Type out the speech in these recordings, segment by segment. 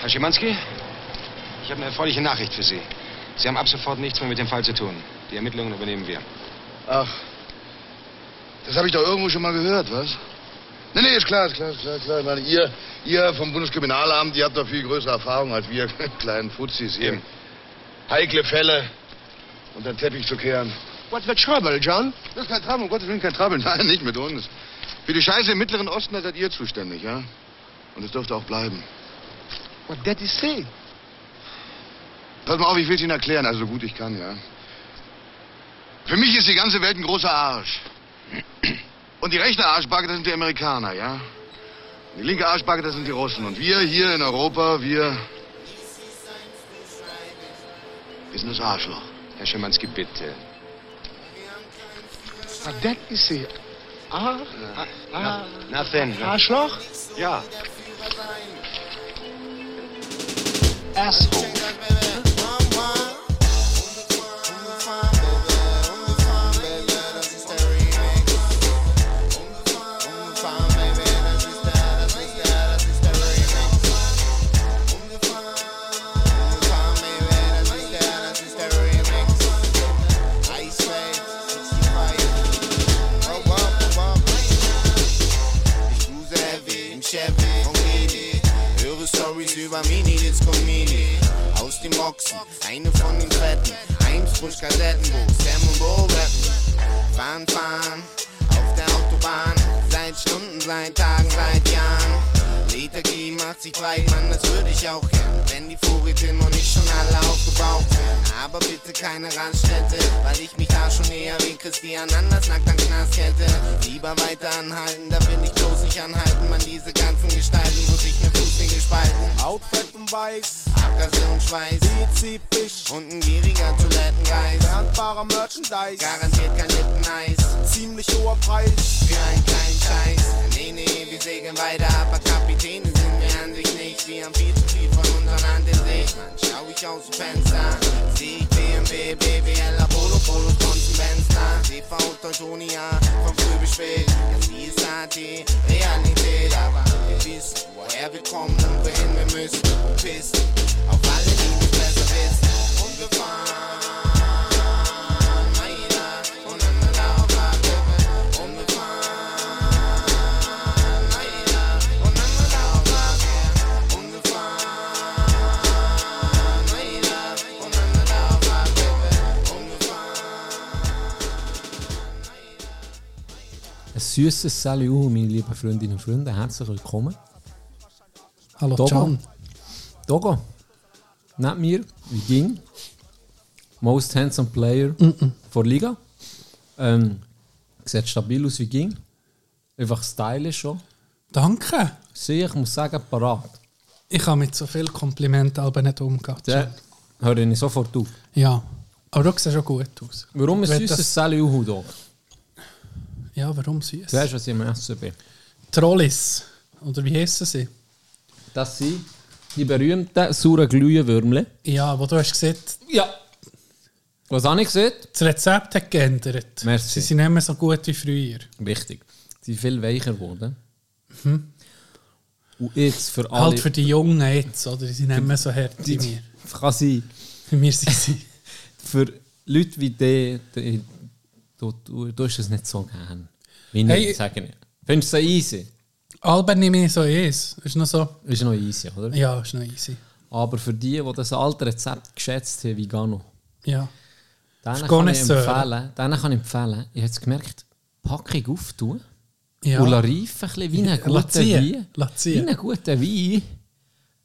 Herr Schimanski, ich habe eine erfreuliche Nachricht für Sie. Sie haben ab sofort nichts mehr mit dem Fall zu tun. Die Ermittlungen übernehmen wir. Ach, das habe ich doch irgendwo schon mal gehört, was? Nee, nee, ist klar, ist klar, ist klar, klar. Ich meine, ihr, ihr vom Bundeskriminalamt, ihr habt doch viel größere Erfahrung als wir kleinen Fuzis hier. Eben. Heikle Fälle und den Teppich zu kehren. What's the trouble, John? Das ist kein Trouble, um Gottes Willen kein Trouble. Nein, nicht mit uns. Für die Scheiße im Mittleren Osten, da seid ihr zuständig, ja? Und es dürfte auch bleiben. What did he say? Pass mal auf, ich will Ihnen erklären, also so gut ich kann, ja. Für mich ist die ganze Welt ein großer Arsch. Und die rechte Arschbacke, das sind die Amerikaner, ja. Und die linke Arschbacke, das sind die Russen. Und wir hier in Europa, wir. Wir sind das Arschloch. Herr Schimanski, bitte. What did he say? Ah, ah, ah. Nothing. Arschloch? Ja. Asshole. Oh, Höre Stories über Mini, jetzt kommt Mini. Aus dem Boxen, eine von den Fetten. Heimsbusch, Kassettenbuch, Sam und Bo rappen. Fahren, fahren, auf der Autobahn. Seit Stunden, seit Tagen, seit Jahren. Liter G macht sich frei, Mann, das würde ich auch kennen. Wenn die Vorräte noch nicht schon alle aufgebaut werden. Aber bitte keine Raststätte, weil ich mich da schon eher wie Christian anders nackt an Knast hätte. Lieber weiter anhalten, da will ich bloß nicht anhalten. Man, diese ganzen Gestalten muss ich mir Fuß gespalten. Outfit und Weiß, Abgase und Schweiß spezifisch, und ein gieriger Toilettengeist. handbarer Merchandise, Garantiert kein Lippeneis ziemlich hoher Preis. für einen kleinen Scheiß. Nee, nee, wir segeln weiter, aber Kapitäne sind wir an sich nicht. Wir haben viel zu viel von unseren Hand in Sicht. Mann, schau ich aus dem Fenster, sieh ich BMW, BWL, Apollo, Polo, Sponsen, Benster, TV, Teutonia, von früh bis spät. Jetzt die ist AT, Realität, aber wir wissen, woher wir kommen und wohin wir müssen. Und pissen auf alle, die nicht besser wissen. Und wir fahren, Meiler, voneinander auf Abhöhe. Und wir fahren, Meiler, voneinander auf Abhöhe. Und wir fahren, Meiler, voneinander auf Abhöhe. Und wir Ein süßes Salut, meine lieben Freundinnen und Freunde. Herzlich willkommen. Hallo Dogo. John. Dogo, neben mir, wie ging? Most handsome player Mm, vor Liga. Ähm, sieht stabil aus, wie ging? Einfach stylisch schon. Danke. Sehe ich, muss sagen, parat. Ich kann mit so vielen Komplimenten aber nicht umgehen. Der höre ich sofort auf. Ja. Aber du siehst schon gut aus. Warum ein Wenn süßes Salut, Dogo? das- Ja, warum süß? Du weißt, was ich im SCB. Trollis. Oder wie heissen sie? Das sind die berühmten sauren Glühwürmle. Ja, wo du hast gesehen, Ja. Was habe ich gesehen? das Rezept hat geändert. Sie Merci. sind nicht mehr so gut wie früher. Wichtig. Sie sind viel weicher geworden. Und jetzt für alle. Mhm. Halt für die Jungen jetzt, oder? Die sind nicht mehr so hart wie wir. kann sein. Für mir sind sie. Für Leute wie die, die du, du, du hast es nicht so gern. Wie Hey, nicht, sage ich. Findest du es easy? Albert nicht mehr so ist. Ist noch so. Ist noch easy, oder? Ja, ist noch easy. Aber für die, die das alte Rezept geschätzt haben, wie Gano, Ja. denen kann, ich Connoisseur. empfehlen, denen kann ich empfehlen, ich habe es gemerkt, Packung auftun Ja. und lass reifen, ein bisschen wie einen guten Lass ziehen. Wein. Lass Wie ziehen. einen guten Wein.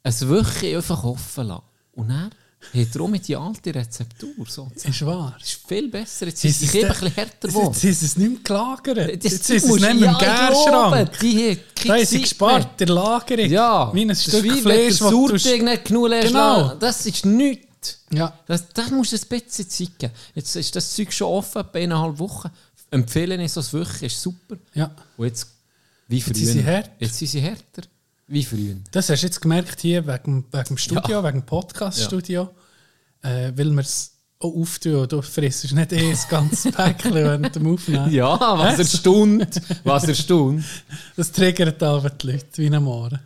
Eine Woche einfach offen lassen. Und dann hat er auch mit die alte Rezeptur sozusagen. Ist wahr. Das ist viel besser. Jetzt ist es es eben ein de- bisschen härter Jetzt geworden. ist es nicht mehr gelagert. Das- Jetzt das ist es musst nicht du mehr im ja Gärschrank. glauben. Die hat keine Da ist sie Zeit mehr. gespart, der Lagerung. Ja, Wie ein das ist Stück wie wenn der Fleisch, wo du... Sauerteig nicht genug lässt. Genau. lassen. Das ist nichts. Ja. Das, das musst du ein bisschen Zeit geben. Jetzt ist das Zeug schon offen, bei eineinhalb Wochen. Empfehlen ist so eine Woche, ist super. ja. Und jetzt, wie früher. sind sie härter. Jetzt sind sie härter. Wie früher. Das hast du jetzt gemerkt hier wegen, wegen dem Studio, wegen dem Podcast-Studio. Äh, weil wir es auch auftun und du frisst nicht eh das ganze Päckchen während dem Aufnehmen. Ja, was erstaunt. Was erstaunt. Das triggert aber die Leute wie am Morgen.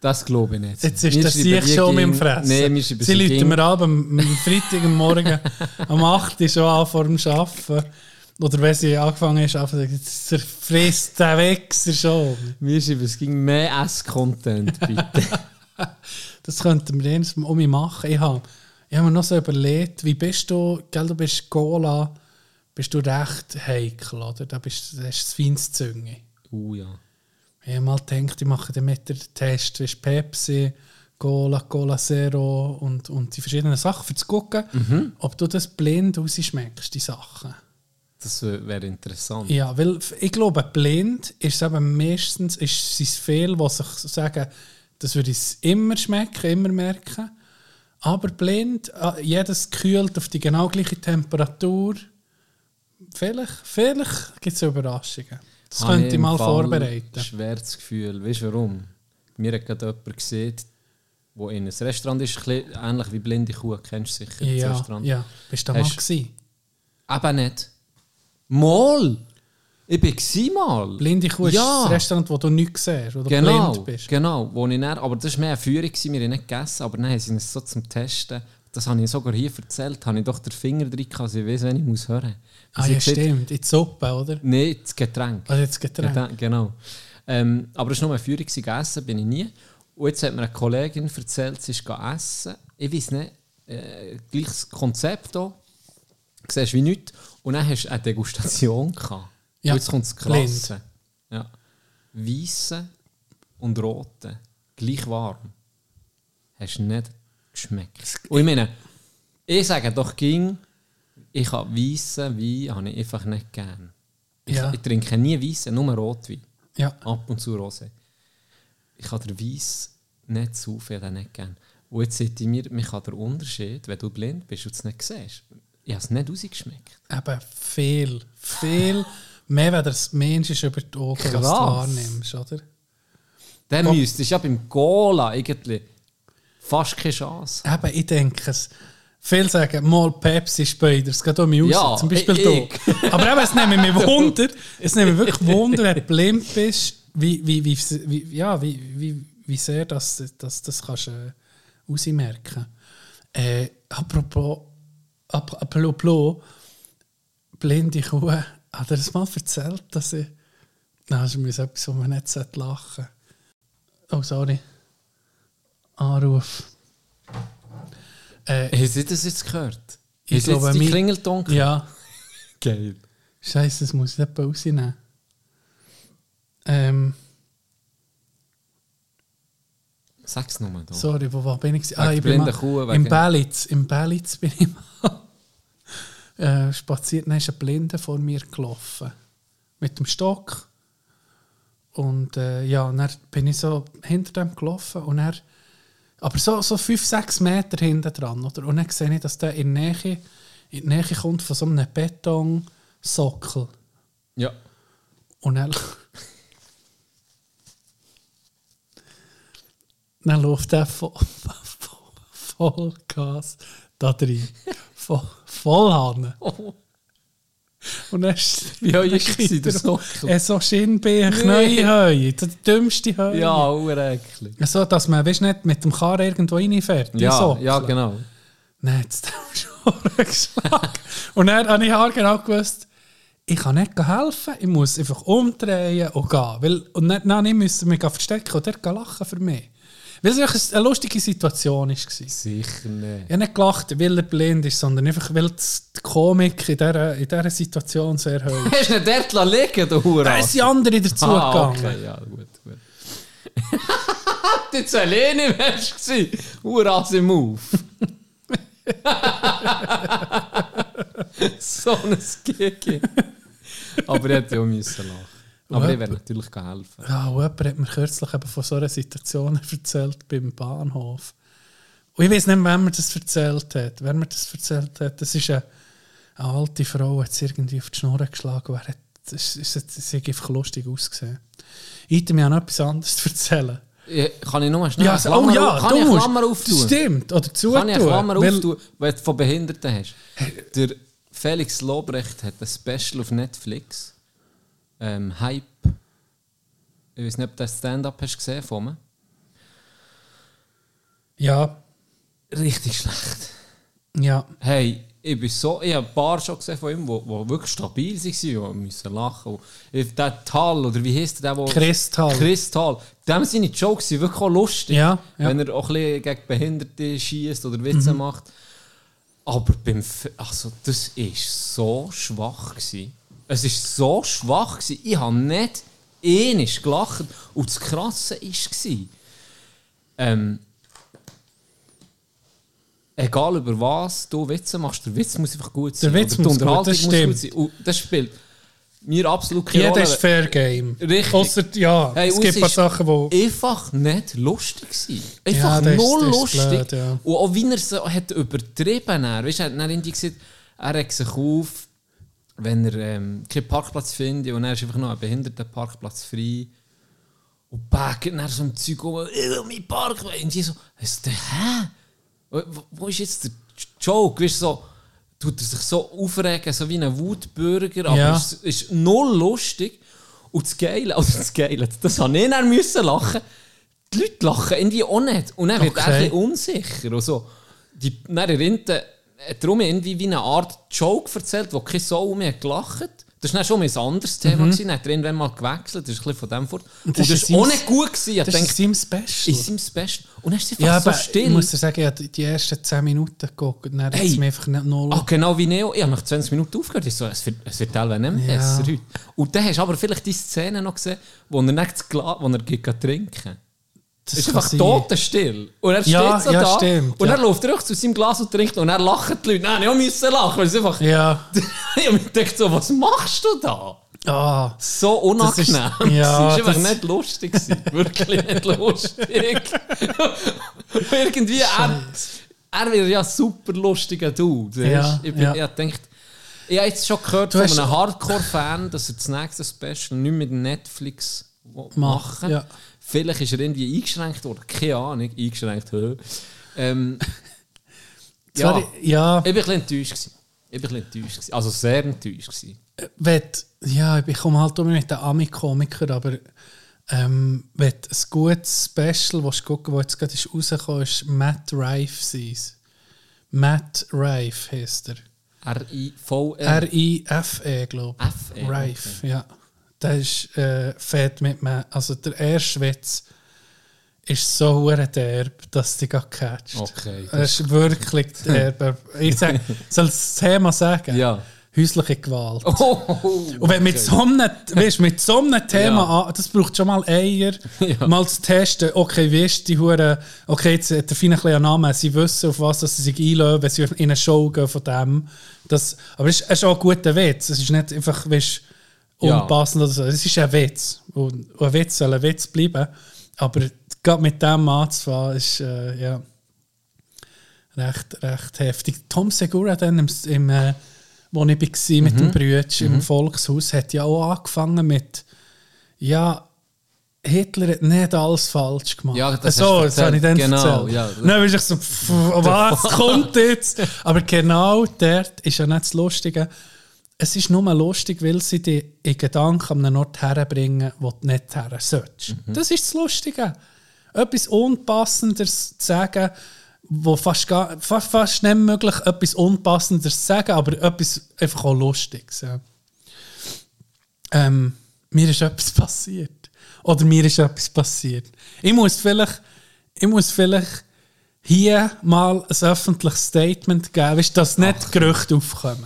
Das glaube ich nicht. Jetzt ist Wir das schreiben sich die schon gegen- mit dem Fressen. Nein, wir schreiben Sie sie läuten gegen- mir ab am, am Freitag am Morgen am 8 Uhr schon an vor dem Arbeiten. Oder wenn sie angefangen ist, einfach sagen, jetzt frisst der Wichser schon. Wir schreiben es ging mehr Ess-Content, bitte. Das könnten wir eins um mich machen. Ich habe, ich habe mir noch so überlegt, wie bist du, gell, du bist Cola, bist du recht heikel, oder? Da bist du hast das feines Zünge. uh, ja. Ich habe mal gedacht, ich mache den mit den Test zwischen Pepsi, Cola, Cola Zero und, und die verschiedenen Sachen, um zu gucken, ob du das blind rausschmeckst, die Sachen. Das wäre interessant. Ja, weil f- ich glaube, blind ist es eben meistens ist es viel, was sich sagen, das würde ich dus immer schmecken, immer merken. Aber blind, äh, jedes kühlt auf die genau gleiche Temperatur. Vielleicht, vielleicht gibt es Überraschungen. Das Habe könnte ich Ah, im mal Fall vorbereiten. Schwer das Gefühl. Weißt du warum? Mir hat gerade jemand gesehen, wo in einem Restaurant ist, ein bisschen ähnlich wie blinde Kuh, kennst du sicher das Ja, Restaurant. ja. Bist du da mal Hast- gewesen? Aber nicht. Mal! Ich bin gsi mal. Blinde Kuh Ja. ist das Restaurant, wo du nichts siehst, wo du genau, blind bist. Genau, wo ich dann, aber das war mehr eine Führung, gewesen, wir haben nicht gegessen, aber dann haben sie uns so zum Testen, das habe ich sogar hier erzählt, habe ich doch den Finger drin gehabt, dass ich weiß, wenn ich muss hören. Ah ja, stimmt. In die Suppe, oder? Nein, das Getränk. Also jetzt Getränk. Getränk, Genau. Ähm, aber es war nur eine Führung, gewesen, gegessen bin ich nie. Und jetzt hat mir eine Kollegin erzählt, sie ist gegangen essen. Ich weiß nicht, äh, gleiches Konzept hier. Siehst wie nichts. Und dann hast du eine Degustation gehabt. Ja, Und jetzt kommt das Klasse. Ja. Weisse und Rote. Gleich warm. Hast du nicht geschmeckt. Und ich meine, ich sage doch ging, ich habe weissen Wein habe ich einfach nicht gern. Ich, Ja. ich trinke nie weissen, nur Rotwein. Ja. Ab und zu Rosé. Ich habe den Weiss nicht zu viel, den nicht gern. Und jetzt seht ihr mir, man kann den Unterschied, wenn du blind bist und es nicht siehst. Ich habe es nicht rausgeschmeckt. Eben viel, viel mehr, wenn das Mensch ist über die Augen, was du Krass. wahrnimmst, oder? Dann Ob- müsstest du ja beim Cola irgendwie fast keine Chance. Eben, ich denke es. Viele sagen, mal Pepsi ist Spider, es geht um mich raus, Ja, zum Beispiel ich- du. Aber eben, es nimmt mich Wunder, es nimmt mich wirklich Wunder, wenn du blind bist, wie, wie, wie, wie, ja, wie, wie, wie sehr das, das, das kannst äh, rausmerken. Äh, apropos, ap, apropos, blinde Kuh, hat er das mal erzählt, dass ich, nein, das ist mir so etwas, wo man nicht lachen sollte. Oh, sorry. Anruf. Äh, Hast du das jetzt gehört? Ich Hast du jetzt glaube, die mir- Klingelton gehört? ja, Geil. scheiße, das muss ich nicht rausnehmen. Ähm, Sag's nochmal. da. sorry, wo war bin ich? gewesen? Wegen ich der bin mal, blinden Kuh, im wegen- Bellitz, im Bellitz bin ich mal äh, spaziert, dann ist ein Blinder vor mir gelaufen. Mit dem Stock. Und äh, ja, dann bin ich so hinter dem gelaufen und er aber so, so fünf, sechs Meter hinten dran, oder? Und dann sehe ich, dass der in die Nähe, in die Nähe kommt von so einem Betonsockel. Ja. Und dann, dann läuft er voll, voll Gas da drin. Voll, voll Hanne. Und dann ist Wie heu ist es, der Sockel? er so Schienbein, neue Heu, der dümmste Heu. Ja, uräcklich. So, dass man weißt, nicht mit dem Karren irgendwo reinfährt. die Ja, Sockel. ja, genau. Nein, jetzt geschlagen. Und dann habe ich auch genau gewusst, ich kann nicht helfen, ich muss einfach Oh umdrehen und gehen. Weil, und dann, dann musste ich mich verstecken und dort lachen für mich. Weil es wirklich eine lustige Situation war. Ich Sicher nicht. habe nicht gelacht, weil er blind ist, sondern einfach, weil die Komik in dieser, in dieser Situation sehr hoch ist. Hast du nicht dort liegen, du Da Hurenarsch? ist die andere dazugegangen. Ah, okay, ja, gut, gut. Habt jetzt alleine wärst du gewesen. Hurras im Move. so ein Gigi. Aber ich hätte auch müssen lachen. Aber ich wäre natürlich geholfen. Ja, und jemand hat mir kürzlich eben von so einer Situation erzählt beim Bahnhof. Und ich weiß nicht, wem mir das erzählt hat. Wer mir das erzählt hat, das ist eine, eine alte Frau, hat sie irgendwie auf die Schnur geschlagen. Und er hat, es, es, es, es hat einfach lustig ausgesehen. Item, ich habe noch etwas anderes zu erzählen. Ja, Kann ich nur schnell Ja, eine so- oh Klammer- ja, kann du ich eine musst. Klammer auftun? Das stimmt. Oder zu Kann ich eine Klammer weil- auftun, wenn du von Behinderten hast? Der Felix Lobrecht hat ein Special auf Netflix. Ehm, Ähm, Hype. Ich weiß nicht, ob du das Stand-up hast gesehen von mir. Ja, Richtig schlecht. ja. Hey, ich bin so, ich habe ein paar schon gesehen von ihm, die, die wirklich stabil waren, die müssen lachen. Und ich- Der Tal, oder wie heisst der? der wo- Kristall. Kristall. Dem seine Jokes sind wirklich auch lustig. Ja, ja. Mhm. Wenn er auch ein bisschen gegen Behinderte schießt oder Witze macht. Aber beim F also das ist so schwach gsi. Es ist so schwach gsi. Ich habe nicht ähnlich gelacht und das Krasse ist gsi. Ähm, egal über was du Witze machst, der Witz muss einfach gut sein. Witz Oder die muss gut, das Unterhaltung stimmt. sein. Und das spielt mir absolut keine Jeder Rolle. ist Fair Game. Richtig. Ausser, ja, Hey, es und gibt ein paar ist Sachen, wo... einfach nicht lustig waren. Ja, Einfach das ist- null das ist lustig. blöd, ja. Und auch wie er es hat übertrieben hat. Weißt du, er hat dann irgendwie gesagt, er regt sich auf, wenn er ähm, keinen Parkplatz findet und er ist einfach noch ein behinderter Parkplatz frei. Und packen dann so ein Zeug um, ich will meinen Parkplatz. Und die so, «Was denn, hä? Wo, wo- wo ist jetzt der J- Joke? Weißt du, so, tut er sich so aufregen, so wie ein Wutbürger, aber Ja. es ist null lustig. Und das Geile, also das Geile, das habe ich dann müssen lachen. Die Leute lachen irgendwie auch nicht. Und dann wird er Okay. ein bisschen unsicher. Und so. Die, dann erinnert er hat darum irgendwie wie eine Art Joke erzählt, wo keine Sau mehr gelacht hat. Das war dann schon mal ein anderes Thema. Mhm. Dann hat er irgendwann mal gewechselt, das ist ein bisschen von dem fort. Und das ist ist in auch seinem- nicht gut. Gewesen. Ich Das ist denke, sein Special. ist ihm Beste. Und dann ist sie ja, fast aber so still. ich muss dir sagen, ich habe die ersten 10 Minuten geguckt und dann hat es Hey. mir einfach nicht null... Ah, genau wie Neo. Ich habe nach 20 Minuten aufgehört. Ich so, es wird, es wird teilweise nicht mehr Ja. besser heute. Und dann hast du aber vielleicht die Szene noch gesehen, wo er nicht das Glas, wo er geht trinken das Es ist kann einfach sein. totenstill. Und er steht Ja, so ja, da. stimmt, und ja. er läuft zurück zu seinem Glas und trinkt. Und er lachen die Leute. Nein, ich musste lachen. Weil es einfach... Ja. ich habe mir gedacht, so, was machst du da? Ah. So unangenehm. Das ist- ja, es war einfach das- nicht lustig. gewesen. Wirklich nicht lustig. Und Irgendwie, er, er wäre ja super lustiger Dude. Ja, Ja, ich bin, ja. ich hab gedacht, ich habe jetzt schon gehört Du von hast- einem Hardcore-Fan, dass er das nächste Special nicht mit Netflix will Mach, machen ja. Vielleicht ist er irgendwie eingeschränkt worden. Keine Ahnung, eingeschränkt. hä? Ähm, ja, Äh, Sorry, ja. ich bin ein bisschen enttäuscht. gewesen. Ich bin ein bisschen enttäuscht. gewesen. Also sehr enttäuscht. gewesen. wenn, ja, ich komme halt immer mit den Ami-Komiker, aber ähm, wenn du ein gutes Special, das gucken wo jetzt gerade ist rausgekommen ist, Matt Rife seins. Matt Rife heisst er. R-I-V-R. R-I-F-E, glaube F.E., ich. E, Rife, ja. Das ist äh, fett mit mir. Also der erste Witz ist so hure derb, dass du dich grad catcht. Okay, das Das ist wirklich derb. Ich sag, soll ich das Thema sagen? Ja. Häusliche Gewalt. Oh, Und wenn mit so einem, weißt, mit so einem Thema Ja. an, das braucht schon mal Eier, Ja. mal zu testen, okay, wie ist die Hure, okay, jetzt hat der Fine ein bisschen einen Namen, sie wissen, auf was dass sie sich einlösen, wenn sie in eine Show gehen von dem. Das, aber es ist, es ist auch ein guter Witz, es ist nicht einfach, weißt, Ja. unpassend oder so, es ist ein Witz. Und und ein Witz soll ein Witz bleiben, aber gerade mit dem anzufangen, ist, äh, ja recht, recht heftig. Tom Segura dann, im, im, äh, wo ich war mit dem Brütsch im Volkshaus, hat ja auch angefangen mit, ja, Hitler hat nicht alles falsch gemacht. Ja, das Äh, so, hast du das habe ich dann erzählt. Genau, erzählt. ja. Dann bin ich so, pff, was kommt jetzt? Aber genau dort ist ja nicht das Lustige. Es ist nur lustig, weil sie dich in Gedanken an einen Ort herbringen, wo du nicht her sollst. Mhm. Das ist das Lustige. Etwas Unpassendes zu sagen, wo fast, gar, fast, fast nicht möglich etwas Unpassendes zu sagen, aber etwas einfach auch Lustiges. Ja. Ähm, mir ist etwas passiert. Oder mir ist etwas passiert. Ich muss vielleicht, ich muss vielleicht hier mal ein öffentliches Statement geben, weißt, dass nicht Gerüchte aufkommen.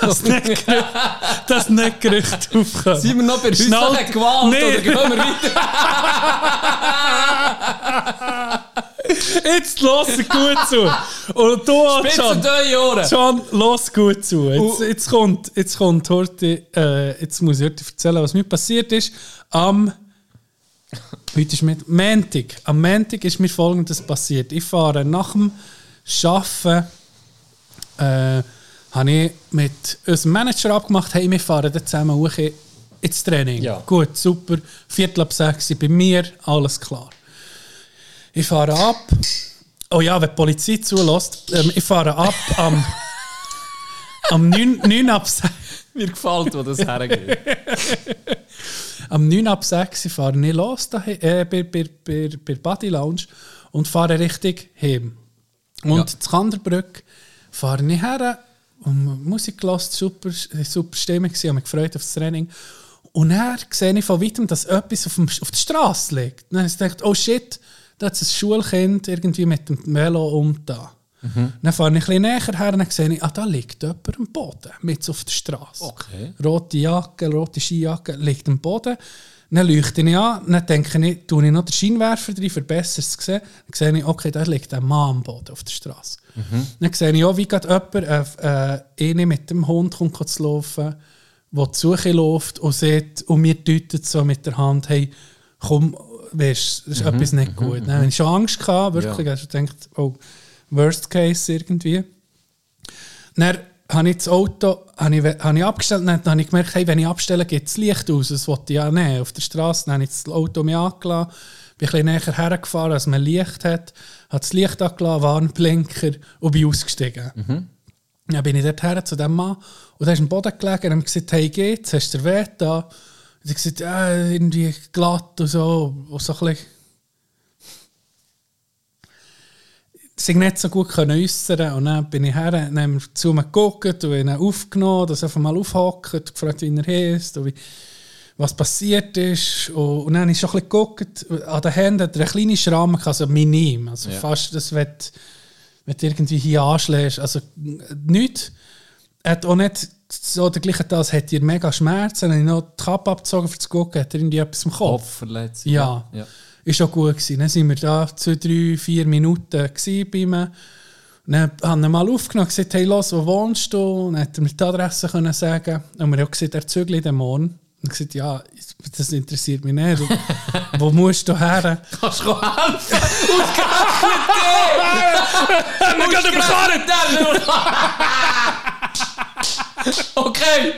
dass, nicht Gerüchte, dass nicht Gerüchte aufkommen. Sind wir noch bei Schnallt- häuslicher Gewalt Nee. oder gehen wir weiter? Jetzt los gut zu. Und du, Bitte John, zwei Ohren! John, los gut zu. Jetzt, jetzt kommt, jetzt kommt heute, äh, jetzt muss ich heute erzählen, was mir passiert ist. Am heute ist mit Montag. Am Montag ist mir Folgendes passiert. Ich fahre nach dem Arbeiten äh, habe ich mit unserem Manager abgemacht, hey, wir fahren dann zusammen hoch ins Training. Ja. Gut, super. Viertel ab sechs bei mir, alles klar. Ich fahre ab. Oh ja, wenn die Polizei zulässt, ähm, ich fahre ab am, am 9, 9 ab 6. Mir gefällt, wo das hergeht. eh am 9 ab 6 fahre ich los dahe- äh, bei, bei, bei, bei Body Lounge und fahre richtig heim. Und Ja. ja. zu Kanderbrück fahre ich her und Musik gelassen, super, super Stimmung gewesen, habe mich gefreut auf das Training. Und dann sehe ich von weitem, dass etwas auf, dem, auf der Straße liegt. Dann habe ich gedacht, oh shit, da hat ein Schulkind irgendwie mit dem Velo umgetan. Mhm. Dann fahre ich ein bisschen näher her und dann sehe ich, ah, da liegt jemand am Boden, mit auf der Straße. Okay. Rote Jacke, rote Skijacke, liegt am Boden. Dann leuchte ich an, dann denke ich, tue ich noch den Scheinwerfer drin, für besser zu sehen. Dann sehe ich, okay, da liegt ein Mann am Boden auf der Straße. Dann sehe ich auch, oh, wie gerade jemand, äh, äh, eine mit dem Hund kommt zu laufen, der die Suche läuft und sieht, und mir deutet so mit der Hand, hey, komm, weißt, das ist etwas nicht gut. Dann habe ich schon Angst gehabt, wirklich, Ja. ja. ich gedacht, oh, worst case irgendwie. Dann habe ich das Auto habe ich, habe ich abgestellt dann habe ich gemerkt, hey, wenn ich abstelle, geht das Licht aus. Das wollte ich ja nicht. Auf der Straße dann habe ich das Auto mir angelassen, bin ein bisschen näher hergefahren, als man Licht hat, habe das Licht angelassen, Warnblinker und bin ausgestiegen. Dann bin ich dort her zu dem Mann und der ist am Boden gelegen und hat gesagt, hey, geht's, hast du dir weh da? Und er hat gesagt, äh, irgendwie glatt und so, und so ein bisschen sich nicht so gut können äußern und dann bin ich her, dann haben wir zu ihm geguckt und ihn aufgenommen, dass er einfach mal aufhockt, gefragt, wie er heißt und wie, was passiert ist und, und dann habe ich schon ein bisschen geguckt, an den Händen hat er einen kleinen Schramm, gehabt, also minim, also Ja. fast, das wird wenn du dus irgendwie hier anschlägst, also nichts. Er hat auch nicht so der gleiche das hat ihr mega Schmerzen, dann habe ich noch die Kappe abgezogen, um zu gucken, hat er irgendwie etwas im Kopf. Kopfverletzung. Ja. ja. Ist auch gut gewesen. Dann sind wir da zwei, drei, vier Minuten gewesen bei ihm. Dann haben wir mal aufgenommen und gesagt, hey, los, wo wohnst du? Dann hat er mir die Adresse können sagen Und wir haben auch gesagt, er zügelt den Morgen. Und ich gesagt, ja, das interessiert mich nicht. wo musst du her? Kannst du helfen? Ausgerechnet dir! Wir gehen überkarren! Okay.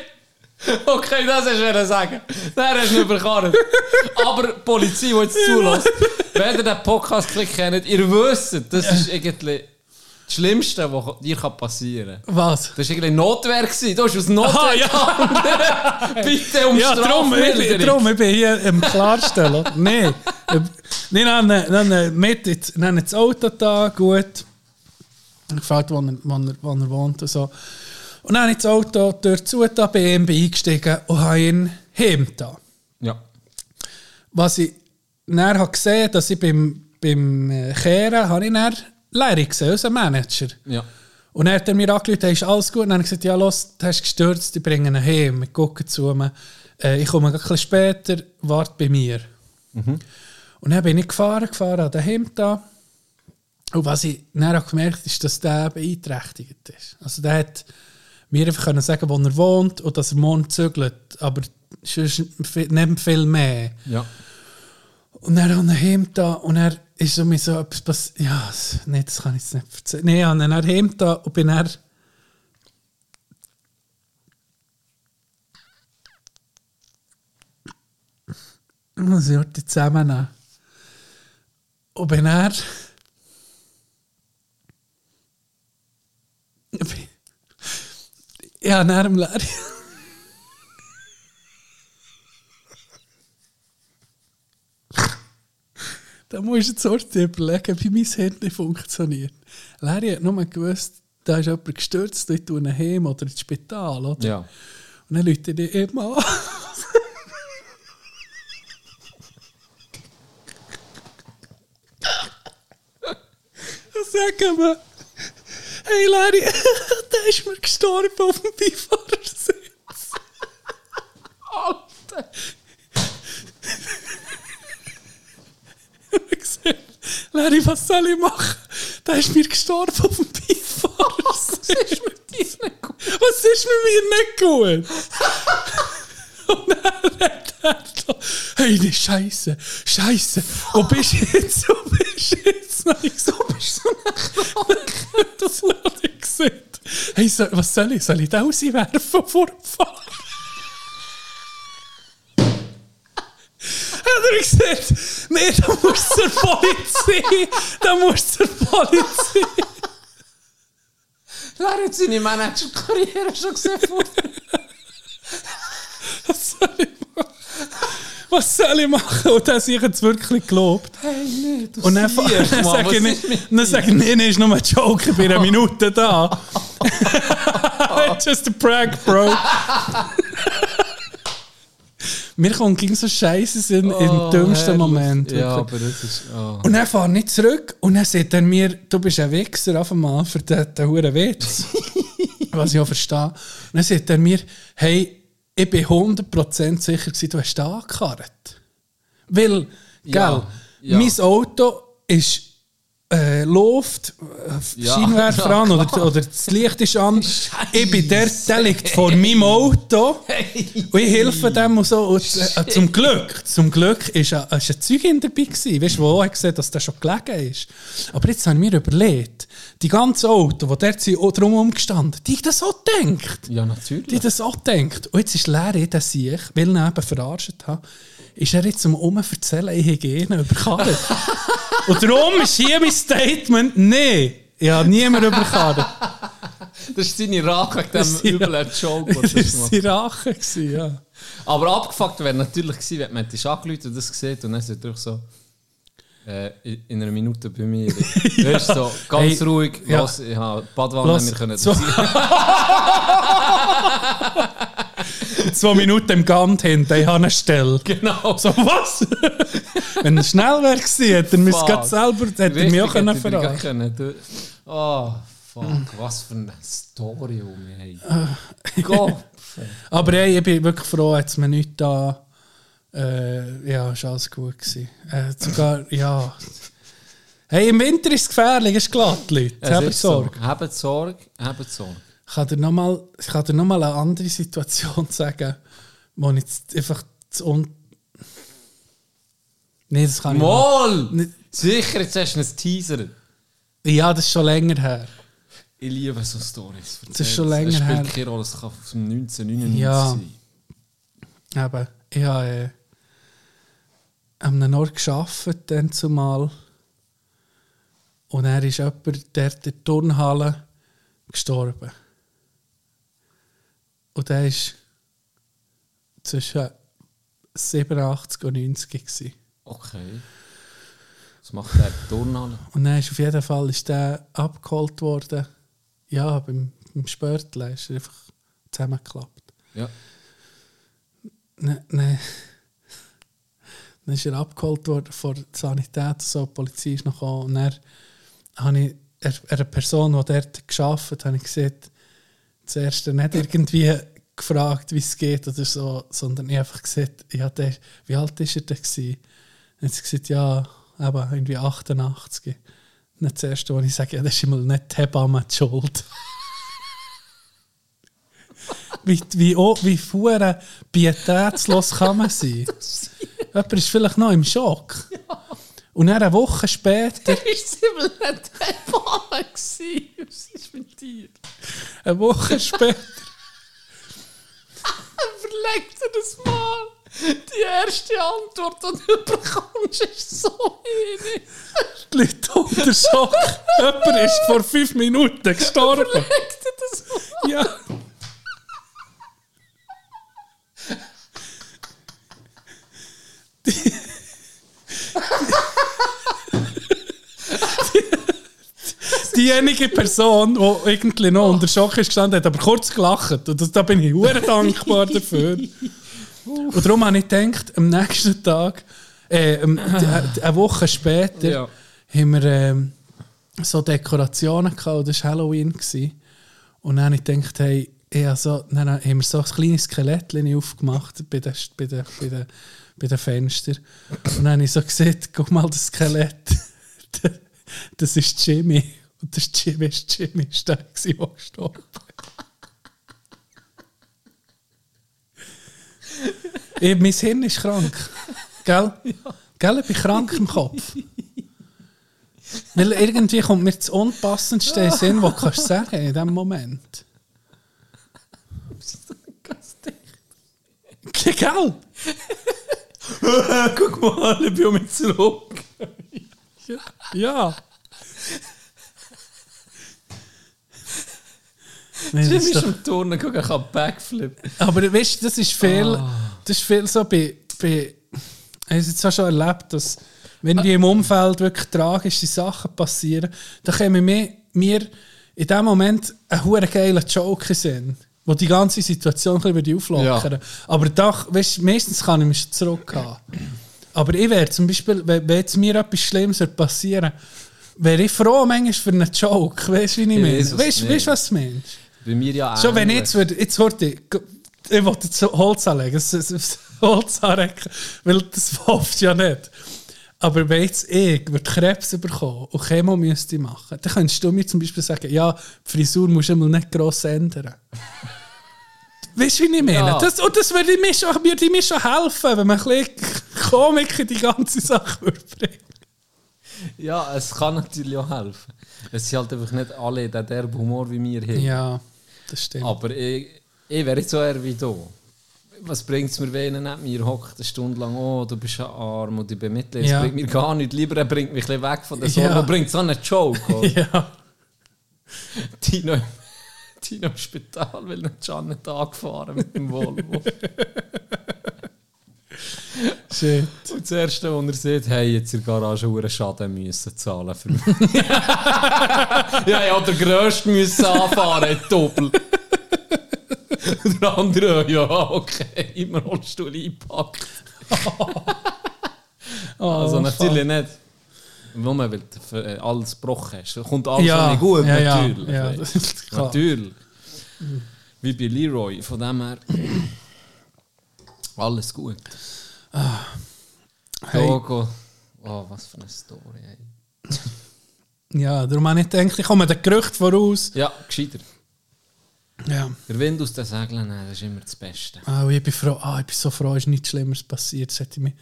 Okay, das hast du sagen. Dann hast du ihn überkarren. Aber die Polizei, die jetzt zulässt, wenn ihr den Podcast nicht kennt, ihr wisst, das ist irgendwie das Schlimmste, was dir passieren kann. Was? Das war irgendwie Notwehr. gewesen. Du hast aus Notwehr gehandelt. Bitte um Ah, Ja, darum, ich, Strafmilderung. bin- darum, ich bin hier im Klarstellen. oder? Nein. Nein, dann, äh, dann äh, mit ins, dann ins Auto da, gut. Ich gefragt, wo er, wo, er, wo er wohnt und so. Und dann habe ich das Auto durch zu da bei ihm bin eingestiegen und habe ihn heim da. Ja. Was ich dann habe gesehen dass ich beim, beim äh, Kehren, habe ich dann Larry gesehen, unseren Manager. Ja. Und dann hat er mir angerufen, hey, ist alles gut? Und dann habe ich gesagt, ja, los, du hast gestürzt, ich bringe ihn heim, wir gucken zu ihm. Äh, ich komme ein bisschen später, warte bei mir. Und dann bin ich gefahren, gefahren an den Hemd da. Und was ich dann auch gemerkt habe, ist, dass der beeinträchtigt ist. Also der hat mir einfach können sagen, wo er wohnt und dass er morgen zügelt. Aber sonst nicht viel mehr. Ja. Und dann an ihm da und er ist so mir so etwas passiert. Ja, s- nee, das kann ich jetzt nicht erzählen. Nein, an dann ihm da und bin er. Muss ich heute zusammennehmen. Und bin er. Ja, nach dem Larry. Da musst du jetzt heute überlegen, wie mein Handy funktioniert. Larry hat nur gewusst, da ist jemand gestürzt, ich tue ihn heim oder ins Spital. Oder? Ja. Und dann läutet ich eben an. Dann sagen wir, hey Larry, der ist mir gestorben auf dem Beifahrersitz. Alter! Ich sehe, Larry, was soll ich machen? Der ist mir gestorben auf dem Beifahrersitz. Was ist mit dir nicht gut? Was ist mit mir nicht gut? Und dann hat er so, hey, ne Scheiße, Scheiße, wo bist du jetzt, wo bist du jetzt? Nein, ich so, bist du nicht Das hat ich gesagt. Hey, so, was soll ich, soll ich da rauswerfen vor dem Fahren? Hat er gesagt, nee, da musst du zur Polizei, da musst du zur Polizei. Wer hat seine Managerkarriere schon gesehen? Was soll ich machen? was soll ich machen? Und er hat sich jetzt wirklich gelobt. Und dann, fa- dann sage ich, dann sage ich, nee, nee, ist nur ein Joke, ich bin eine Minute da. Just a prank, Bro. Mir kommt gegen so Scheiße in, im dümmsten Moment. Oh, Ja, wirklich. aber das ist. Oh. Und er fährt nicht zurück und dann sagt er mir, du bist ein Wichser auf einmal für diesen diesen huren Witz. Was ich auch verstehe. Und dann sagt er mir, hey, ich bin 100% sicher gewesen, du hast da angekarrt. Weil, gell, Ja, ja. mein Auto ist äh, Luft, äh, Ja. Scheinwerfer Ja, an oder, oder das Licht ist an. Ich bin der, der liegt vor meinem Auto. Und ich helfe dem und so. Und, äh, zum Glück, zum Glück ist ein, ist ein Zeugin dabei gewesen, weißt, wo auch gesehen dass der schon gelegen ist. Aber jetzt habe ich mir überlegt, die ganzen Autos, die dort sind, auch drum umgestanden, die haben das auch gedacht. Ja, Die natürlich. haben das auch gedacht. Und jetzt ist Larry, der sich, weil ich ihn eben verarscht habe, ist er jetzt um herumzuerzählen, ich habe ihn überkarrt. Und darum ist hier mein Statement, nein, ich habe niemanden überkarrt. Das ist seine Rache wegen Das ist dem ja- üblen Joke, den Das du das machst. war die Rache, gewesen, ja. Aber abgefuckt wäre natürlich gewesen, wenn man dich angelüht und das gesehen und dann ist er so äh, in in einer Minute bei mir. Weißt du, so ganz Hey, ruhig, ja. los, ich habe die Badwanne, Los, wir können zwei- zwei Minuten im Gant hinten, ich habe eine Stelle. Genau. So, was? Wenn er schnell wäre gewesen, hätte er mich gerade selber hätte er mich auch können fragen verraten können. Du- Oh, fuck, was für eine Story um mich. Eh. Gott. Aber hey, ich bin wirklich froh, hat es mir nicht da. Äh, ja, ist alles gut gewesen. Äh, sogar, ja. Hey, im Winter ist es gefährlich, ist glatt, Leute. Es Habt ist Sorge. So. Habt Sorge, habt Sorge. Ich kann dir nochmal noch mal eine andere Situation sagen, wo ich jetzt einfach zu un... Nein, das kann ich nicht. Moll! Nicht- Sicher, jetzt hast du einen Teaser. Ja, das ist schon länger her. Ich liebe so Stories. Das ist schon länger Es her. spielt keine Rolle, es kann aus dem 1999 Ja. sein. Eben, ich habe äh, an einem Ort gearbeitet, dann zumal. Und er ist jemand dort in der Turnhalle gestorben. Und er war zwischen 87 und 90 gewesen. Okay. Was macht der Turnhalle? Und dann ist auf jeden Fall ist der abgeholt worden. Ja, beim, beim Spörtle ist er einfach zusammengeklappt. Ja. Nein, nein. Ne, Dann ist er abgeholt worden von der Sanität, und so, die Polizei ist noch gekommen. Und dann habe ich er- einer Person, die dort gearbeitet hat, habe ich gesehen, zuerst nicht irgendwie gefragt, wie es geht oder so, sondern ich habe einfach gesagt, ja, der, wie alt ist er denn gewesen? Und sie gesagt, ja, eben irgendwie 88. Nicht das erste, wo ich sage, ja, das ist immer nicht die Hebamme die schuld. wie, wie, oh, wie fuhren pietätslos kann man sein? Jemand ist vielleicht noch im Schock. Und dann eine Woche später, Was ist mit dir? eine Woche später, Überleg dir das mal. Die erste Antwort, die du bekommst, ist so wenig. die Leute unter Schock. Jemand ist vor fünf Minuten gestorben. Überleg dir das mal. Ja. Die- Diejenige Person, die irgendwie noch unter Schock ist gestanden, hat aber kurz gelacht. Und das, da bin ich sehr dankbar dafür. Und darum habe ich gedacht, am nächsten Tag, äh, am- d- äh, eine Woche später, Ja. haben wir ähm, so Dekorationen gehabt. und Das war Halloween. Gewesen. Und dann habe ich gedacht, hey, ich habe so, dann haben wir so ein kleines Skelett aufgemacht bei den, bei den, bei den, bei den Fenstern. Und dann habe ich so gesehen, guck mal das Skelett. Das ist Jimmy. Und das Jimmy ist Jimmy, ist der, gewesen, der gestorben ist. Mein Hirn ist krank. Gell? Gell, ich bin krank im Kopf. Weil irgendwie kommt mir das Unpassendste in den Sinn, was du kannst sagen in diesem Moment. Gell? Guck mal, ich bin um mich zurück. ja. Nein, das Jimmy ist ist doch- am Turnen, guck, er kann Backflip. Ah. aber weißt du, das ist viel, das ist viel so bei, bei es jetzt auch schon erlebt, dass wenn wie im Umfeld wirklich tragische Sachen passieren, dann kommen mir, mir in dem Moment einen hure geilen Joke sind, wo die ganze Situation ein bisschen würde auflockern. Aber da, weißt, meistens kann ich mich schon zurückhaben. Aber ich wäre zum Beispiel, wenn, wenn jetzt mir etwas Schlimmes würde passieren wäre ich froh manchmal für einen Joke. Weißt du, wie ich meine? weiß es Weißt du, nicht. weißt du, was du meinst? Bei mir ja Schon wenn ich ähnlich. jetzt würde, jetzt würde ich, ich wollte jetzt Holz anlegen, das, das, das Holz anrecken, weil das hofft ja nicht. Aber wenn jetzt ich würde Krebs bekommen und Chemo müsste ich machen, dann könntest du mir zum Beispiel sagen, ja, die Frisur musst du mal nicht gross ändern. Weißt du, wie ich meine? Ja. Das, und das würde mir, schon, würde mir schon helfen, wenn man ein bisschen Komik in die ganze Sache würde bringen Ja, es kann natürlich auch helfen. Es sind halt einfach nicht alle der derbe Humor wie wir haben. Ja, das stimmt. Aber ich, ich wäre jetzt so eher wie du. Was bringt es mir, wenn er nicht mir hockt eine Stunde lang, oh, du bist ja arm und ich bemittle. Es Ja. bringt mir gar nichts. Lieber er bringt mich ein bisschen weg von der Sorge Ja. und bringt so einen Joke. oder? Ja. Tino, im- Tino im Spital, weil nicht Janet angefahren mit dem Volvo. Shit. und das Erste, was er sieht, hey, jetzt in der Garage einen Schaden müssen zahlen für mich. ja, ja, der Grösste müssen anfahren, doppelt. Und der andere, ja, okay, immer holst du einpacken. Oh, Also fuck. natürlich nicht. Nur weil du für, äh, alles gebrochen hast. Kommt alles Ja, ja, nicht gut, ja, ja, natürlich. ja, weißt. das ist klar. natürlich. Mm. Wie bei Leroy, von dem her. Alles gut. Hey. Togo. Oh, was für eine Story. Ey. Ja, darum habe ich gedacht, ich komme den Gerücht voraus. Ja, gescheiter. Ja. Der Wind aus den Segeln nehmen, das ist immer das Beste. Ah, und ich bin froh, ah, ich bin so froh, ist nichts Schlimmeres passiert. Das hätte ich mich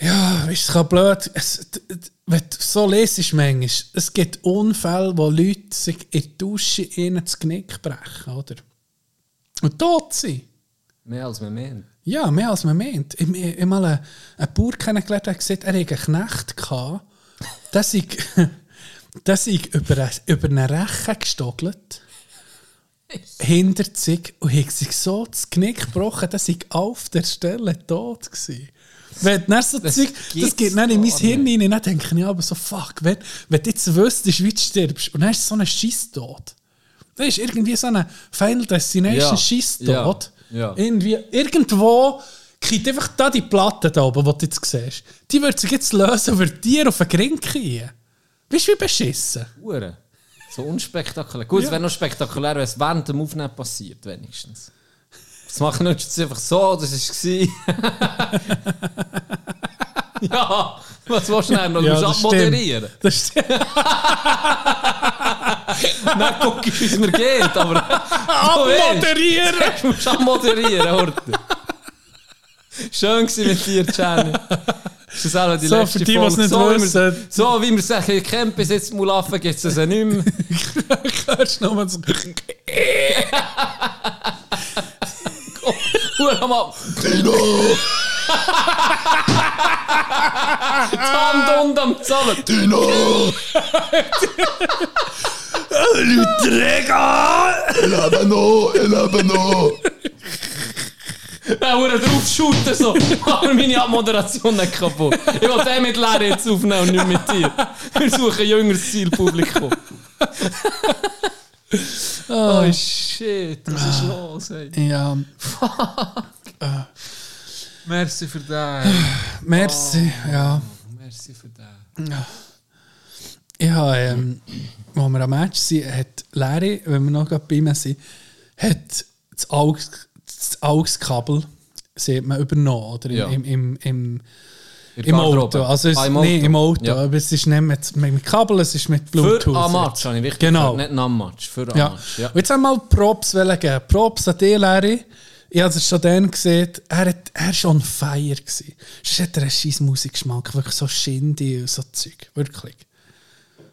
ja, weißt, es kann blöd. Es, d- d- wenn du so lesest manchmal, es gibt Unfälle, wo Leute sich in die Dusche ihnen das Knick brechen, oder? Und tot sind. Mehr als man meint. Ja, mehr als man meint. Ich habe mal einen, einen Bauer kennengelernt, der hat gesagt, er hätte einen Knecht gehabt, der sei, der sei über, eine, über einen Rechen gestogelt, hinter sich und hat sich so das Knick gebrochen, dass ich auf der Stelle tot war. Wenn dann so das, Das Zeug, das gibt's geht dann in mein gar Hirn rein, dann denke ich aber so, fuck, wenn, wenn du jetzt wüsstest, wie du stirbst, und dann ist so ein Scheiss-Tod. Das ist irgendwie so ein Final Destination Ja, Scheiss-Tod. ja, ja. Irgendwie, irgendwo kriegt einfach da die Platte da oben, die du jetzt siehst. Die wird sich jetzt lösen und wird dir auf den Grin kriegen. Weißt du, wie beschissen? Uhren. So unspektakulär. Gut, es wäre noch spektakulär, wenn es während dem Aufnehmen passiert, wenigstens. Das machen wir jetzt einfach so, das war Ja, was willst du denn noch? Du musst abmoderieren. Das stimmt. Dann guck ich, wie es mir geht, aber... Du weißt, Abmoderieren! Du musst abmoderieren, Horten. Schön gewesen mit dir, Jenny. Das ist auch die So, letzte für die, die es Folge. nicht so, wie wir, wissen. so wie wir sagen, Camp bis jetzt Mulaffen gibt es also nicht mehr. Hörst du nochmal so. Hör mal. Tam dum dum zahlen. El Habano, El Habano. Dann wurde drauf shooten so. Aber meine Abmoderation nicht kaputt. Ich will den mit Lehre jetzt aufnehmen und nicht mit dir. Wir suchen ein jüngeres Zielpublikum. Oh shit, was ist los, ey? Ja, Merci für den. merci. Ja. Merci für den. Ich habe, ähm, als wir am Match sind, hat Larry, wenn wir noch gerade bei ihm sind, hat das AUX das AUX-Kabel sieht man übernommen, oder? Im, Ja. im, im, im, im In der Auto. Garderobe. Also es, Ah, im Auto. Nee, im Auto. Ja. Aber es ist nicht mit, mit, mit Kabel, es ist mit Bluetooth. Für am Match, habe ich ne, wichtig Genau. gehört. Nicht am Match, für am Ja. Match. Ja. Und jetzt haben wir mal Props wollen geben. Props an dich, Larry. Ich habe es schon dann gesehen, er, hat, er war on fire. Gewesen. Sonst hat er einen scheiß Musikgeschmack, wirklich so Shindy und so Zeug. Wirklich.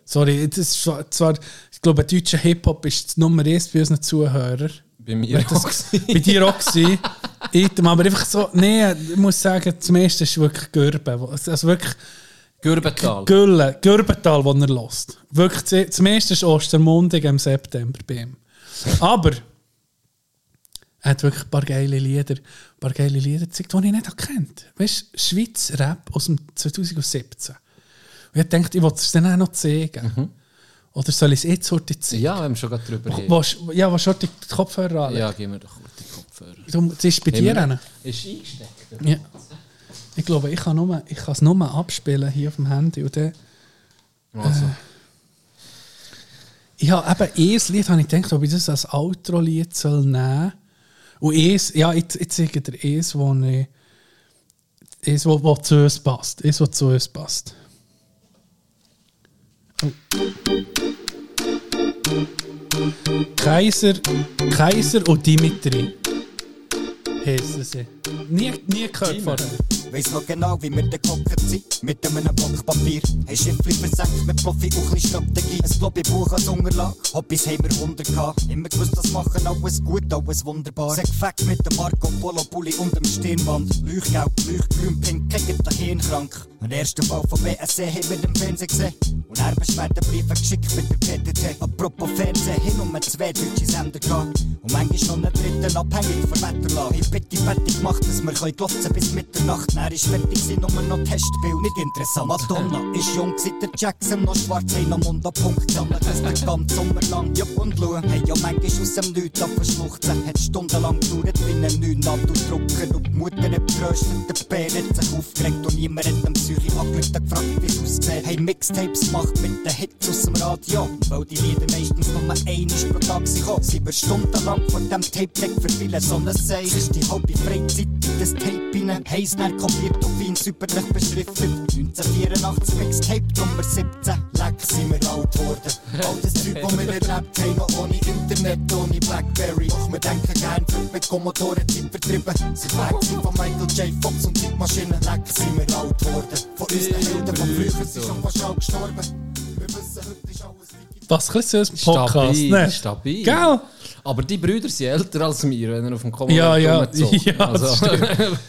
Sorry, das ist zwar, zwar- ich glaube, deutscher Hip-Hop ist die Nummer 1 bei unseren Zuhörern. Bei mir Das- auch. bei dir auch gewesen. Item, aber einfach so, nee, ich muss sagen, das meiste ist wirklich Gürben. Also wirklich Gürbetal. Gülle, Gürbental, das er lost. Wirklich, e-, zu- das meiste ist Ostermundig im September bei ihm. Aber Er hat wirklich ein paar geile Lieder, ein paar geile Lieder gezeigt, die ich nicht kennt. Weißt du, Schweiz Rap aus dem 2017. Und ich denkt, ich will es dann auch noch zeigen. Oder soll ich es jetzt heute zeigen? Ja, wir haben schon gerade drüber geredet. Willst- Ja, was schon die Kopfhörer an? Ja, gib mir doch kurz die Kopfhörer. Du, das ist bei dir einer. Ist eingesteckt. Ja. Ich glaube, ich kann nur- ich kann es nur, abspielen hier auf dem Handy. Und dann, Also, ich habe eben ein Lied, habe ich gedacht, ob ich das als Outro-Lied soll nehmen soll. Und eins, ja, ich, ich zeige dir eins, wo ich, eins, wo, wo zu uns passt. Eins, wo zu uns passt. Oh. Kaiser, Kaiser und Dimitri heissen sie. Nie, nie gehört vorher. Weiss noch genau, wie wir da gehockt sind, mit einem Block Papier. Ein Schiffli versenkt mit Profi und chli Strategie. Ein Lobbybuch als Unterlage, Hobbys haben wir 100 gehabt. Immer gewusst, das machen alles gut, alles wunderbar. Sag Fact mit dem Marco Polo Pulli und dem Stirnband. Leuchtgelb, leuchtgrün, pink, gegen den Hirnkrank. Den ersten Ball von BSC haben wir im Fernsehen gesehen. Und er Beschwerdebriefe geschickt mit der PTT. Apropos Fernsehen, hin und mit zwei deutsche Sender gehabt. Und manchmal noch einen dritten abhängig von Wetterlage. Ich bitte fertig gemacht, dass wir können glotzen bis Mitternacht. Dann ist fertig, sind nur noch Testbild, nicht interessant. Madonna ist jung, seit der Jackson noch schwarz, hey, noch Mund an Punkt sammeln. Das den ganzen Sommer lang, ja und schauen. Hey, ja, manchmal aus dem Nichts an verschluchzen. Hat stundenlang gedauert, wie ein neuen Nadel Und die Mutter hat geröstet, der Bär hat sich aufgeregt. Und niemand hat dem Psyche angelegt und gefragt, wie es aussieht. Hey, Mixtapes gemacht mit den Hits aus dem Radio. Und Weil die Lieder meistens nur einisch pro Tag sind gekommen. Sieben Stunden lang vor dem Tape-Deck verweilen, so ein Seich. Ist die halbe Freizeit in das Tape hinein. Heis dann kopiert auf ihn superlich beschriftet. 1984 Mixtape Nummer 17. Leck sind wir alt worden. All das Zeug, das wir erlebt haben, noch ohne Internet, ohne Blackberry. Doch wir denken gern, wird mit Kommodoren Zeit vertrieben. Sind weg sind von Michael J. Fox und Zeitmaschinen. Leck sind wir alt worden. Von unseren Helden von früher sind schon fast alle gestorben. Wir wissen, heute ist alles digital. Was ein bisschen so ein Podcast, stabil, ne? stabil. Gell? Aber die Brüder sind älter als wir, wenn er auf dem Kommando Ja, ja, rumgezogen. Also, ja, das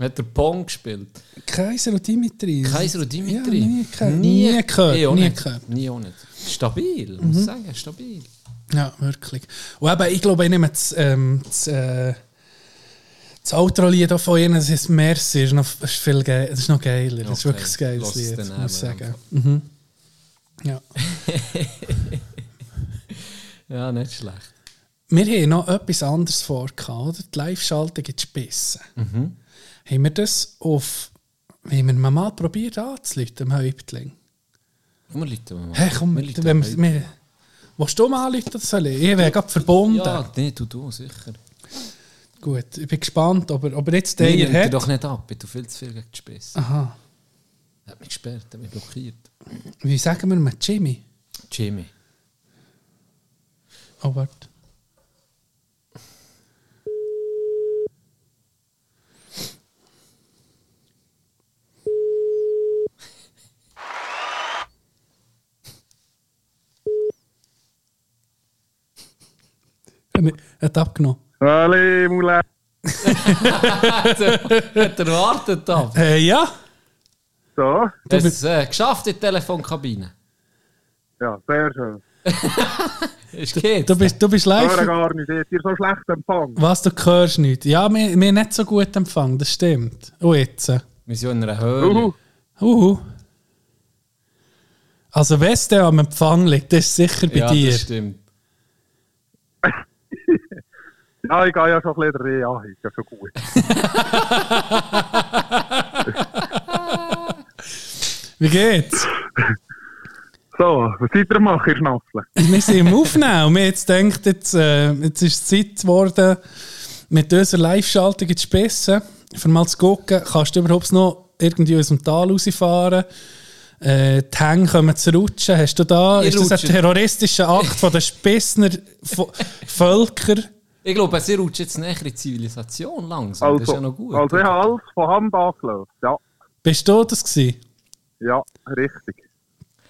hat er Pong gespielt. Kaiser und Dimitri. Kaiser und Dimitri. Ja, nie, gehört. nie, gehört. Eh, auch nie nicht. gehört. Mhm. Nie auch nicht. Stabil, muss ich sagen, stabil. Ja, wirklich. Und eben, ich glaube, ich nehme das, ähm, das, äh, das Outro-Lied auch von ihnen, das ist Merci, ist noch, ist viel geil, das ist noch geiler. Das ist Okay, wirklich ein geiles lass es Lied, dann muss ich eben sagen. Mhm. Ja. Ja, nicht schlecht. Wir haben noch etwas anderes vor, oder? Die Live-Schaltung in die Spitze. Haben wir das auf. Haben wir mal probiert anzuleiten, dem Häuptling? Komm, wir Leute mal. Hey, komm, Wir läuten wenn mal. wir, wir, willst du mal anrufen, oder soll ich? Ich wäre gerade verbunden. Ja, nee, du, du, sicher. Gut, ich bin gespannt, ob er, ob er jetzt Nee, den nimmt hier er hat. doch nicht ab, ich tu viel zu viel gegen die Spitze. Aha. Er hat mich gesperrt, er hat mich blockiert. Wie sagen wir mal Jimmy? Jimmy. Oh, warte. Er Hat abgenommen. Alle Mula. Hat er wartet ab. Äh, ja, So, Hast es äh, geschafft in die Telefonkabine? ja, sehr schön. Ist geht. du bist, du bist Ich höre live. gar nicht, habt ihr so schlecht empfangen? Was, du hörst nicht. Ja, wir, wir haben nicht so gut empfangen, das stimmt. Und jetzt? äh, Wir sind in einer Höhle. Uhu. Uhu. Also, wenn es dann am Empfang liegt, das ist sicher bei ja, dir. das stimmt. Ja, ich gehe ja schon ein bisschen rein, ja, ist ja schon gut. Wie geht's? So, was seid ihr am machen, ihr Schnaffle? wir sind im Aufnehmen und wir jetzt denkt, jetzt, äh, jetzt ist es Zeit geworden, mit unserer Live-Schaltung in die Spesse, für mal zu gucken, kannst du überhaupt noch irgendwie aus dem Tal rausfahren? Äh, die Hänge kommen zu rutschen. Hast du da, Ihr ist das ein rutscht. terroristischer Akt von den Spessner Vo- Völker? Ich glaube, sie rutscht jetzt näher in die Zivilisation langsam. das ist ja noch Also, gut. also ich habe alles von Hand angelöst. Ja, Bist du das gewesen? ja, richtig.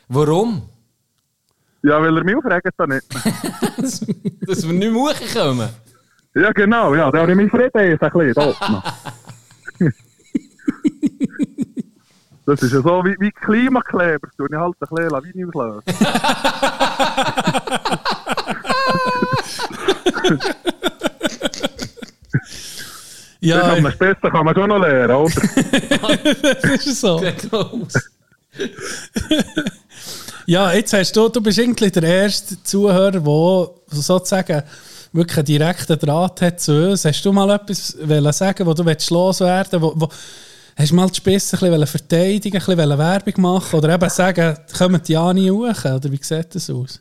Warum? Ja, weil ihr mich aufregt, dann nicht. Dass wir nicht mehr hochkommen. Ja, genau, ja, da habe ich meinen Frieden jetzt ein bisschen dort noch. Das ist ja so wie, wie Klimakleber, das tue ich halt ein bisschen Lawine auslösen. Das Ja, kann man, ja, das Beste kann man schon noch lernen, oder? das ist so. Close. Ja, jetzt hast du, du bist irgendwie der erste Zuhörer, der sozusagen wirklich einen direkten Draht hat zu uns. Hast du mal etwas wollen sagen, wo du willst loswerden wo, wo Hast du mal die Spitze ein bisschen verteidigen, ein bisschen Werbung machen oder eben sagen, kommen die Jani hoch? Oder wie sieht das aus?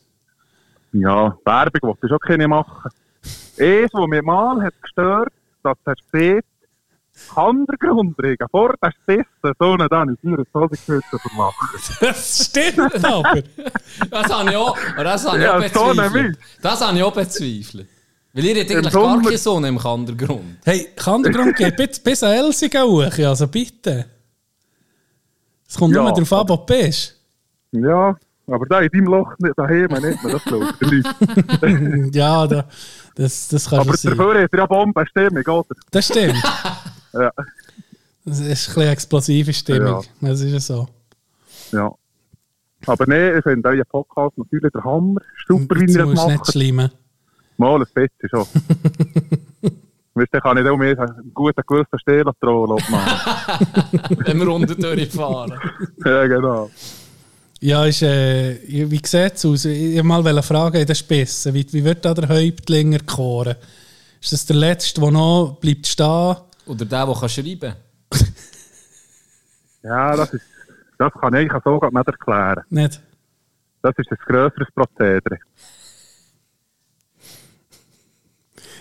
Ja, Werbung wollte ich auch keine machen. Eins, was mich mal hat gestört dass er sieht, Handergrundregen, vor der Spitze, so einen dann in seiner Sosiküsse vermachen. Das stimmt aber. Das habe ich auch, aber das habe ich Ja, auch so bezweifelt. nämlich. Das habe ich auch bezweifelt. Weil ihr habt eigentlich gar Sommer- keine Sonne im Kandergrund. Hey, kann der Grund geben, bis, bis an Elsigen hoch, also bitte. Es kommt Ja, nur darauf an, wo du bist. Ja, aber da in deinem Loch nicht, daheim nicht mehr, das glaubt der Leute. Ja, da, das, das kann Aber schon sein. dafür hat er ja Bombenstimmung, oder? Das stimmt. Ja. Das ist ein bisschen explosive Stimmung. Das ist ja so. Ja. Aber nee, ich finde euren Podcast natürlich der Hammer. Super, wie ihr Jetzt das musst du nicht macht. schleimen. Mal ein Bett schon. Weißt du, kann ich auch mehr einen guten gewissen Stehler trollen, ob man. Wenn wir runter durchfahren. ja, genau. Ja, ist, äh, wie sieht es aus? Ich wollte mal wollte fragen in den Spissen. Wie, wie wird da der Häuptlinger gekoren? Ist das der Letzte, der noch bleibt stehen? Oder der, der kann schreiben kann. Ja, das ist, das kann ich eigentlich so gar nicht erklären. Nicht? Das ist ein grösseres Prozedere.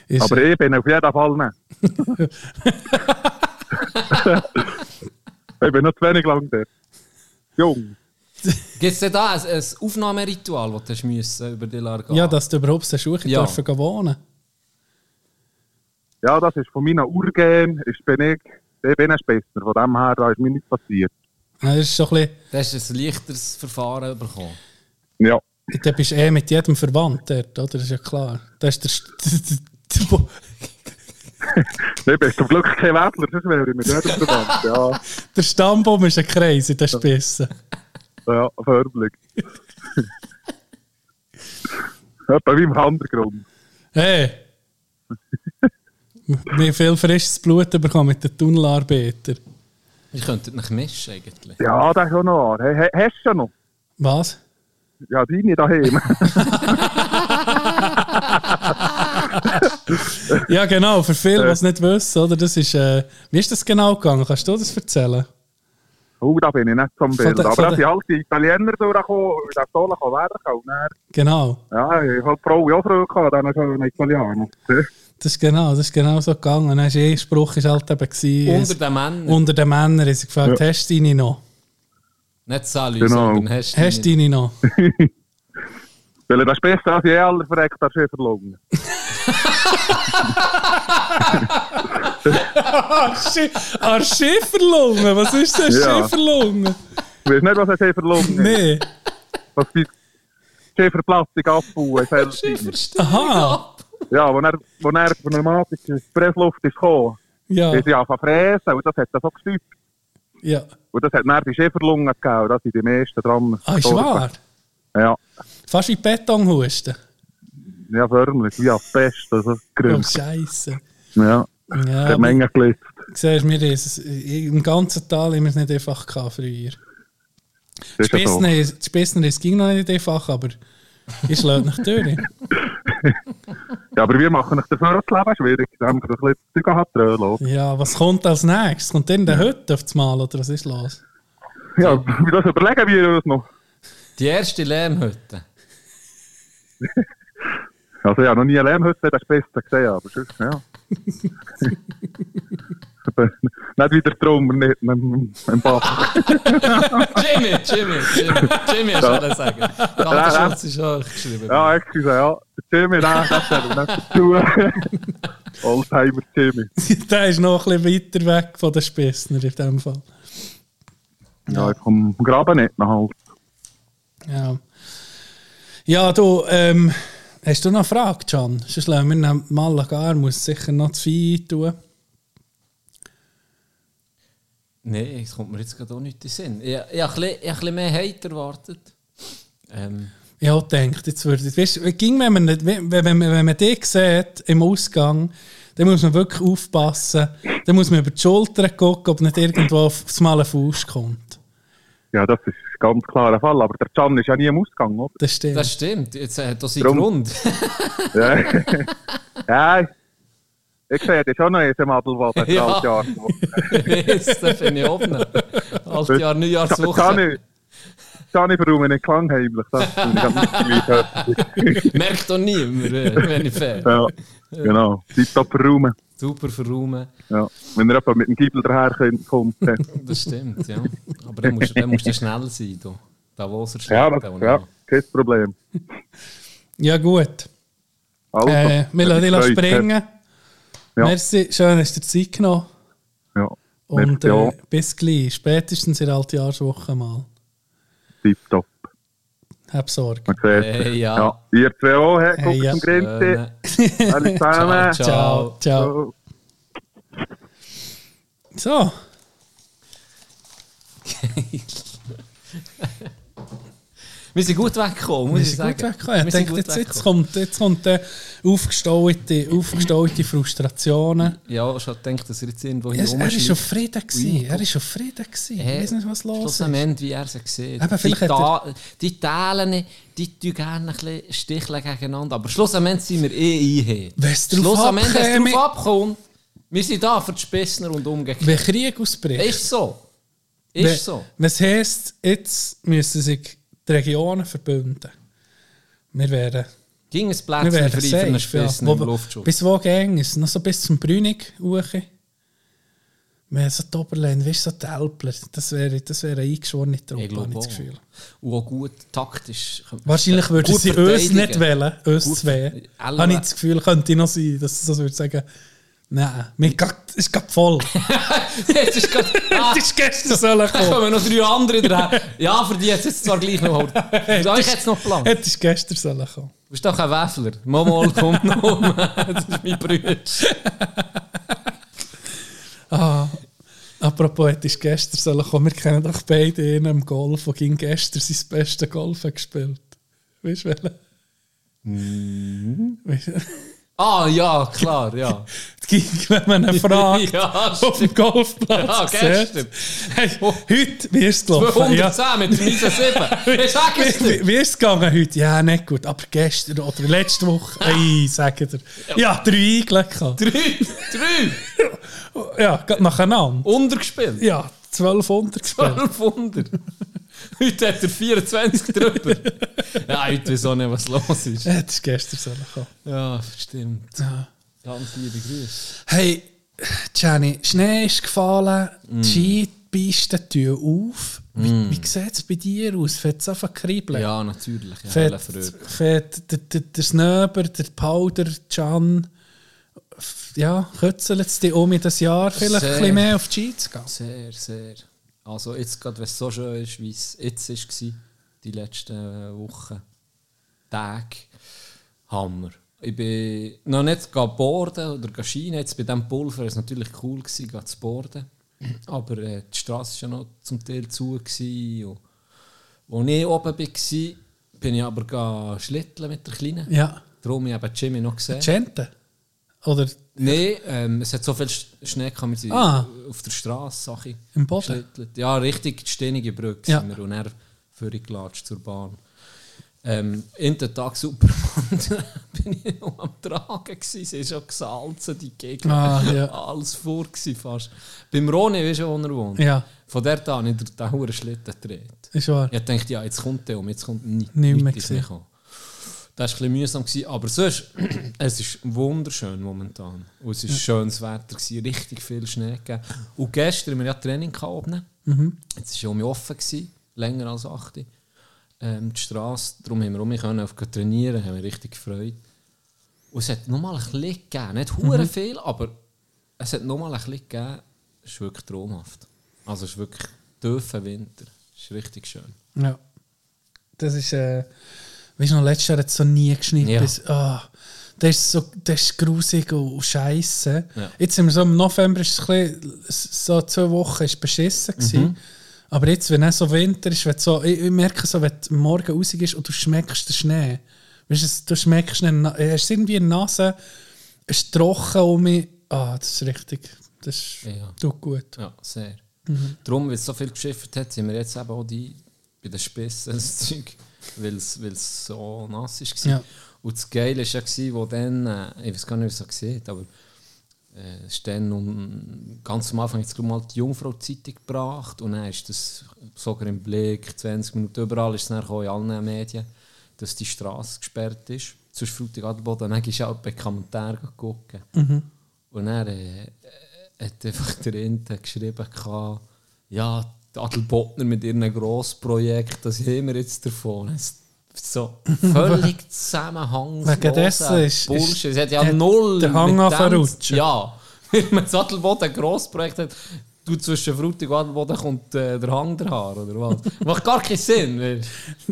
Ist, Aber ich bin auf jeden Fall nicht. ich bin noch zu wenig lang dort. Jung. Gibt es denn da ein, ein Aufnahmeritual, das du hast müssen über die Larga? ja, dass du überhaupt so Schuhe Ja. dürfen gehen wohnen Ja, das ist von meinen Urgen, ich bin ich, ich bin ein Spessner, von dem her, da ist mir nichts passiert. Ja, Das ist schon ein bisschen, Da hast du ein leichteres Verfahren bekommen. Ja. da bist du eh mit jedem verwandt dort, oder? Das ist ja klar. Das ist der... St- Ich bin zum Glück kein Wettler, sonst wäre ich mit jedem verwandt. Ja, Der Stammbaum ist ein Kreis in den Spissen. ja, förmlich. Etwa wie im Handergrund. Hey! Wir haben viel frisches Blut bekommen mit den Tunnelarbeitern. Ihr könntet nicht mischen eigentlich. Ja, das ist schon noch. He, he, hast du schon noch? Was? Ja, deine daheim. Ja, genau, für Äh. viele, die es nicht wissen, oder? Das ist, äh, wie ist das genau gegangen? Kannst du das erzählen? oh, da bin ich nicht zum Bild. der- Aber von da der- sind halt die Italiener durchgekommen, die das Tolle werken. Und dann, Genau, ja, ich habe die Frau ja früher gehabt, dann schönen Italiener. das ist genau, das ist genau so gegangen. Dann ist eh, Spruch ist halt eben Unter gewesen, den Männern. unter den Männern ist gefragt, hast du deine noch? nicht Salü, Genau. sondern hast du Hast du ihn. deine noch? Weil das Beste, was ich je alle verreckt, das ist verloren. Schi- An Schifferlungen, was ist denn Ja. Schifferlungen? Ich weiß nicht, was er verloren hat. Nee, Was die Schäferplastik abbauen. in Helsinki. aha, Ja, wenn er, wenn er pneumatisch Pressluft ist gekommen, ja, ist ja von Fräsen und das hat er so gestübt. ja. Und das hat dann die Schäferlungen gegeben, das sind die meisten dran. Ah, ist wahr? Ja, Fast wie Betonhusten. ja, förmlich, wie auf Pest, also Oh, grüß. Scheiße. Ja, Ja, Äh, der aber Menge gelitzt. siehst, wir haben es äh, im ganzen Tal immer nicht einfach gehabt früher. Das ist ja so. Spissen ist- Spissen ist ging noch nicht einfach, aber ich schlägt nicht durch. Ja, aber wir machen euch dafür das Leben schwierig, indem wir ein bisschen Zeug haben Ja, was kommt als nächstes? Kommt denn der heute auf das Mal oder was ist los? Ja, wie das überlegen wir uns noch. Die erste Lärmhütte. Also ja, noch nie eine Lärmhütte, das ist Beste gesehen, aber sonst, dus, ja. Aber nicht wieder drum, nicht im, im Bach. Jimmy, Jimmy, Jimmy. Jimmy hast du wollen sagen. Der Datenschutz ist auch geschrieben. Ja, excuse, ja. Der Jimmy, nein, das stellen wir nicht dazu. Oldtimer Jimmy. der ist noch ein bisschen weiter weg von den Spissner in dem Fall. Ja, ich komme vom Graben nicht nach halt. Ja, ja du, ähm, hast du noch eine Frage, Can? Sonst lassen wir ihn mal gar, muss sicher noch zu viel tun. Nein, es kommt mir jetzt gerade auch nicht in den Sinn. Ich, ich, habe ein bisschen- ich habe ein bisschen mehr Hate erwartet. Ähm, Ja, denkt, jetzt würde ich. Weißt, ging, wenn man, nicht- wenn, wenn, wenn man dich sieht im Ausgang, Da muss man wirklich aufpassen. Da muss man über die Schulter gucken, ob nicht irgendwo aufs Mal ein Fuß kommt. Ja, das ist ein ganz klarer Fall. Aber der Can ist ja nie im Ausgang, oder? Das stimmt. Das stimmt, jetzt hat das seinen Drum. Grund. Ja. ja. Ich sehe dich schon noch in diesem Adelwaden, Ja. ja. Jahr. jetzt darf ich nicht öffnen. Altes Jahr, Neujahrswoche. Can Can ich verräume nicht klangheimlich. Das finde ich ganz gut. Merkt doch niemand, äh, wenn ich fair. Ja, genau. Tipptopp verräumen. Super verräumen, Ja. Wenn er jemand mit dem Giebel daherkommt. dann- das stimmt, ja. Aber dann musst, dann musst du schnell sein, du. Da wo es er Ja, schlägt, das, auch ja, noch. kein Problem. Ja, gut. Also, Äh, wir lassen dich Freude. springen. Ja. Merci, schön, hast du dir Zeit genommen. Ja, Und Merci, äh, ja. bis gleich. Spätestens in der Altjahrswoche mal. tipptopp. Hab Sorge. Man sieht Hey, sich. ja. Ihr zwei auch, hey, guckt Hey, ja. zum Grinsen. Schöne. Alle zusammen. Eh, Ciao, Ciao. Ciao. Ciao. So. Wir sind gut weggekommen, muss Wir ich sind sagen. gut weggekommen. Wir Ich sind denke, gut jetzt, jetzt weggekommen. kommt, jetzt kommt äh, aufgestaute, aufgestaute Frustrationen. Ja, ich habe gedacht, dass er jetzt irgendwo Er hier war rumschiebt. schon Frieden. gewesen. Er war schon Frieden. gewesen. Ich weiß nicht, was los Ah, ist. Schlussendlich, wie er sie sieht. Eben, vielleicht hat die, Ta die Teilen, die tun gerne ein bisschen sticheln gegeneinander. Aber schlussendlich sind wir eh einher. Wenn's drauf Schlussendlich, wenn es abkäme- darauf abkommt, wir sind da für die Spessner und umgekehrt. Wenn Krieg ausbricht, Ist so. wenn- Ist so. Was heisst, jetzt müssen sich die Regionen verbünden. Wir werden. Ging es Wir Plätzchen werden frei für einen safe, ja. Spessner Wo- im Luftschutz. Bis wo ging es? Noch so bis zum Brünig uche. Wir haben so die Oberländer, weißt du, so die Elbler. Das wäre, das wäre eine eingeschworene Truppe, habe ich das Gefühl. Und auch gut taktisch. könnte man Wahrscheinlich sagen. würden Gut sie uns nicht verteidigen. wählen, uns Gut zwei. verteidigen. Alle Habe ich wä- das Gefühl, könnte noch sein, dass sie so würde sagen, nein, mein Gott, ist gerade voll. Jetzt ist gerade... Ah, Das ist gestern sollen da kommen. kommen noch drei andere dran. Ja, für die jetzt es zwar gleich noch... Halt. Da ist jetzt noch Plan. Hätte ist gestern sollen kommen. Du bist doch kein Wäffler. Momol kommt noch um. Das ist mein Bruder. Ah, apropos, hätte ist gestern sollen kommen. Wir kennen doch beide einen im Golf, der ging gestern sein bestes Golf hat gespielt. Weißt du welchen? Mm-hmm. Weißt du, Ah, ja, klar, ja. es ging, wenn man ihn fragt, Ja, auf dem Golfplatz. Ja, Oh. gestern. sagt, Hey, heute, wie ist es gelaufen? Ja. 210 mit 97. Ich sag es Wie, dir. wie, wie ist es gegangen heute? Ja, nicht gut. Aber gestern oder letzte Woche, ey, sag ich dir. Ja, drei eingelegt. Drei, drei. Ja, gerade nacheinander. Untergespielt. Ja, 1200 gespielt. 1200. Heute hat er 24 drüber. Ja, heute weiß auch nicht, was los ist. Ja, Das ist gestern so gekommen. Ja, stimmt. Ja. Ganz liebe Grüße. Hey, Jenny, Schnee ist gefallen, die Skipisten tun auf. Wie, wie sieht es bei dir aus? Fährt es einfach kribbeln? Ja, natürlich. Ja, Fährt, helle Freude. fährt der, der, der Snöber, der Powder, Can, ja, kützelt es dich um in das Jahr vielleicht Sehr. ein bisschen mehr auf die Ski zu gehen? Sehr, sehr. Also jetzt gerade, wenn es so schön ist, wie es jetzt war, die letzten äh, Wochen, Tage, Hammer. Ich bin noch nicht gehen boarden oder gehen Skien. Jetzt bei diesem Pulver war es natürlich cool, gewesen, gehen zu boarden. Aber äh, die Straße war ja noch zum Teil zu. Gewesen. Und, als ich oben war, bin ich aber gegangen schlitteln mit der Kleinen. Ja. Darum habe ich eben Jimmy noch gesehen. Gente? Oder Nein, ähm, es hat so viel Sch- Schnee gehabt, wir sind Ah. auf der Straße Sache Im Boden? geschlittelt. Ja, richtig, die Stenige Brücke Ja. sind wir und er völlig gelatscht zur Bahn. Ähm, in den Tag super bin ich noch am Tragen gewesen. Sie ist schon gesalzen, die Gegner. Ah, ja. Alles vor gewesen fast. Beim Roni, weißt du, wo er wohnt? Ja. Von der an in der Tauer Schlitten gedreht. ist wahr? Ich dachte, ja, jetzt kommt der um, jetzt kommt nichts Nicht mehr nicht gesehen. mehr. Kann. Das war ein bisschen mühsam, gewesen, aber sonst, es ist wunderschön momentan. Und es war schönes Wetter, gewesen, richtig viel Schnee. Gegeben. Und gestern hatten wir ja Training gehabt oben. Jetzt war es offen, gewesen, länger als 8 Uhr. Ähm, die Straße, darum haben wir um mich können, auf trainieren, haben wir richtig gefreut. Und es hat nochmal ein bisschen gegeben, nicht hure viel, aber es hat nochmal ein bisschen gegeben. Es ist wirklich traumhaft. Also es ist wirklich tiefer Winter, es ist richtig schön. Ja. Das ist, äh, weißt du, noch, letztes Jahr hat es so nie geschnitten. Ja. Bis, ah, das ist so das ist grusig und scheiße. Ja. Jetzt sind wir so im November, ist es ein bisschen, so zwei Wochen ist beschissen gewesen. Mhm. Aber jetzt, wenn es so Winter ist, wenn du so, ich, ich merke so, wenn du morgen raus gehst und du schmeckst den Schnee. Weißt du, es- du schmeckst ihn, na- hast irgendwie eine Nase Es ist trocken um mich. Ah, das ist richtig. Das ist, Ja. tut gut. Ja, sehr. Darum, weil es so viel geschifft hat, sind wir jetzt eben auch die bei den Spissen, das Zeug, weil es weil es so nass war. Ja. Und das Geile war ja, gewesen, wo dann, äh, ich weiß gar nicht, wie es so sieht, aber äh, es ist dann um, ganz am Anfang jetzt gerade mal die Jungfrau-Zeitung gebracht und dann ist das sogar im Blick, 20 Minuten überall ist es dann gekommen, in allen Medien, dass die Straße gesperrt ist. Sonst Frutig Adelboden, dann ist auch bei Kommentaren gucken. Und dann äh, äh, hat einfach der Inter geschrieben, gehabt, ja, die Adelbotner mit ihrem Grossprojekt, das haben wir jetzt davon. Es ist so völlig zusammenhangslos. Wegen dessen ist- Bullshit. ist- Es hat ja hat null. der Hang mit an dem- verrutschen. Ja. Weil man das Adelboden ein Grossprojekt hat. Du zwischen Frutig und Adelboden kommt äh, der Hang der Haar, oder was? Macht gar keinen Sinn. weil-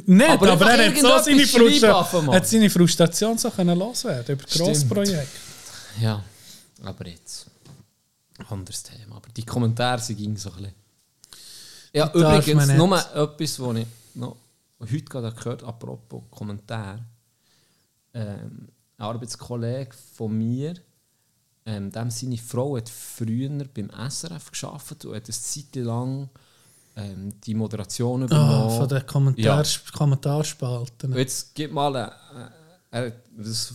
Nicht, Aber aber, einfach er hat so irgendetwas seine, schreiben, Frustra Mann. hat seine Frustration so können loswerden über Stimmt. Grossprojekte. Ja, aber jetzt. Anderes Thema. Aber die Kommentare sie gingen so ein bisschen. Ja, darf übrigens, man nur nicht. etwas, was ich noch heute gerade gehört habe, apropos Kommentar. Ähm, ein Arbeitskollege von mir, ähm, dem seine Frau hat früher beim SRF geschafft und hat eine Zeit lang ähm, die Moderation Ah, übernommen. von den Kommentars Kommentarspalten. Und Jetzt gib mal einen, äh, er hat das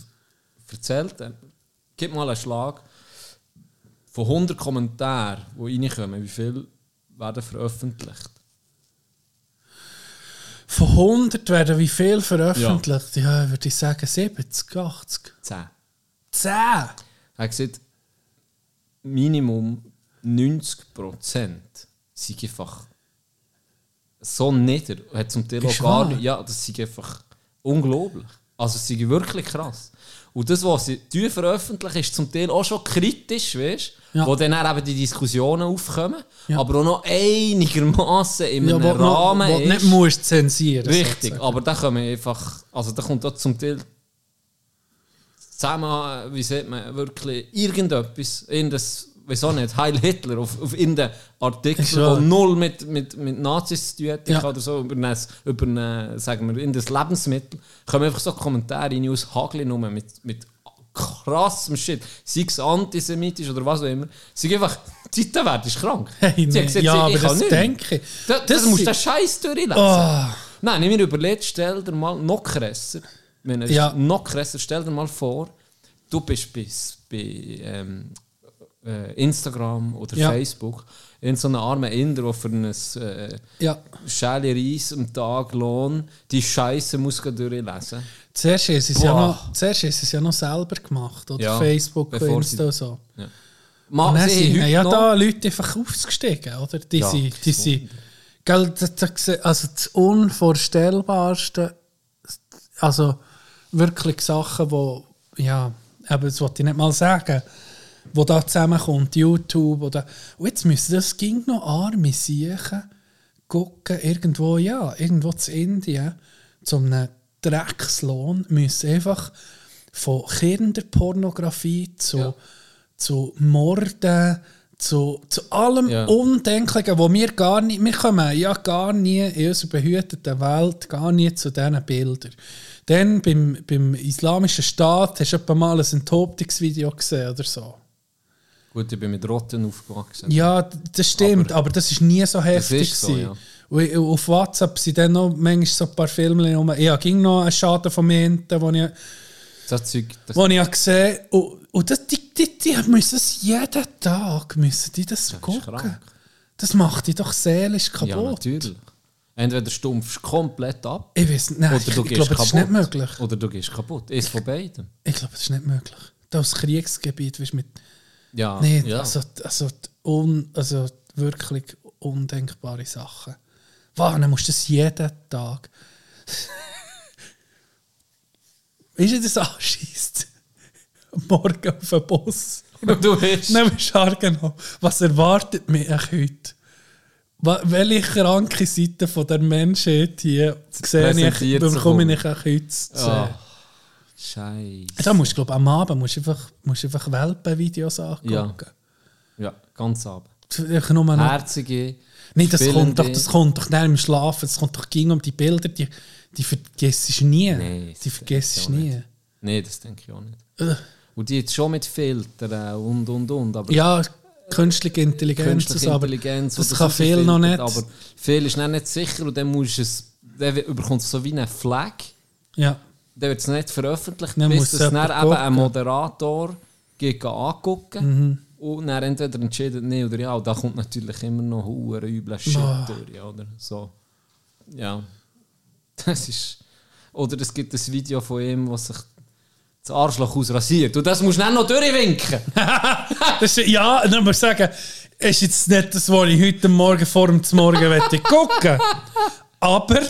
erzählt, äh, gib mal einen Schlag von 100 Kommentaren, die reinkommen, wie viele werden veröffentlicht? Von 100 werden wie viel veröffentlicht? Ja, würde ich sagen 70, 80. 10. 10! Er hat gesagt, Minimum 90 Prozent sind einfach so nieder. Hat zum Teil auch Ist gar wahr? nicht. Ja, das ist einfach unglaublich. Also, es ist wirklich krass. Und das, was sie tun veröffentlichen, ist zum Teil auch schon kritisch, weißt du? Ja. Wo dann auch eben die Diskussionen aufkommen, Ja. aber auch noch einigermaßen in Ja, einem wo, Rahmen wo du ist. nicht musst zensieren. Richtig, sozusagen. aber da kommen einfach, also da kommt auch zum Teil zusammen, äh, wie sagt man, wirklich irgendetwas, irgendein, wieso nicht, Heil Hitler auf, auf irgendeinen Artikel, Ist der wahr. null mit, mit, mit Nazis zu tun hat Ja. oder so, über ein, über ein, sagen wir, irgendein Lebensmittel, kommen einfach so Kommentare in aus Hageln rum mit, mit krassem Shit, sei es antisemitisch oder was auch immer, sei einfach, die Zeiten werden ist krank. Hey, Sie hat nee. gesagt, Ja, sie- ich aber kann das nicht. denke ich. Da- Das Das, das musst sind- du Scheiß durchlesen. Ah. Nein, ich mir überlegt, stell dir mal noch krasser, wenn es Ja. ist noch krasser, stell dir mal vor, du bist bei, bei ähm, äh, Instagram oder Ja. Facebook in so einem armen Inder, der für ein äh, Ja. Schäle Reis am Tag Lohn die Scheiße muss gleich durchlesen. Zuerst ist es ja Boah. noch, zuerst ist es ja noch selber gemacht, oder Ja, Facebook, bevor Insta sie- und so. Und Man, dann sie sind heute ja noch, da Leute einfach aufgestiegen, oder? Die Ja, sind, die kein sind, gell, das, das, gse- also das Unvorstellbarste, also wirklich Sachen, wo, ja, aber das wollte ich nicht mal sagen, wo da zusammenkommt, YouTube oder, und jetzt müssen das ging noch arme Siechen gucken, irgendwo, ja, irgendwo zu Indien, zum einem Dreckslohn, müssen einfach von Kinderpornografie zu Ja. zu Morden, zu, zu allem Ja. Undenklichen, wo wir gar nicht, wir kommen ja gar nie in unserer behüteten Welt, gar nie zu diesen Bildern. Dann beim, beim Islamischen Staat hast du etwa mal ein Enthauptungsvideo gesehen oder so. Gut, ich bin mit Rotten aufgewachsen. Ja, d- das stimmt, aber, das ist nie so heftig. ist so, gewesen. ja. Und ich- Auf WhatsApp sind dann noch manchmal so ein paar Filme rum. Ja, ging noch ein Schaden von mir hinten, wo ich Das Zeug, das wo ich habe gesehen und, und das, die, die, die müssen das jeden Tag müssen die das gucken. krank. Das macht die doch seelisch kaputt. ja, natürlich. Entweder stumpfst du komplett ab Ich weiß nicht, nein, ich, oder du ich gehst glaube, das kaputt. ist nicht möglich. Oder du gehst kaputt. Ist von beidem. Ich glaube, das ist nicht möglich. Da aus Kriegsgebiet, weißt du, mit. Ja, Nein, Ah, ja. also, also, die un, also wirklich undenkbare Sachen. Warnen musst du das jeden Tag. Ist dir das anschießt? Am Morgen auf den Bus. Du bist- Nehmen wir Schargenau. genau. Was erwartet mich eigentlich heute? Wa- Welche kranke Seite von der Menschheit hier sehe ich, präsentiert zu bekomme ich eigentlich heute zu sehen? Ja. Scheiße. Da musst du, glaube am Abend musst du einfach, musst du einfach Welpenvideos angucken. Ja. Ja, ganz ab. Ich nur noch, Herzige. Nein, das kommt, doch, Spielende. das kommt doch nicht im Schlafen, das kommt doch ging um die Bilder, die, die vergisst du nie. Nein, das die vergisst denke du ich auch nie. nicht. Nee, das denke ich auch nicht. Ugh. Und die jetzt schon mit Filtern und und und. Aber Ja, künstliche Intelligenz, künstliche aber Intelligenz. das die kann viel noch nicht. rausfiltert, Aber viel ist dann nicht sicher und dann musst du es, dann bekommt es so wie einen Flag, ja. dann wird es nicht veröffentlicht, Dann muss bis es jemand dann eben ein gucken. Mhm. Moderator geht angucken und dann entweder entscheidet nee oder ja. Und da kommt natürlich immer noch hure üble Shit Boah. durch, oder? So. Ja. Das ist... Oder es gibt ein Video von ihm, was sich das Arschloch ausrasiert. Und das musst du dann noch durchwinken. Das ist, ja, dann muss ich sagen, ist jetzt nicht das, was ich heute Morgen vor dem Morgen möchte gucken. Aber,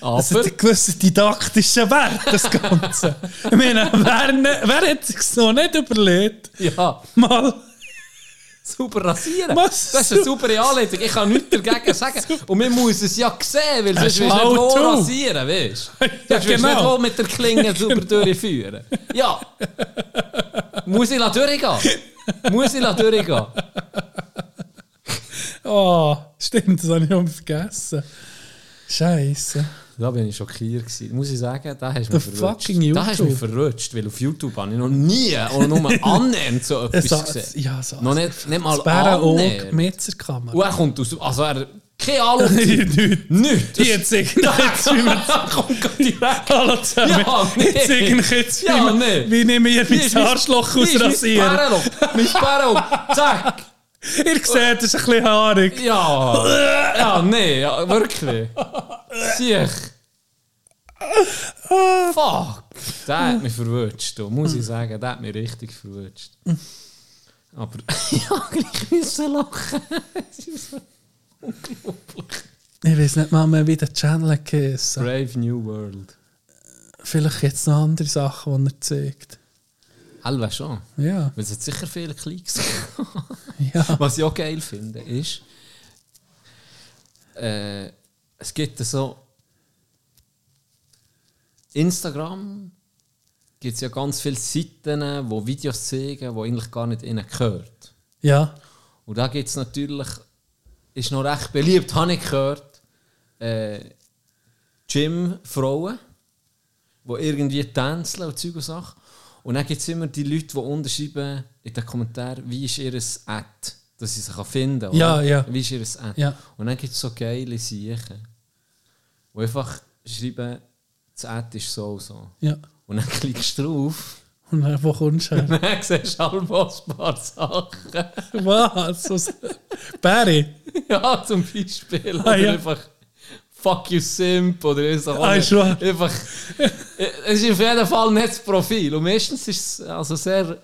Aber? es hat einen gewissen didaktischen Wert, das Ganze. ich meine, wer, ne- wer hat sich noch nicht überlegt, ja. mal Super rasieren. Was? Das ist eine super Anleitung. Ich kann nichts dagegen sagen. Und man muss es ja sehen, weil sonst ist willst du nicht how wo to. rasieren, dus weißt du? Sonst Ja, willst du nicht genau. wo mit der Klinge super durchführen. Ja. Muss ich la durchgehen? Muss ich la durchgehen? Oh, stimmt, das habe ich auch vergessen. Scheiße. Da bin ich schockiert gewesen. Muss ich sagen, da hast du mich The verrutscht. fucking Da hast du mich YouTube. verrutscht, weil auf YouTube habe ich noch nie oder nur annähernd so Es etwas hat- gesehen. ja, so- Noch nicht, nicht mal Das Bärenauge, annähernd. Und Metzerkammer. er kommt aus... Also er... Keine Ahnung. Nicht. Nichts. Jetzt irgendwas, wie man kommt gerade direkt. Hallo zusammen. Ja, nee. Jetzt irgendwie jetzt, wie, Ja, man- nee. wie nehmen wir Wie ist mein Arschloch aus Rasieren? Mein Sparrow. Zack. Ihr seht, es ist ein bisschen haarig. Ja. Ja, nee, ja, wirklich. Siech. Fuck. Der hat mich verwünscht, muss ich sagen. Der hat mich richtig verwünscht. Aber ja, ich müssen lachen. Es ist so unglaublich. Ich weiß nicht mal mehr, wie der Channel geheissen hat. Brave New World. Vielleicht jetzt noch andere Sachen, die er zeigt. Halbe schon. Ja, Weil es hat sicher viele Klicks ja. Was ich auch geil finde, ist, äh, es gibt so Instagram gibt es ja ganz viele Seiten, wo Videos zeigen, die eigentlich gar nicht ihnen gehört. Ja, Und da gibt es natürlich, ist noch recht beliebt, habe ich gehört, äh, Gym-Frauen, die irgendwie tanzen und Zeug und Sachen. Und dann gibt es immer die Leute, die unterschreiben in den Kommentaren, wie ist ihr Ad, dass sie sich finden kann. Ja, ja. Wie ist ihr Ad? Ja. Und dann gibt es so geile Siechen, die einfach schreiben, das Ad ist so und so. ja. Und dann klickst du drauf Und dann, wo kommst du her? und dann siehst du allenfalls ein paar Sachen. Was? Was? Barry? Ja, zum Beispiel. Ah, oder ja. einfach Fuck you Simp oder so. Ah, ist wahr. Einfach, es ist auf jeden Fall nicht das Profil. Und meistens ist es also sehr,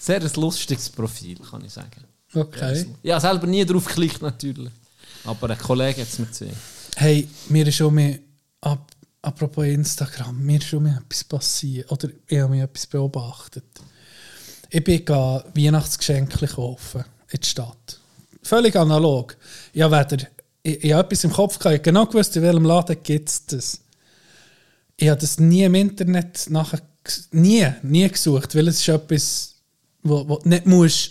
sehr ein lustiges Profil, kann ich sagen. Okay. Ich habe selber nie drauf geklickt, natürlich. Aber ein Kollege hat es mir gesehen. Hey, mir ist schon mehr, ap apropos Instagram, mir ist schon mehr etwas passiert. Oder ich habe mir etwas beobachtet. Ich bin gegangen Weihnachtsgeschenke kaufen in die Stadt. Völlig analog. Ich habe, weder, ich, ich habe etwas im Kopf gehabt, ich habe genau gewusst, in welchem Laden gibt es das. Ich habe das nie im Internet nachher, ges- nie, nie gesucht, weil es ist etwas, wo, wo du nicht musst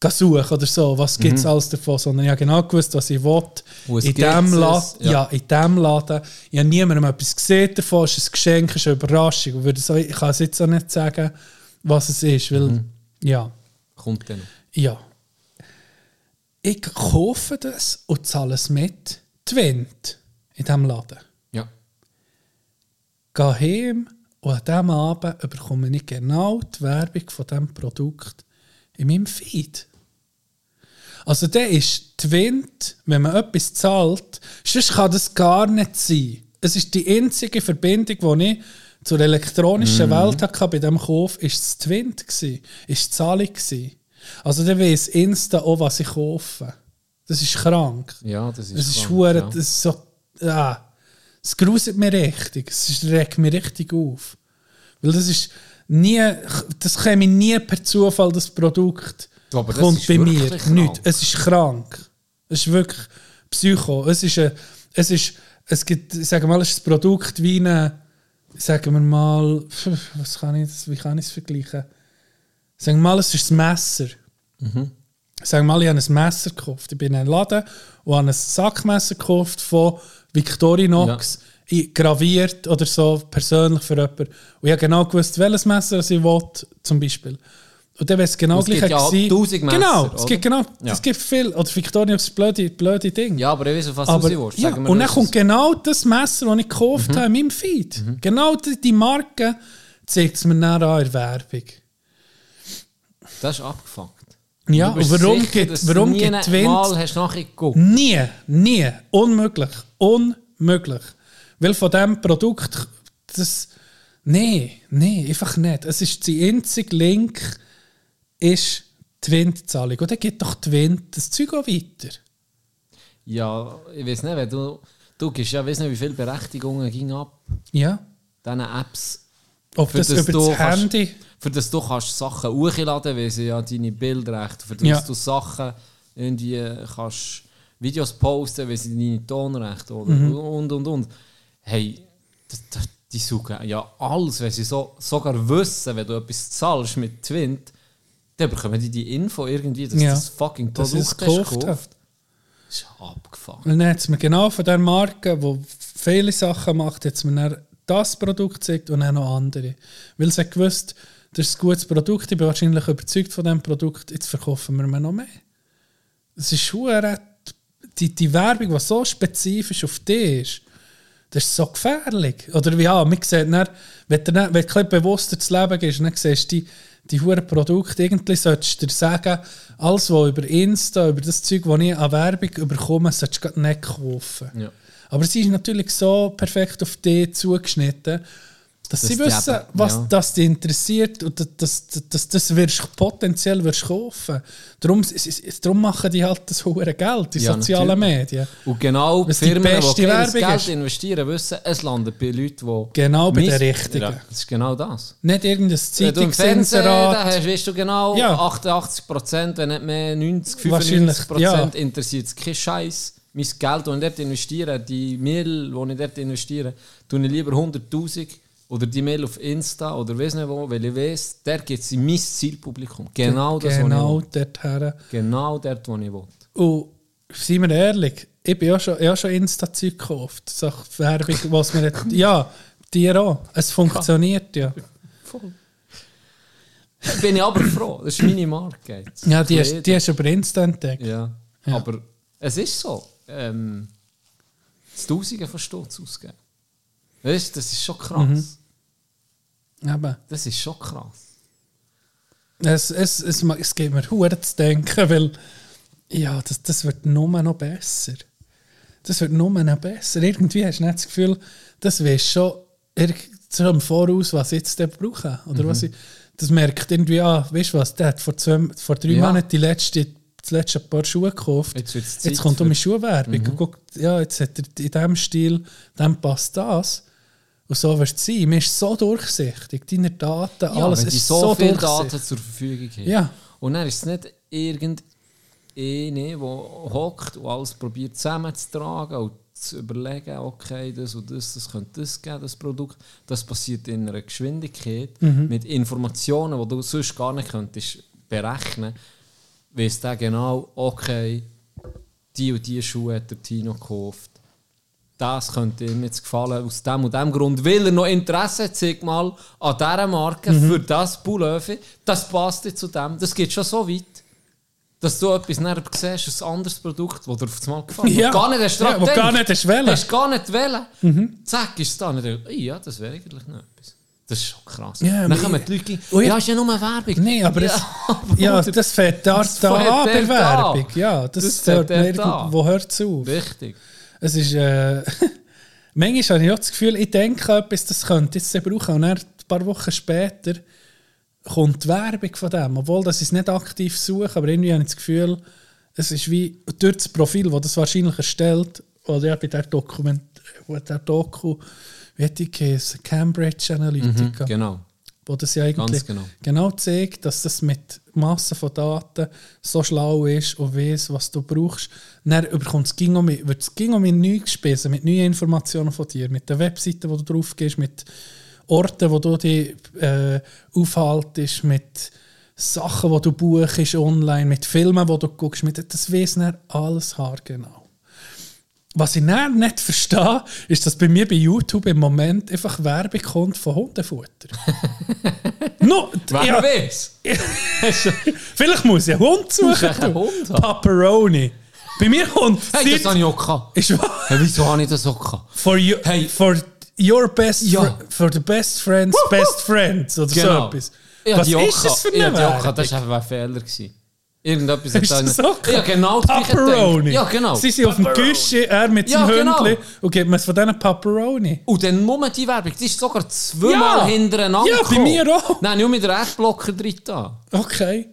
gehen suchen oder so, was gibt es alles davon, sondern ich habe genau gewusst, was ich will. Mhm. Wo es in gibt's dem es, Laden, ja. ja. in diesem Laden. Ich habe niemandem etwas gesehen davon, es ist ein Geschenk, es ist eine Überraschung. Ich, würde so, ich kann es jetzt auch nicht sagen, was es ist, weil, Mhm. ja, Kommt dann. noch. ja. Ich kaufe das und zahle es mit 20 in diesem Laden. Ja. gehe heim und an diesem Abend bekomme ich genau die Werbung von diesem Produkt in meinem Feed. Also der ist die Wind, wenn man etwas zahlt, sonst kann das gar nicht sein. Es ist die einzige Verbindung, die ich zur elektronischen Welt hatte bei diesem Kauf, ist das die Wind, gewesen, ist die Zahlung. Gewesen. Also der weiß Insta auch, was ich kaufe. Das ist krank. Ja, das ist Es ist krank, hure, ja. das ist so, ah, es gruset mich richtig, es ist- regt mich richtig auf, weil das ist nie, das käme nie per Zufall das Produkt Du, aber das kommt ist bei mir, wirklich krank. nicht. Es ist krank, es ist wirklich Psycho. Es ist, ein, es ist, es gibt, sagen wir mal, es ist ein Produkt wie eine, sagen wir mal, pf, was kann ich, das- wie kann ich es vergleichen? Sagen wir mal, es ist ein Messer. Mhm. Sagen wir mal, ich habe ein Messer gekauft. Ich bin in einen Laden und habe ein Sackmesser gekauft von Victorinox. Ich- Graviert oder so, persönlich für jemanden. Und ich habe genau gewusst, welches Messer ich wollte, zum Beispiel. Und dann wäre es genau Es gibt gleich ja auch 1000 Messer, Genau, es oder? gibt genau, Ja. es gibt viel. Oder Victoria ist das blöde, blöde Ding. Ja, aber ich weiß, auf was aber, du raus willst. ja, Sagen wir und das. Mhm. dann kommt genau das Messer, das ich gekauft habe, in meinem Feed. Genau die, die Marke zeigt es mir dann an in der Werbung. Das ist abgefuckt. Ja, Du bist und warum sicher, dass gibt du warum nie gibt ein die Wind... Mal hast du nachher geguckt. Nie, nie. Unmöglich. Unmöglich. Weil von diesem Produkt, das. Nee, nee, einfach nicht. Es ist die einzige Link, ist die Windzahlung. Und dann geht doch die Wind das Zeug auch weiter. Ja, ich weiß nicht, wenn du... Du gibst ja, weiss nicht, wie viele Berechtigungen ging ab, Ja. diesen Apps... Ob das, dass über du das kannst- Handy. Für das du kannst Sachen hochladen, weil sie ja deine Bilder echt, für das Ja. du Sachen irgendwie äh, kannst Videos posten, weil sie deine Tonrechte oder Mhm. und und und. Hey, d- d- die suchen ja alles, wenn sie so, sogar wissen, wenn du etwas zahlst mit Twint, dann bekommen die die Info irgendwie, dass Ja. das fucking Dass Produkt ich es hast gekauft. gekauft habe. Das ist abgefahren. Und dann hat es mir genau von der Marke, die viele Sachen macht, hat es mir dann das Produkt gezeigt und dann noch andere. Weil sie hat gewusst, das ist ein gutes Produkt, ich bin wahrscheinlich überzeugt von diesem Produkt, jetzt verkaufen wir mir noch mehr. Es ist hure- die, die Werbung, die so spezifisch auf dich ist, das ist so gefährlich. Oder ja, man sieht dann, wenn du, dann, wenn du ein bisschen bewusster das Leben gehst, dann siehst du die, die hohen Produkte. Irgendwie solltest du dir sagen, alles, was über Insta, über das Zeug, was ich an Werbung überkomme, solltest du gerade nicht kaufen. Ja. Aber sie ist natürlich so perfekt auf dich zugeschnitten, dass, sie die wissen, eben- was ja. das dich interessiert und dass das, das, das, das wirst, potenziell wirst kaufen. Darum, s- s- darum machen die halt das hohe Geld, die Ja, sozialen natürlich. Medien. Und genau die Was die nou Firmen, die, beste das Werbung Geld ist. investieren, wissen, es landet bei Leuten, die... Genau, bei den Mist- Richtigen. Ja, das ist genau das. Nicht irgendein Wenn du im Fernsehen da Zeitungsinserat. hast, weißt du genau, Ja. 88 Prozent, wenn nicht mehr 90, Wahrscheinlich, 95 Prozent ja. interessiert es keinen Scheiß. Mein Geld, das ich dort investiere, die Mail, die ich dort investiere, tue ich lieber 100.000 oder die Mail auf Insta oder weiß nicht wo, weil ich weiß, der gibt es in mein Zielpublikum. Genau das, Genau was dorthin. ich will. Genau dort, wo ich will. Und seien wir ehrlich, ich bin ja schon, ich habe schon Insta-Zeug gekauft. So Werbung, was mir hat. Ja, dir auch. Es funktioniert ja. Bin ich aber froh, das ist meine Marke. jetzt. Ja, die hast, die hast du über Insta entdeckt. Ja. Ja. Aber es ist so. Ähm, das Tausende von Stutz ausgeben. Weißt du, das ist schon krass. Mhm. Eben. Das ist schon krass. Es, es, es, ma- es gibt mir Huren zu denken, weil ja, das, das wird nur noch besser. Das wird nur noch besser. Irgendwie hast du nicht das Gefühl, das weißt schon irg- so im Voraus, was ich jetzt dort brauche. Oder was Mhm. ich, das merkt irgendwie an, weißt du was, der hat vor, zwei, vor drei Ja. Monaten die letzte, das letzte paar Schuhe gekauft. Jetzt wird's Zeit jetzt kommt um für- Mhm. die Schuhwerbung. Und guck, ja, jetzt hat er in diesem Stil, dem passt das. Und so wird es sein. Man ist so durchsichtig. Deine Daten, alles wenn die ist so, so viele durchsichtig. Daten zur Verfügung haben. Ja. Und dann ist es nicht irgendeine, der hockt und alles probiert zusammenzutragen und zu überlegen, okay, das und das, das könnte das geben, das Produkt. Das passiert in einer Geschwindigkeit Mhm. mit Informationen, die du sonst gar nicht könntest berechnen. Weißt du genau, okay, die und die Schuhe hat der Tino gekauft. Das könnte ihm jetzt gefallen, aus dem und dem Grund, weil er noch Interesse hat, sag mal, an dieser Marke Mhm. für das Pullover, das passt jetzt zu dem. Das geht schon so weit, dass du etwas näher siehst, ein anderes Produkt, das dir auf einmal gefällt. Ja. wo du gar nicht hast dran Ja, wo du gedacht. gar nicht hast wollen. Mhm. Hast gar nicht wollen. Zack, ist es da. Und dann denkst du, Ja, das wäre eigentlich noch etwas. Das ist schon krass. Ja, dann aber kommen ich- die Leute, Oh, ja. ja, ist ja nur Werbung. Nein, aber ja, es, ja, das fängt da, Das da fängt an bei dort an. Werbung. Ja, das, Das hört fängt dort irgendwo an. wo hört es auf. Wichtig. Es ist, äh, manchmal habe ich auch das Gefühl, ich denke an etwas, das könnte ich jetzt brauchen. Und dann, ein paar Wochen später kommt die Werbung von dem. Obwohl, dass ich es nicht aktiv suche, aber irgendwie habe ich das Gefühl, es ist wie durch das Profil, das das wahrscheinlich erstellt, oder ja, bei der Dokument, wo der Doku, wie hätte ich geheißen? Cambridge Analytica Genau. wo das ja eigentlich Ganz genau. zeigt, dass das mit Massen von Daten so schlau ist und weiß, was du brauchst. Dann überkommt es ging um, wird es ging um in neu gespesen, mit neuen Informationen von dir, mit den Webseiten, wo du drauf gehst, mit Orten, wo du dich äh, aufhaltest, mit Sachen, die du buchst online, mit Filmen, die du guckst, mit, das weiss dann alles haargenau Was ich dann nicht verstehe, ist, dass bei mir bei YouTube im Moment einfach Werbung kommt von Hundefutter. no, Wer ja, weiß? vielleicht muss ich einen Hund Muss ich suchen. einen du. Hund haben? Pepperoni. Bei mir kommt Hey, das seit- habe ich auch gehabt. ist wahr. Hey, wieso habe ich das auch gehabt? For, you, Hey. for your best, Ja. Genau. fr for the best friends, best friends oder so etwas. Ich hab Was die auch ist das gehabt. für Ich hab eine die auch Werbung? gehabt. Das war einfach ein Fehler. Gewesen. Irgendetwas Ist da- das auch Ja, genau. das Gleiche Pepperoni. gedacht. Ja, genau. Sie sind auf dem Küche, er mit Ja, seinem genau. Hündli und gibt mir es von diesen Pepperoni. Und dann Moment die Werbung, die ist sogar zweimal Ja. hintereinander. Ja, bei gekommen. mir auch. Nein, nur mit der Adblocker drin da. Okay.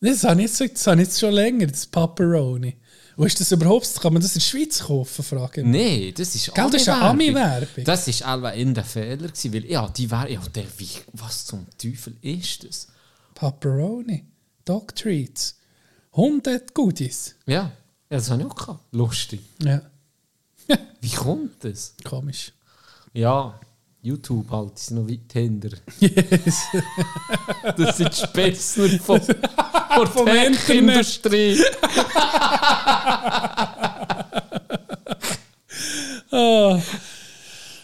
Das habe ich jetzt, das habe ich jetzt schon länger, das Pepperoni. Wo ist das überhaupt? Kann man das in der Schweiz kaufen, frage ich. mich. Nein, das ist Gell, das ist eine Ami-Werbung. Ami-Werbung. Das ist einfach in der Fehler gewesen, weil ja, die Werbung, ja, der, wie, was zum Teufel ist das? Pepperoni. Dog Treats. 100 Goodies. Ja, ja das habe ich auch gehabt. Lustig. Ja, Wie kommt das? komisch. Ja, YouTube halt, die sind noch weit hinter. das sind die Spätzler von, von Vom der Internet. Industrie.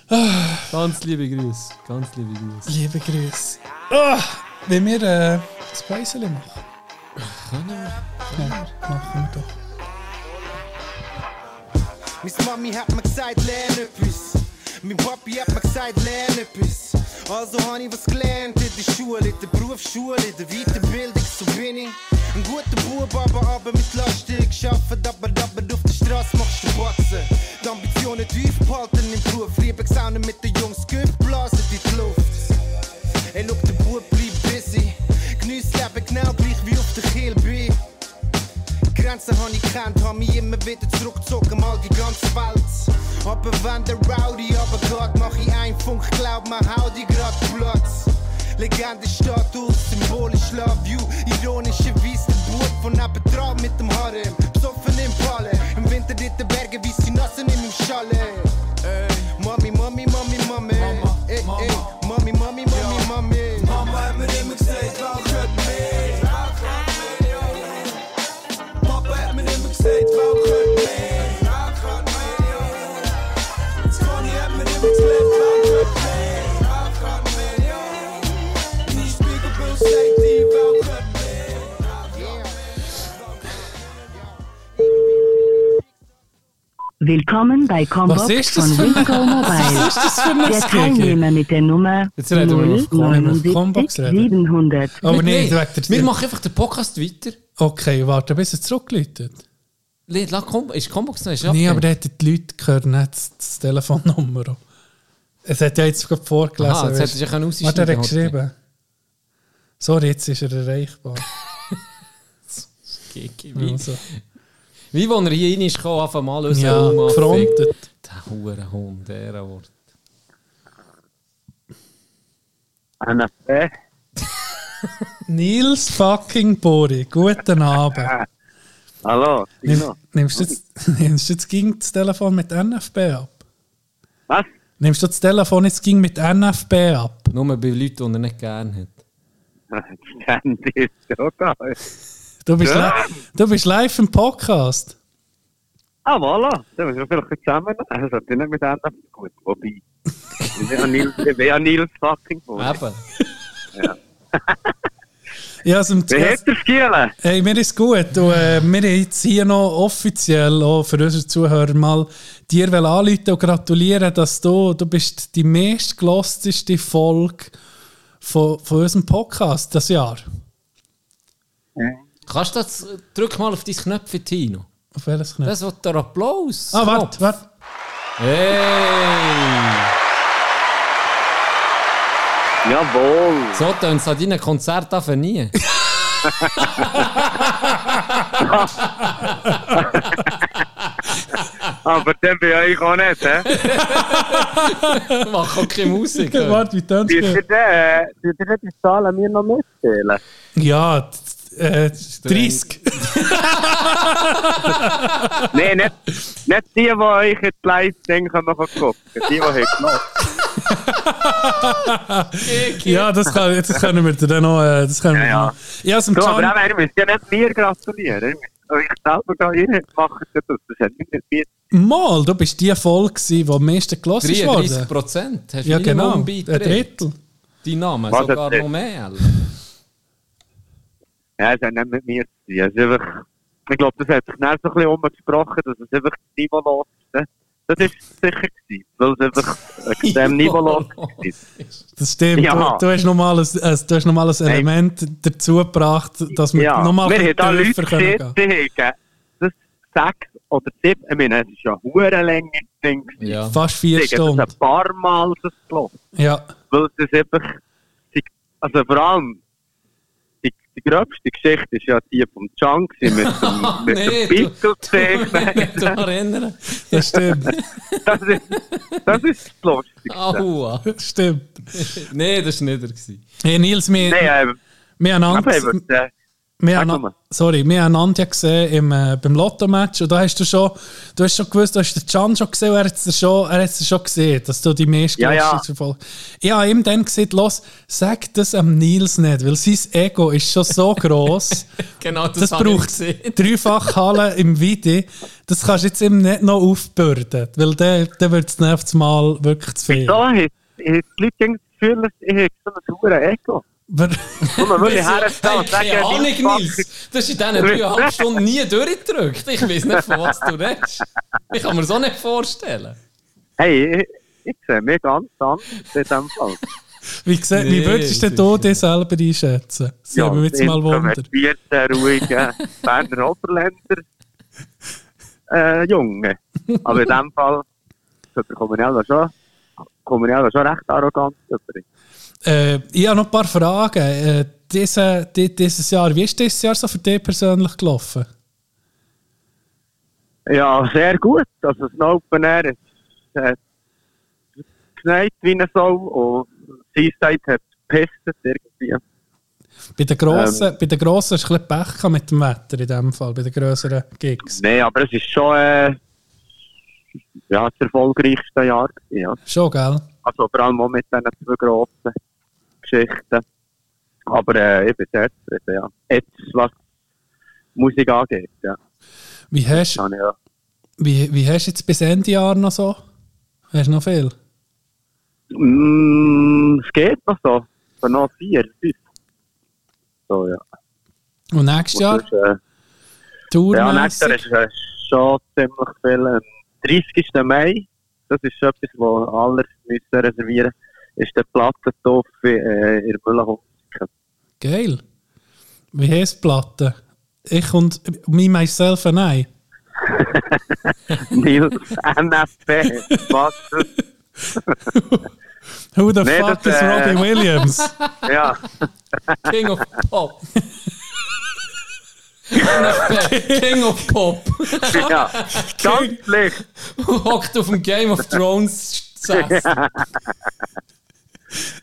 Ah, Ganz liebe Grüße. Ganz liebe Grüße. liebe Grüße. Ah, wenn wir äh, das Päuschen machen. Können wir? Ja, machen wir doch. Mis Mami hat mir gesagt, lern etwas. Mein Papi hat mir gesagt, lern etwas. Also hab ich was gelernt in der Schule, in der Berufsschule, in der Weiterbildung, so bin ich. Ein guter Bub, aber aber mit Lastig geschafft, aber aber auf der Straße machst du Batzen. Die Ambitionen tief behalten im Beruf, Liebexaunen mit den Jungs, Güff blasen in die Luft. Hey, look, der Bub bleibt busy. Genieß Leben genau gleich wie auf der Kill bin. Grenzen hab ich kennt, hab mich immer wieder zurückgezogen, mal die ganze Welt. Aber wenn der Rowdy runtergeht, mach ich einen Funk, glaub mir, hau die grad Platz. Legende Status, symbolisch Love You, ironische Weise der Bub von nebendran mit dem Harem. Besoffen im Palle, im Winter in den Bergen, wie sie Nassen in meinem Schalle. Ey, Mami, Mami, Mami, Mami. Ey, ey, Mami, Mami, Mami, Mami. Mama hat mir immer gesagt, wach mit mir. Papa hat mir immer gesagt, wou gut mee. Wou goed mee, joh. Tony hat mir immer gesagt, wou gut mee. Wou goed mee, joh. Die Spiegelbild sagt, die wou gut mee. Willkommen bei Was Combox ist das von für ein- Wingo Mobile. Was ist das für ein Der Skegel? Teilnehmer mit der Nummer Jetzt reden wir über Combox. Combox Oh, 079 reden. 700 Aber nein, Nein, wegen wir der machen einfach den Podcast weiter. Okay, warte, bis es zurückläutet. Lied, la, kom, ist Combox noch? Ist Nein, abgegeben? aber da hätten die Leute gehört nicht das- das Telefonnummer. auch. Es hat ja jetzt gerade vorgelesen. Aha, jetzt weißt hättest du ja können du. Warte, er hat rausschneiden, geschrieben. Sorry, jetzt ist er erreichbar. Kiki, Wie, Also, wie wenn er hier rein ist, kann er einfach mal unseren ja, Hund anficken. gefrontet. Der Hurenhund, der Wort. NFB. Nils fucking Bori, guten Abend. Hallo, Nimm, nimmst, du jetzt, nimmst du jetzt ging das Telefon mit NFB ab? Was? Nimmst du das Telefon jetzt ging mit NFB ab? Nur bei Leuten, die er nicht gerne hat. Handy ist ja da. Du bist, Ja. li du bist live im Podcast. Ah, voilà. Dann müssen wir vielleicht zusammen. Also, sollte ich nicht mit NFB gut. Wobei. Wer Nils, wer Nils fucking gut. Eben. Ja, also, Wer hat das Gielen? Hey, mir ist gut. Und, äh, wir haben jetzt hier noch offiziell auch für unsere Zuhörer mal dir wollen anrufen und gratulieren, dass du, du bist die meistgelosteste Folge von, von unserem Podcast alltså, das Jahr. Kannst du das, drück mal auf dein Knöpfchen, Tino. Auf welches Knöpfchen? Das wird der Applaus. Ah, warte, warte. Hey! Jawohl. So tönt es an deinen Konzerten einfach nie. Aber dann bin ich auch nicht, hä? Mach auch keine Musik. Okay, hör. warte, wie tönt Tut ihr es? denn, tut ihr denn die Zahlen mir noch mitteilen? Ja, t- äh, 30. Nein, nicht, nicht die, die euch jetzt live denken, kommen gucken. Die, die heute noch. ja, das, kann, das können wir dir dann noch. äh, Das können wir Ja, ja. noch. Ja, zum Du, aber Charlie. auch, ihr müsst ja nicht mir gratulieren. Ihr müsst euch selber da ihr macht ja das. Das hat nicht mit mir. Mal, du bist die Folge, gewesen, die am meisten gelassen 33 wurde. Prozent. Hast du Ja, genau. Ein Beitritt. Drittel. Dein Name, Was sogar hat- noch mehr. Alter. Ja, es hat nicht mit mir zu tun. Es ist einfach, ich glaube, das hat sich dann so ein bisschen umgesprochen, dass es einfach niveaulos ist. ne? Das ist sicher gewesen, weil es einfach wegen dem niveaulos ist. Das stimmt. Ja. Du, du hast nochmal ein, ein, du hast noch mal ein Nein. Element dazu gebracht, dass wir Ja, nochmal wir haben da Leute tiefer können gesehen, gehen die haben ge- das sechs oder sieben, ich meine, es ist ja eine Länge Ding. gewesen. Ja. Fast Die vier haben Stunden. das ein paar Mal das gelassen. Ja. weil es ist einfach, die- also vor allem, die, die gröbste Geschichte ist ja die vom Chang mit dem, mit Nee, dem du- Pistolzeichen. Nicht daran erinnern. Das stimmt. Das ist, das ist das Lustigste. Aua. Das stimmt. Nein, das war nicht er. gewesen. Hey Nils, wir, Nein, äh, wir haben aber Angst. eben, äh, Wir Sag haben, nochmal. sorry, wir haben Nandja gesehen im, äh, beim Lotto-Match und da hast du schon, du hast schon gewusst, du hast den Can schon gesehen und er hat es dir schon, er hat es dir schon gesehen, dass du die meisten Ja, ja. verfolgst. Ich habe ihm dann gesagt, los, sag das am Nils nicht, weil sein Ego ist schon so gross. Genau, das, das habe ich braucht gesehen. dreifach Halle im Vidi. Das kannst du jetzt ihm nicht noch aufbürden, weil dann, dann wird es nächstes Mal wirklich zu viel. da haben die Leute gegen das Gefühl, dass ich habe so ein hohen Echo. Aber- Und man will Hey, herstellen und sagen, keine Ahnung, ich fucking- Nils. Das ist in diesen dreieinhalb Stunden nie durchgedrückt. Ich weiß nicht, von was du redest. Ich kann mir so nicht vorstellen. Hey, ich, ich sehe mich ganz anders in diesem Fall. wie gesagt, Nee, wie würdest denn du dich selber einschätzen? Das ja, würde mich jetzt mal wundern. introvertierter, ruhiger Berner Oberländer äh, Junge. Aber in dem Fall sollte der Kommunella schon, Kommunella schon recht arrogant über. Äh, ich habe noch ein paar Fragen. Äh, diese, di- dieses Jahr, wie ist dieses Jahr so für dich persönlich gelaufen? Ja, sehr gut. Also das Open Air ist äh, geschneit wie eine Sau und Seaside hat gepisst irgendwie. Bei den grossen, bei den grossen hast du ein bisschen Pech gehabt mit dem Wetter in dem Fall, bei den grösseren Gigs. Nein, aber es ist schon äh, ja, das erfolgreichste Jahr. gewesen, Ja. Schon, gell? Also vor allem auch mit diesen zwei grossen Geschichten. Aber äh, ich bin sehr zufrieden, ja. Jetzt, was Musik angeht, ja. Wie hast, Habe ich ja. wie, wie hast du jetzt bis Ende Jahr noch so? Hast du noch viel? Mm, es geht noch so. Für noch vier, fünf. So, ja. Und nächstes Jahr? Und sonst, äh, ja, nächstes Jahr Tourmässig? ist äh, schon ziemlich viel. Am 30. Mai, das ist etwas, wo alle müssen reservieren müssen, ist der Plattentopf äh, in Mühlenhof. Geil. Wie heisst die Platte? Ich und Me, Myself and I. Nils, NFB, was das? Who the Nee, fuck das, is äh, Robbie Williams? Ja. King of Pop. King of Pop. ja, ganz leicht. Hockt auf dem Game of Thrones Sess.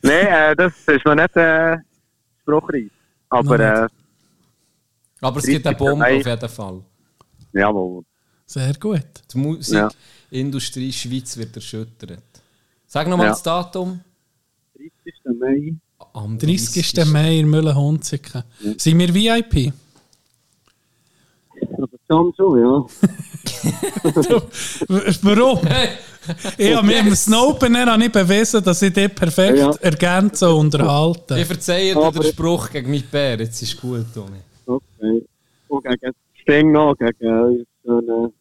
Nein, äh, das ist noch nicht äh, spruchreif. Aber Noch äh, Aber es gibt eine Bombe auf jeden Fall. jawohl. Sehr gut. Die Musikindustrie Schweiz wird erschüttert. Sag nochmal Ja. das Datum. 30. Mai. Am 30. Mai in Mühlenhunziken. Sind wir VIP? Also schon, schon, W- Warum? Hey, Ich habe mir im Yes. Snowpener habe ich bewiesen, dass ich dich perfekt Ja. ergänze und unterhalte. Ich verzeihe dir Aber- den Spruch gegen meinen Bär. Jetzt ist gut, Toni. ja. Okay. Und gegen das Ding noch, gegen so einen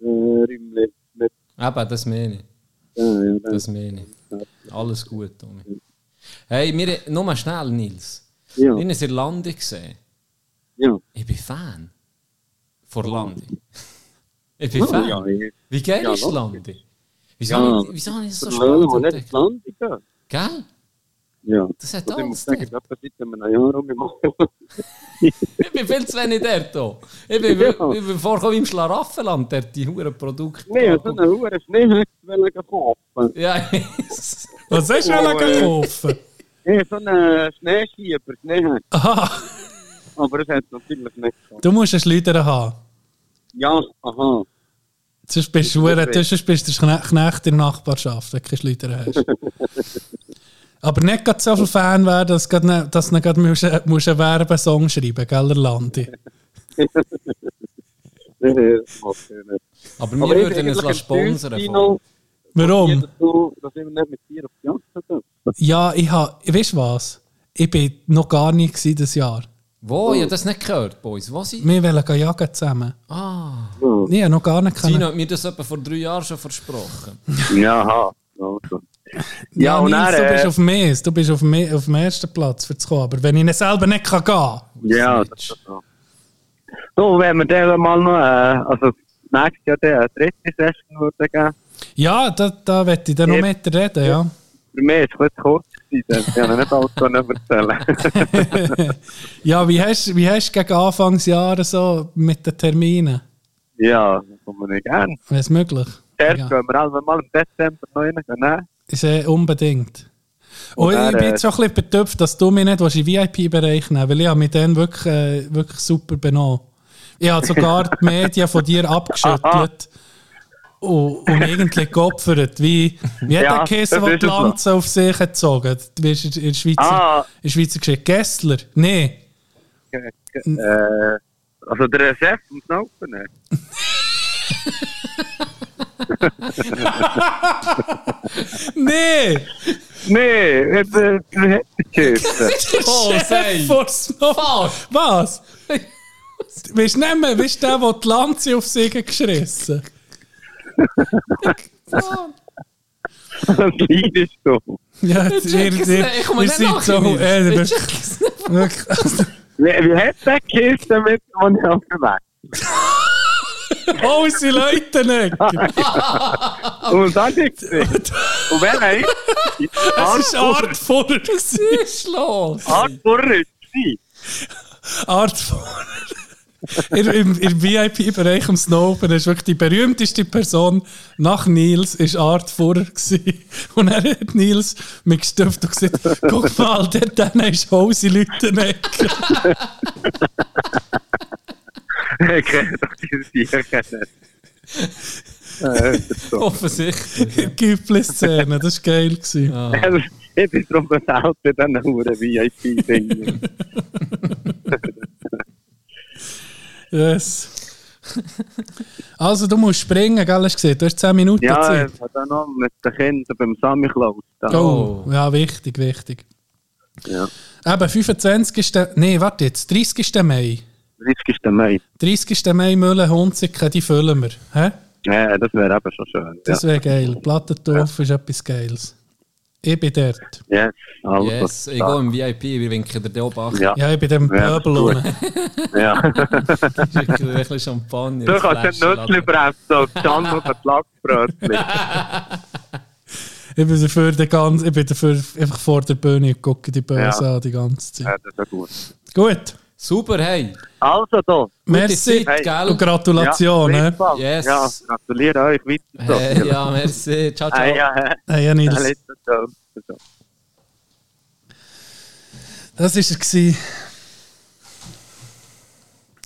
äh, Räumchen mit Eben, das meine ich. äh, Das meine ich. Alles gut, Tommy. Hey, wir, nur mal schnell, Nils. Ja. Wir haben es in Lande gesehen. Ja. Ich bin Fan. Von Lande. Ich bin Fan. ja, ja. Wie geil Ja, ist logisch. Lande? Wieso, Ja. habe ich, wieso habe ich das so Weil man spannend nicht ins entdeckt? Land geht. Gell? Ja. Das Das hat muss alles ich sagen, dort. etwa seit einem Jahr rumgemacht. Ich bin viel zu wenig dort. hier. Ich bin, Ja. ich bin vorgekommen im Schlaraffenland, dort die hohen Produkte. Nein, also eine Uhr ist nicht wirklich kaufen. Ja, Was hast du Oh, äh. denn gekauft? Ja, so einen Schneeschieber, Schnee. Aha, Aber es hat natürlich nicht gehabt. du musst einen Schleuder haben. Ja, aha. Sonst bist du, Das ist verdammt- sonst bist du der Kne- Knecht in der Nachbarschaft, wenn du keine Schleuder hast. Aber nicht gerade so viel Fan werden, dass, grad ne- dass du gerade musst, musst einen Werbesong schreiben gell, Erlandi? Nee, das macht er nicht. Aber wir ich bin würden es eigentlich lassen sponsern. enttäuscht, Von. Dino, Warum? dazu, Dass ich nicht mit dir auf die Jagd gehe. Ja, ich habe, weißt du was? Ich bin noch gar nicht gewesen dieses Jahr. Wo? Ich habe das nicht gehört, Boys. Was ich? Wir wollen gehen jagen zusammen. Ah. Ich habe noch gar nicht können. Sina hat mir das etwa vor drei Jahren schon versprochen. Ja, aha. Also. Ja, Ja, und Nils, dann, du bist äh, auf mir, du bist auf, mir, auf dem ersten Platz für zu kommen. Aber wenn ich ihn selber nicht kann gehen kann, Ja, das ist so. So, wenn wir dann mal noch, äh, also nächstes Jahr dann eine dritte Session würden geben. ja, da, da möchte ich dann noch Ja. mit dir reden, ja. Für mich ist es ein bisschen kurz gewesen, dann kann ich nicht alles können erzählen. Ja, wie hast, wie hast du gegen Anfangsjahre so mit den Terminen, ja, das kommen wir gerne. wenn es möglich Zuerst Ja. gehen wir alle mal im Dezember noch rein, ne? ist? eh unbedingt. Und Und ich dann, bin äh, jetzt schon ein bisschen betüpft, dass du mich nicht willst in den VIP-Bereich nehmen willst, weil ich habe mich dann wirklich, äh, wirklich super benommen. Ich habe sogar die Medien von dir abgeschüttelt und, und irgendwie geopfert. Wie, wie hat Ja, der Kissen, das der ist die es so. Lanze auf sich hat gezogen Du bist in in der Schweizer, Ah. in der Schweizer Geschichte. Gessler? Nein. Äh, also der Chef vom Snowpen. Nein! Nee, jetzt äh, Hitzekissen. Oh, sei. Chef vor Snow. Was? Weißt du nicht mehr, weißt du der, der die Lanze auf sich hat geschissen das Lied ist so. Ja, Ich check es nicht, ich komme nicht nach ihm. Äh, du Ich bist- check es nicht. wirklich- also- Wie, wie hat der Kissen mit, wenn ich auf dem Weg Oh, unsere Leute nicht! Und dann liegt sie. Und wer weiß? Das ist Art Furrer. gewesen. ist los? Arthur ist sie. Art Furrer. Im, im, im VIP-Bereich am Snowpen um ist wirklich die berühmteste Person nach Nils ist Art Furrer gewesen. Und er hat Nils mit gestiftet und gesagt, guck mal, dort hinten ist Hose Leute nicht. Ich kenne doch diese Tiere kennen. Äh, so. Offensichtlich. Güppli-Szene, das war geil. Gewesen. Also, Ich bin drum versaut bei diesen Huren VIP-Dingen. Yes. Also, du musst springen, gell? Hast du gesehen? Du hast 10 Minuten Ja, äh, Zeit. ich habe dann noch mit den Kindern beim Sammy Klaus. da. Oh, ja, wichtig, wichtig. Ja. Eben, 25. Nein, warte jetzt, 30. Mai. 30. Mai. 30. Mai Mühlen Hunziken, die füllen wir. Hä? Ja, das wäre eben schon schön. Ja. Das wäre geil. Plattendorf ist etwas Geiles. Ich bin dort. Yes, alles Yes, was- ich gehe im VIP, wir winken dir den obacht. Ja. Ja, ich bin dem Ja, Pöbel gut. unten. Ja. Schick dir ein bisschen Champagner. Du ein kannst Fläschchen ein Nötchen laden. brechen auf die Hand auf ein Lachsbrötchen. Ich bin dafür, den ganzen, ich bin dafür einfach vor der Bühne und gucke die Böse Ja. an die ganze Zeit. Ja, das ist ja gut. Gut, Super, hey. Also, da. merci Zeit, Hey. und gell? Gratulation. ja, Ja, bis bald. Yes. Ja, gratuliere euch weiter. so. Hey, ja, merci. Ciao, ciao. Ah, ja, ja. Hey, ja, Nils. Alles so, so. Das war er. Gewesen.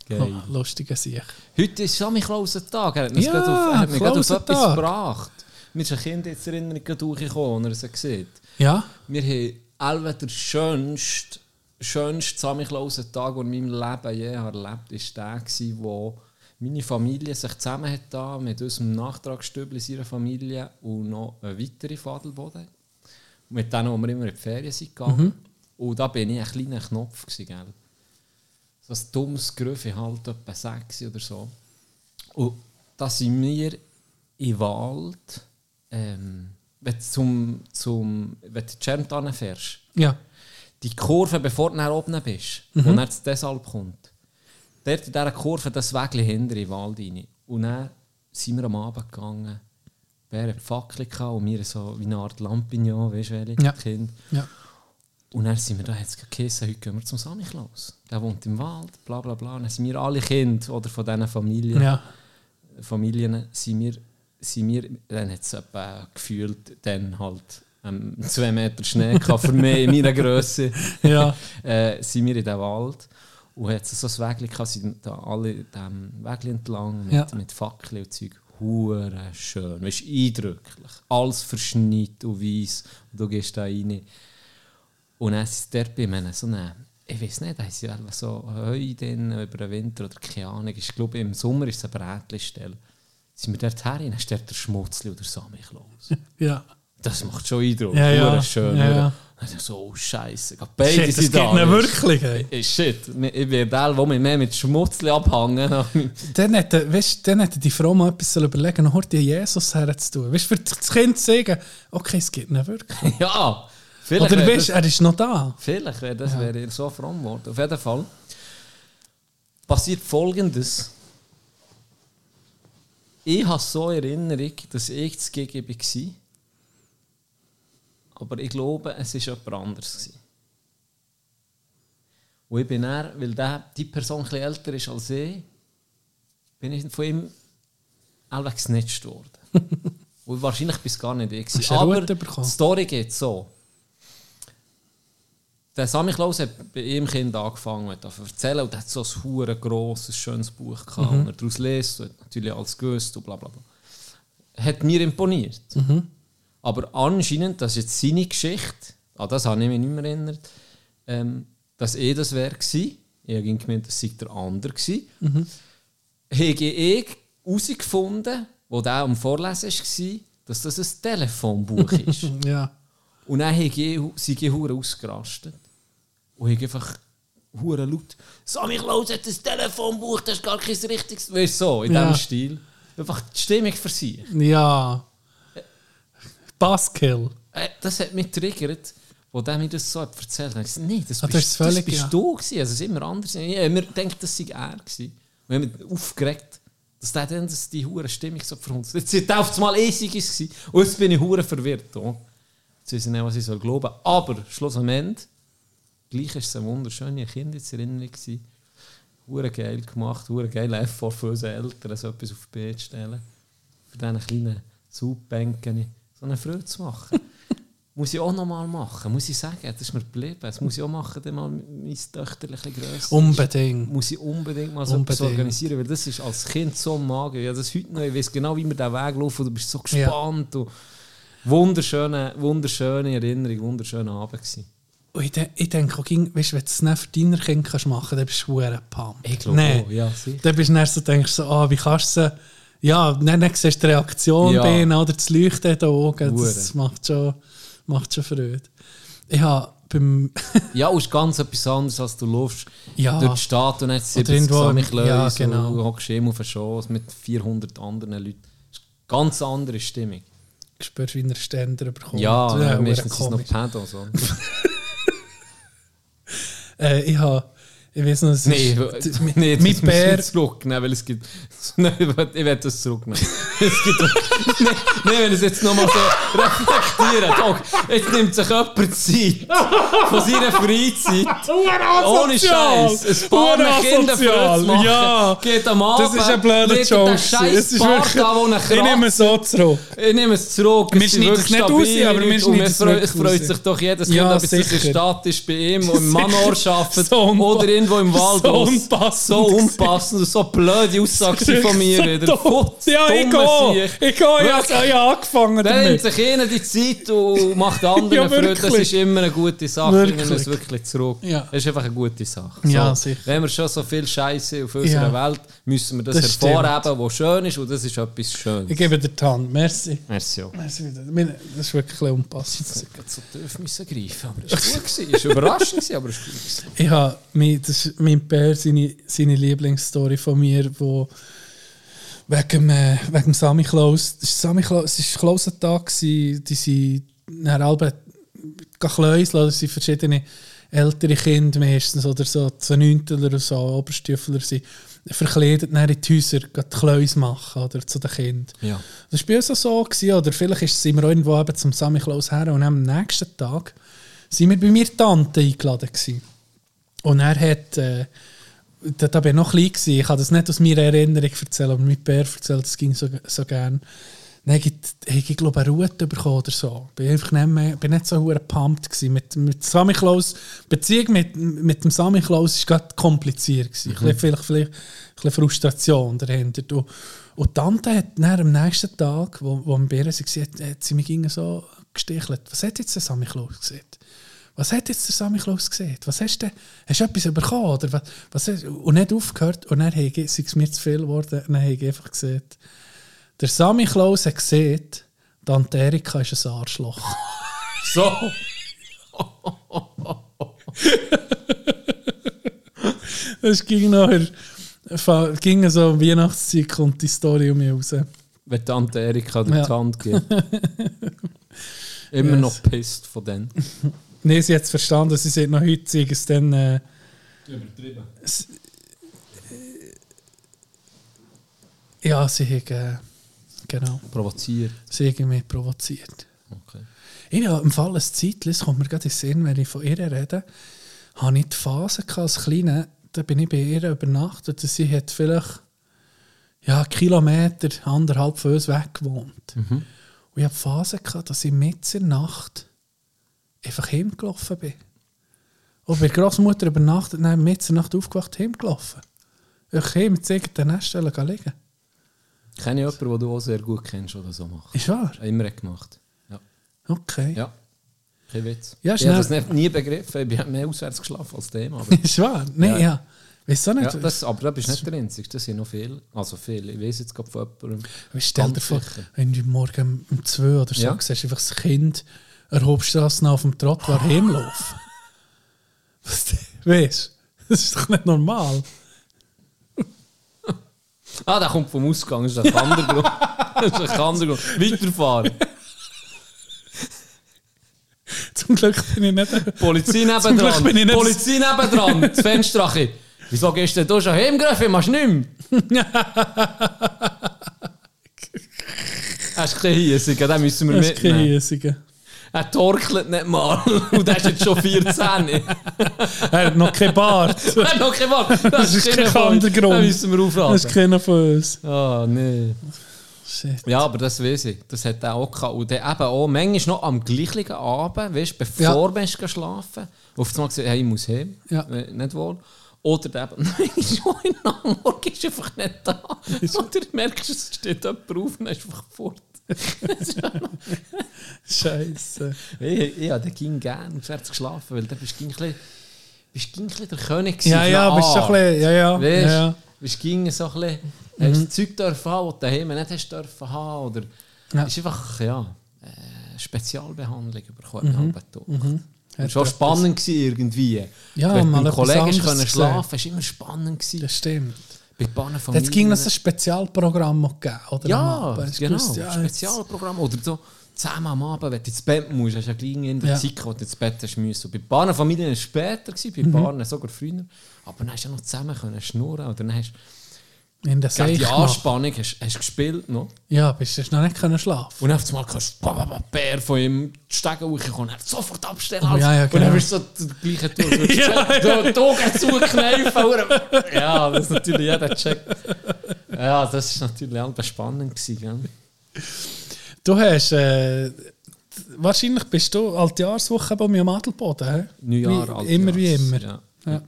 Geil. Oh, Lustiger Sieg. Heute ist Sammy Klausen Tag. Er hat mich Ja, gerade auf, er hat mich gerade auf Klausen etwas Tag. gebracht. Mir ist ein Kind jetzt erinnert, ich gerade hochgekommen, und er hat gesagt. Ja? Wir haben alle der schönste, schönste Samichlausen Tag, den ich in meinem Leben je habe erlebt habe, war der, gewesen, wo meine Familie sich zusammen hat da, mit unserem Nachtragsstübli seiner Familie und noch eine weitere Fadelboden. Mit denen, wo wir immer in die Ferien sind gegangen. Und da bin ich ein kleiner Knopf. Gewesen, gell? So ein dummes Griff, ich halt etwa sechs oder so. Und da sind wir im Wald, ähm, wenn du zum, zum, wenn du die Schermtanne fährst, Ja. die Kurve, bevor du nach oben bist, wo Mhm. dann das deshalb kommt, dort in dieser Kurve das Wägli hinter in den Wald rein. Und dann sind wir am Abend gegangen, wir hatten Fackel und wir so wie eine Art Lampignon, weißt du, welche Ja. Kind. ja. Und dann sind wir da, jetzt gegessen, heute gehen wir zum Samichlaus. Der wohnt im Wald, bla bla bla. Und Dann sind wir alle Kinder oder von diesen Familien. Ja. Familien sind wir, sind wir dann hat es etwa gefühlt, dann halt ähm, zwei Meter Schnee gehabt, für mich in meiner Größe Ja. äh, sind wir in den Wald und hat so ein Weg gehabt, sind da alle dem Weg entlang mit, Ja. mit Fackeln und Zeug. Hure schön, weißt, eindrücklich. Alles verschneit und weiß. Und du gehst da rein Und dann sind sie dort bei einem, so einem, ich weiß nicht, da haben sie einfach so Heu drin über den Winter oder keine Ahnung. Ich glaube, im Sommer ist es eine Brätlistelle. Sind wir dort her, dann ist dort der Schmutzli oder Sammy Klaus. Ja. Das macht schon Eindruck. Ja, ja. Hure schön. Ja, hure. ja. Dann dachte ich so, oh Scheiße, beide Shit, das sind gibt da. ihnen wirklich, ey. Ey, Shit, ich werde der, der mich mehr mit Schmutzli abhängen. Dann hätte, weißt, dann hätte die Frau mal etwas sollen überlegen sollen, dir Jesus herzutun. Weißt du, für das Kind zu sagen, okay, es geht nicht wirklich. ja, vielleicht. Oder wäre weißt, das- er ist noch da. Vielleicht wäre das wäre ihr so fromm geworden. Auf jeden Fall passiert folgendes. Ich habe so in Erinnerung, dass ich das Gegeben war. Aber ich glaube, es war jemand anderes. gewesen. Und ich bin dann, weil der, die Person ein bisschen älter ist als ich, bin ich von ihm einfach gesnitcht worden. Und wahrscheinlich bin es gar nicht ich. Hast gewesen. du eine Aber Route bekommen? die Story geht so. Der Sammy Klaus hat bei ihm Kind angefangen und hat zu erzählen und er hat so ein hure grosses, schönes Buch gehabt, Mhm. und er daraus liest und hat natürlich alles gewusst und bla bla bla. Hat mir imponiert. Mhm. Aber anscheinend, das ist jetzt seine Geschichte, an das habe ich mich nicht mehr erinnert, ähm, dass er das wäre gewesen. Ich habe irgendwie gemeint, das sei der andere gewesen. Habe ich herausgefunden, wo der am Vorlesen war, dass das ein Telefonbuch ist. Ja. Und dann habe ich, sind die Huren ausgerastet. Und ich einfach Huren laut. Sammy Klaus hat ein Telefonbuch, das ist gar kein richtiges. Weißt du, so, in Ja. diesem Stil. Einfach die Stimmung für sich. Ja. Buzzkill. Äh, Das hat mich getriggert, wo der mir das so hat erzählt hat. Ich gesagt, Nein, das Ah, bist, das das ist völlig, bist ja. du. Gewesen. Also, es ist immer anders. Ich habe mir gedacht, das sei er. Gewesen. Und ich habe mich aufgeregt, dass der dann dass die hure Stimmung so verhunzt. Jetzt sind auf einmal easy gewesen. Und jetzt bin ich hure verwirrt. Oh. Jetzt weiß ich nicht, was ich soll glauben. Aber Schluss am Ende, gleich war es eine wunderschöne Kindheitserinnerung. gewesen. Hure geil gemacht, hure geil Effort für unsere Eltern, so etwas auf die Beine zu stellen. Für diesen kleinen Saubbänken so eine Freude zu machen. muss ich auch noch mal machen, muss ich sagen, das ist mir geblieben. Das muss ich auch machen, dann mal mein Töchterchen ein bisschen grösser Unbedingt. muss ich unbedingt mal so etwas Um- Unbedingt. organisieren, weil das ist als Kind so magisch. Ja, das heute noch, ich weiß genau, wie wir diesen Weg laufen, du bist so gespannt. Und wunderschöne, wunderschöne Erinnerung, wunderschöner Abend gewesen. Und ich, de ich denke auch, ging- weißt, wenn du es nicht für deine Kinder kannst machen kannst, dann bist du ein Pump. Ich glaube auch, ja, sicher. Dann bist du dann so, denkst du so, ah, wie kannst du sie- Ja, dann, dann siehst du die Reaktion Ja. bei ihnen oder das Leuchten in den Augen. Das Hure. macht schon, macht schon Freude. Ich habe beim... Ja, und es ist ganz etwas anderes, als du läufst Ja. durch die Stadt und jetzt Oder 70 irgendwo- Samichlöse ja, ja, genau. genau. und hockst immer auf den Schoss mit 400 anderen Leuten. Das ist eine ganz andere Stimmung. Du spürst, wie er Ständer bekommt. ja, Das ist ja hure meistens sind es noch komisch. Pedos. oder? Äh, ich habe... Ich weiß noch, es Nee, ist... nee, nee, mein das müssen wir Bär- zurücknehmen, weil es gibt. Nein, ich will- ich werde das zurücknehmen. Es gibt. nee, nee, wenn ich es jetzt nochmal so reflektieren. Doch, jetzt nimmt sich jemand Zeit von seiner Freizeit. Ohne Oh, Scheiß. Ein paar Kinder für machen. Ja. Geht am Abend. Das ist ein blöder liegt der Joke. scheiß Es ist Bart wirklich, an, wo eine ich Kratze- nehme es so zurück. Ich nehme es zurück. Wir es sind schneiden wirklich es nicht stabile raus, aber wir Leute schneiden und es fre- wirklich freut raus. sich doch jedes Ja, Kind, ob es in der sicher. Stadt ist, bei ihm und im Manor Sicher. arbeitet So unpa- oder irgendwo im Wald. so unpassend So unpassend und so blöde Aussage war von mir wieder. Futz, Ja, ich dummer gehe. Sieg. Ich gehe, ich Wirklich. habe angefangen Dann nimmt damit. sich ihnen die Zeit und macht anderen Ja, Freude. Das wirklich. ist immer eine gute Sache. Wirklich. Wir nehmen es wirklich zurück. Ja. Das ist einfach eine gute Sache. So, Ja, sicher. Wenn wir schon so viel Scheiße auf unserer Ja. Welt, müssen wir das, Das stimmt. hervorheben, was schön ist. Und das ist etwas Schönes. Ich gebe dir die Hand. Merci. Merci. auch. Merci wieder. Meine- Das ist wirklich ein bisschen unpassend. Ich hätte so tief müssen greifen aber es war gut. gewesen. Es war überraschend, gewesen, aber es war gut. gewesen. Ich habe mein, das ist mein Bär, seine, seine Lieblingsstory von mir, wo wegen, dem, äh, wegen dem Sammy Klaus, das ist Sammy Klaus, es war Klausentag, gewesen, die sind nach Albert Kleuseln, das sind verschiedene ältere Kinder meistens, oder so, so Neunteler oder so, Oberstüfler sind verkleidet dann in die Häuser, gehen die Kleus machen, oder, zu den Kindern. Ja. Das war bei uns auch so, gewesen, oder vielleicht ist- sind wir auch irgendwo eben zum Sammy Klaus her und am nächsten Tag sind wir bei mir Tante eingeladen gewesen. Und er hat, äh, da, da bin ich noch klein gewesen, ich kann das nicht aus meiner Erinnerung erzählen, aber mit Bär erzählt, das ging so, so gern. Dann habe ich, glaube ich, eine Route bekommen oder so. Ich war einfach nicht, mehr, bin nicht so verdammt pumped gewesen. Mit, mit Sammy Klaus, die Beziehung mit, mit dem Sammy Klaus war gerade kompliziert. Gewesen. Ein bisschen, vielleicht, vielleicht, ein bisschen Frustration dahinter. Und, und die Tante hat dann am nächsten Tag, wo, wo wir bei ihr waren, hat, hat sie mich irgendwie so gestichelt. Was hat jetzt der Sammy Klaus gesagt? was hat jetzt der Sammy Klaus gesehen? Was hast du denn? Hast du etwas bekommen? Oder was, was hast, und nicht aufgehört. Und dann habe ich, sei es mir zu viel geworden, dann habe ich einfach gesehen, der Sammy Klaus hat gesehen, die Tante Erika ist ein Arschloch. so. das ging nachher, fa- ging so um Weihnachtszeit, kommt die Story um mich raus. Wenn Tante Erika dir Ja. die Hand gibt. Immer Yes. noch pisst von denen. Nee, sie hat es verstanden, sie sind noch heute, sie es dann... Äh, Übertrieben. äh, Ja, sie haben, äh, genau, Provoziert. sie haben mich provoziert. Okay. Ich habe im Fall ein Zeitchen, es kommt mir gerade in den Sinn, wenn ich von ihr rede, habe ich die Phase gehabt, als Kleine, da bin ich bei ihr übernachtet und sie hat vielleicht ja, einen Kilometer, anderthalb von uns weg gewohnt. Mhm. Und ich habe die Phase gehabt, dass ich mitten in der Nacht einfach heimgelaufen bin. Und bei der Großmutter übernachtet, dann mitten in der Nacht aufgewacht, heimgelaufen. Ich habe mit den Nest liegen. Ich kenne jemanden, den du auch sehr gut kennst oder so macht. Ist wahr? Immer gemacht. Ja. Okay. ja. Kein Witz. Ja, ich schnell. habe das nicht, nie begriffen. Ich habe mehr auswärts geschlafen als dem. Aber Ist wahr? Nein, Ja. ja. Weißt du ja, nicht? das, aber da bist du nicht der Einzige. Das sind noch viele. Also viele. Ich weiß jetzt gerade von jemandem. Weißt, stell dir Ganz vor, sicher. wenn du morgen um 2 oder so Ja. siehst, einfach das Kind an der Hauptstrasse auf dem Trottoir heimlaufen. Was du- Weißt du? Das ist doch nicht normal. Ah, der kommt vom Ausgang. Das ist ein Kandergrund. das ist ein Kandergrund. Weiterfahren. Zum Glück bin ich nicht. Polizei Zum nebendran. Glück bin ich nicht- Polizei nebendran. Das Fenster achi. Wieso gehst du denn da schon heimgreifen? Machst du nicht mehr? Hast du keinen Hiesigen? Den müssen wir Das ist keine mitnehmen. Hiesige. Er torkelt nicht mal. Und der ist jetzt schon 14. Er hat noch keinen Bart. Er hat noch kein Wort. Das ist kein von uns. Kandergrund. Den müssen wir aufladen. Das ist keiner von uns. Ah, nee. Shit. Ja, aber das weiß ich. Das hat er auch gehabt. Und dann eben auch manchmal noch am gleichen Abend, weißt, Ja. bevor ja. du schlafen auf einmal gesagt, hey, ich muss heim. Ja. Äh, Nicht wohl. Oder dann eben, nein, ich bin heute Nacht, morgen ist einfach nicht da. Und du merkst, es steht jemand auf und er ist einfach fort. Scheiße. Ich, ich habe den Ging gerne auswärts geschlafen, weil dann bist du ging ein bisschen- bist du ging ein bisschen der König Ja, von ja, einer bist du Art. so ein bisschen. Ja, ja. Weißt ja, Mhm. ja. du, es ging so ein bisschen, hast du Zeug dürfen haben, das du daheim nicht hast dürfen haben. Oder Ja. ist einfach, ja, äh, Spezialbehandlung bekommen. Mhm. Mhm. Hat Das war etwas- spannend gewesen irgendwie. Ja, Wenn mal du mit etwas Kollegen hast anderes können gesehen. schlafen konntest, war immer spannend. Gewesen. Das stimmt. Bei Bahnen von Jetzt ging es ein Spezialprogramm noch gegeben, oder? Am Ja, Abend. Hast du genau. gewusst, ja, jetzt- Spezialprogramm. Oder so zusammen am Abend, wenn du ins Bett musst, hast du ja gleich in der Ja. Zeit, wo du ins Bett hast müssen. Bei paar Familien war es später, gewesen, bei Mhm. Paaren sogar früher. Aber dann hast du ja noch zusammen können schnurren oder dann hast In der Gegen die Seichnacht. Anspannung hast hast du gespielt noch. Ja, Dus bist du noch nicht können schlafen? Und dann auf einmal kannst du Bär von ihm die Stege hochkommen und sofort abstellen. Oh, ja, ja, Und dann genau. wirst du so den gleichen Tour. Du die Augen zukneifen. verdammt. Ja, das ist natürlich jeder checkt. Ja, das war natürlich auch spannend. Gewesen, gell? Du hast. Äh, wahrscheinlich bist du Altjahrswoche bei mir am Adelboden. hä? Neujahr, wie, Altjahrs, Immer wie immer. ja. Ja.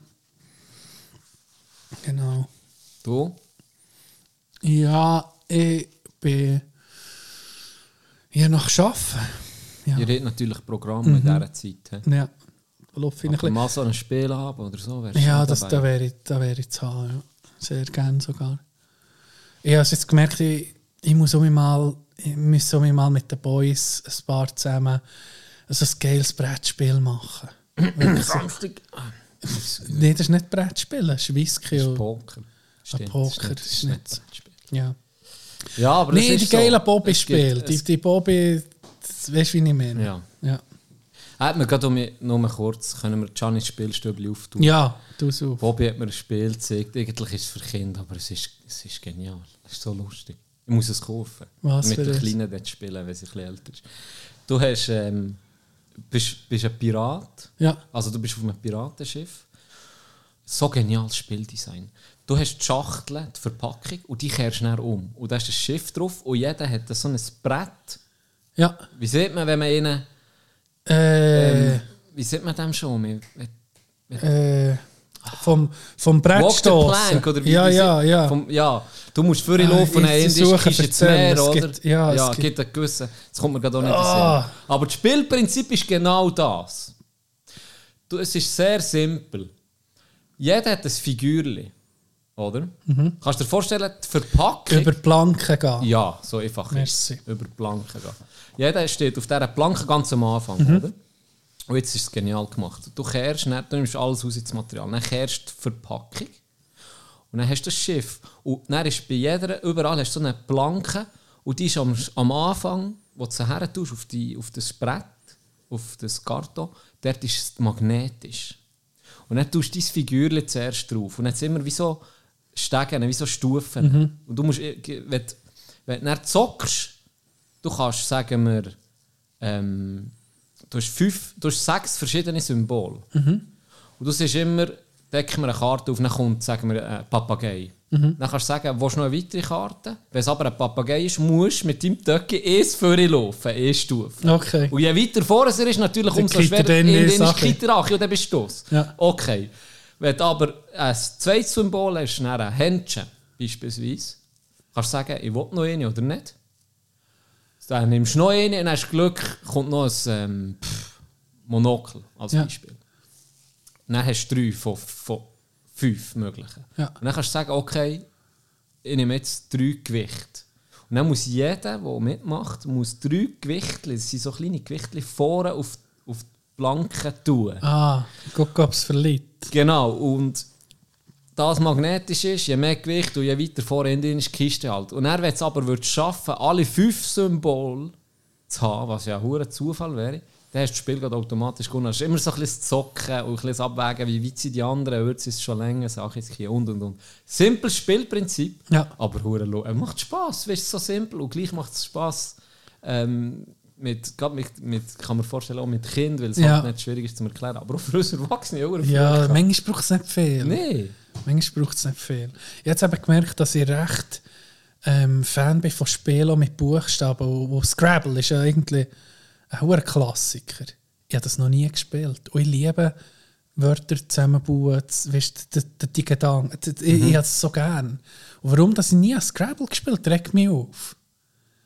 Genau. Du? Ja, ich bin. Ja, nach Schaffen. Ja. Mhm. Ihr habt natürlich Programme in dieser Zeit. Ja. Lauf ich ein Wenn ihr bisschen. mal so ein Spiel haben oder so, wärst du Ja, schon das, dabei. da wäre ich, da wäre ich zu haben. Ja. Sehr gern sogar. Ich habe jetzt gemerkt, ich, ich muss auch mal, ich muss auch mal mit den Boys ein paar zusammen so ein geiles Brettspiel machen. Wirklich so. Ah, Nein, das ist nicht Brettspiel, das ist Whisky. Das ist und- Poker. Stimmt, Poker, stimmt, das ist nicht- Brettspiel. Ja. Ja, aber das Nein, ist die geilen so. Bobby-Spiele. Es gibt- Die, die Bobby, das weißt du, wie ich meine? Ja. Ja, Hat man gerade um nur kurz, können wir Giannis Spielstübli auftun. ja du so. Bobby hat mir ein Spiel gezeigt, eigentlich ist es für Kinder, aber es ist, es ist genial. Es ist so lustig. Ich muss es kaufen. Was Mit für der ein? Kleinen dort spielen, wenn sie ein bisschen älter ist. Du hast, ähm, bist, bist ein Pirat. Ja. Also du bist auf einem Piratenschiff. So geniales Spieldesign. Du hast die Schachtel, die Verpackung und die kehrst dann um. Und da ist ein Schiff drauf und jeder hat so ein Brett. Ja. Wie sieht man, wenn man ihnen... ähm, Äh, Wie sieht man dem schon? um? Man- man- äh, vom, vom Brett Walk the stoßen. plank, oder wie Ja, wie sie- ja, ja. Vom, ja. Du musst vorhin Ah, laufen und ich Ende suche, ist ins erzähl, Meer, es oder? gibt- ja, es ja, gibt- gibt einen gewissen. Das kommt mir gerade auch nicht in den Ah. Sinn. Aber das Spielprinzip ist genau das. Du, es ist sehr simpel. Jeder hat ein Figürli, oder? Kannst du dir vorstellen, die Verpackung... Mhm. Über Planken gehen. Ja, so einfach. ist es. Merci. Über die Planke gehen. Jeder steht auf dieser Planke ganz am Anfang, Mhm. oder? Und jetzt ist es genial gemacht. Du kehrst, dann, du nimmst alles aus ins Material, dann kehrst du die Verpackung und dann hast du das Schiff. Und dann ist bei jeder, überall hast du so eine Planke und die ist am, am Anfang, wo du sie her tust, auf, die, auf das Brett, auf das Karton, dort ist es magnetisch. Und dann tust du dein Figürchen zuerst drauf. Und dann sind immer wie so Stegen, wie so Stufen. Und du musst, irgendwie- wenn, du- wenn du dann zockst, du kannst, sagen wir, ähm, du, hast fünf, du hast dus sechs verschiedene Symbole. Und du siehst dus immer, decken wir eine Karte auf, dann kommt, sagen wir, ein Papagei. Dann kannst du sagen, willst du noch eine weitere Karte? Wenn es aber ein Papagei ist, musst du mit deinem Töckchen eins vorlaufen, eine Stufe. Okay. Und je weiter vorne er ist, natürlich Dann umso kriegt er schwerer. dann Irgendwann eine ist Sache. Kitterach, ja, dann bist du das. Ja. Okay. Wenn du aber ein zweites Symbol hast, dann ein Händchen beispielsweise, kannst du sagen, ich will noch eine oder nicht. Dann nimmst du noch eine und hast Glück, kommt noch ein ähm, pff, Monokel als Ja. Beispiel. Dann hast du drei von, von fünf möglichen. Ja. Und dann kannst du sagen, okay, ich nehme jetzt drei Gewichte. Und dann muss jeder, der mitmacht, muss drei Gewichte, das sind so kleine Gewichte, vorne auf, auf die Planke tun. Ah, guck, ob es verliert. Genau, und das magnetisch ist, je mehr Gewicht und je weiter vorne drin ist, die Kiste halt. Und er wird es aber würd's schaffen, alle fünf Symbole zu haben, was ja ein hoher Zufall wäre, dann hast du das Spiel gerade automatisch gewonnen. Es ist immer so ein bisschen das Zocken und ein bisschen das Abwägen, wie weit sind die anderen, wird es schon länger, sag ich jetzt hier und und und. Simples Spielprinzip, Ja. aber hure lo- äh, macht Spass, weißt du, so simpel und gleich macht es Spass. Ähm, mit, gerade mit, mit, kann man vorstellen, auch mit Kind, weil es Ja. halt nicht schwierig ist zu erklären, aber auch für uns Erwachsene auch Ja, manchmal braucht es nicht viel. Nein. Manchmal braucht es nicht viel. Jetzt habe ich gemerkt, dass ich recht ähm, Fan bin von Spielen mit Buchstaben. Wo, wo Scrabble ist ja irgendwie ein hoher Klassiker. Ich habe das noch nie gespielt. Und ich liebe Wörter zusammenbauen, z- weisst du, die, die, die Gedanken. Die- die- Mhm. Ich, ich habe es so gern. Und warum dass ich nie an Scrabble gespielt habe, regt mich auf.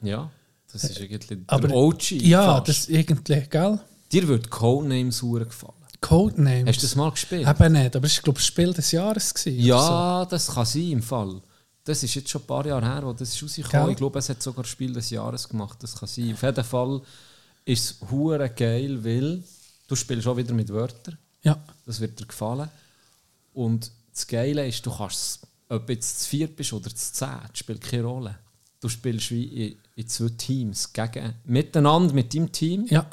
Ja, das ist irgendwie Aber- der OG. Ja, fast. das ist irgendwie, gell? Dir würde Codenames sauer gefallen. Codenames. Hast du das mal gespielt? Eben nicht, aber es war, glaube ich, Spiel des Jahres. Gewesen, oder so. ja, das kann sein im Fall. Das ist jetzt schon ein paar Jahre her, wo das ist rausgekommen Gell? Ich glaube, es hat sogar das Spiel des Jahres gemacht. Das kann sein. Auf jeden Fall ist es hure geil, weil du spielst auch wieder mit Wörtern. Ja. Das wird dir gefallen. Und das Geile ist, du kannst, ob jetzt zu viert bist oder zu zehn, das spielt keine Rolle. Du spielst wie in, in zwei Teams, gegen, miteinander mit deinem Team, Ja,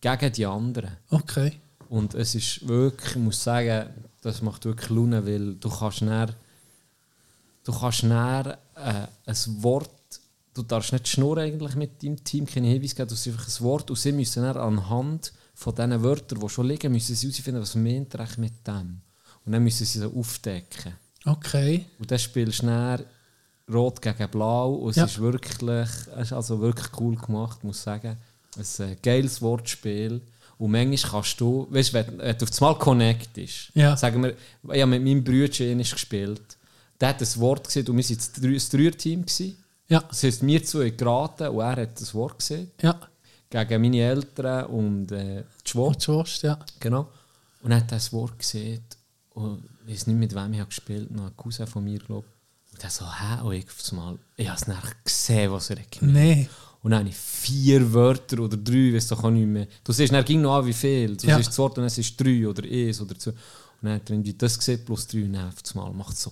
gegen die anderen. okay. Und es ist wirklich, ich muss sagen, das macht wirklich Laune, weil du kannst näher, du kannst näher äh, ein Wort, du darfst nicht schnurren eigentlich mit deinem Team, keine Hinweise geben, du hast einfach ein Wort und sie müssen dann anhand von diesen Wörtern, die schon liegen, müssen sie herausfinden, was meint er eigentlich mit dem. Und dann müssen sie so aufdecken. Okay. Und dann spielst du dann Rot gegen Blau und es Ja. ist wirklich, es ist also wirklich cool gemacht, muss ich sagen. Es ist ein geiles Wortspiel. Und manchmal kannst du, weißt, wenn, wenn du auf einmal connectest, Ja. sagen wir, ich habe mit meinem Brüdchen einmal gespielt, der hat ein Wort gesehen und wir waren das Drü- das Dreierteam. gewesen. Ja, Das heisst, wir zwei haben geraten und er hat das Wort gesehen. ja. Gegen meine Eltern und äh, die Schwester. Und Oh, Wurst, ja. Genau. Und dann hat er das Wort gesehen und ich weiß nicht, mit wem ich habe gespielt habe, ein Cousin von mir, glaube ich. Und dann so, hä? Und ich auf einmal, ich habe es nachher gesehen, was er gemacht hat. Nee. Und dann habe ich vier Wörter oder drei, weiss doch auch nicht mehr. Du siehst, dann ging noch an, wie viel. Du Ja. siehst das Wort und es ist drei oder eins oder zwei. Und dann hat er irgendwie das gesehen, plus drei, und dann auf einmal macht es so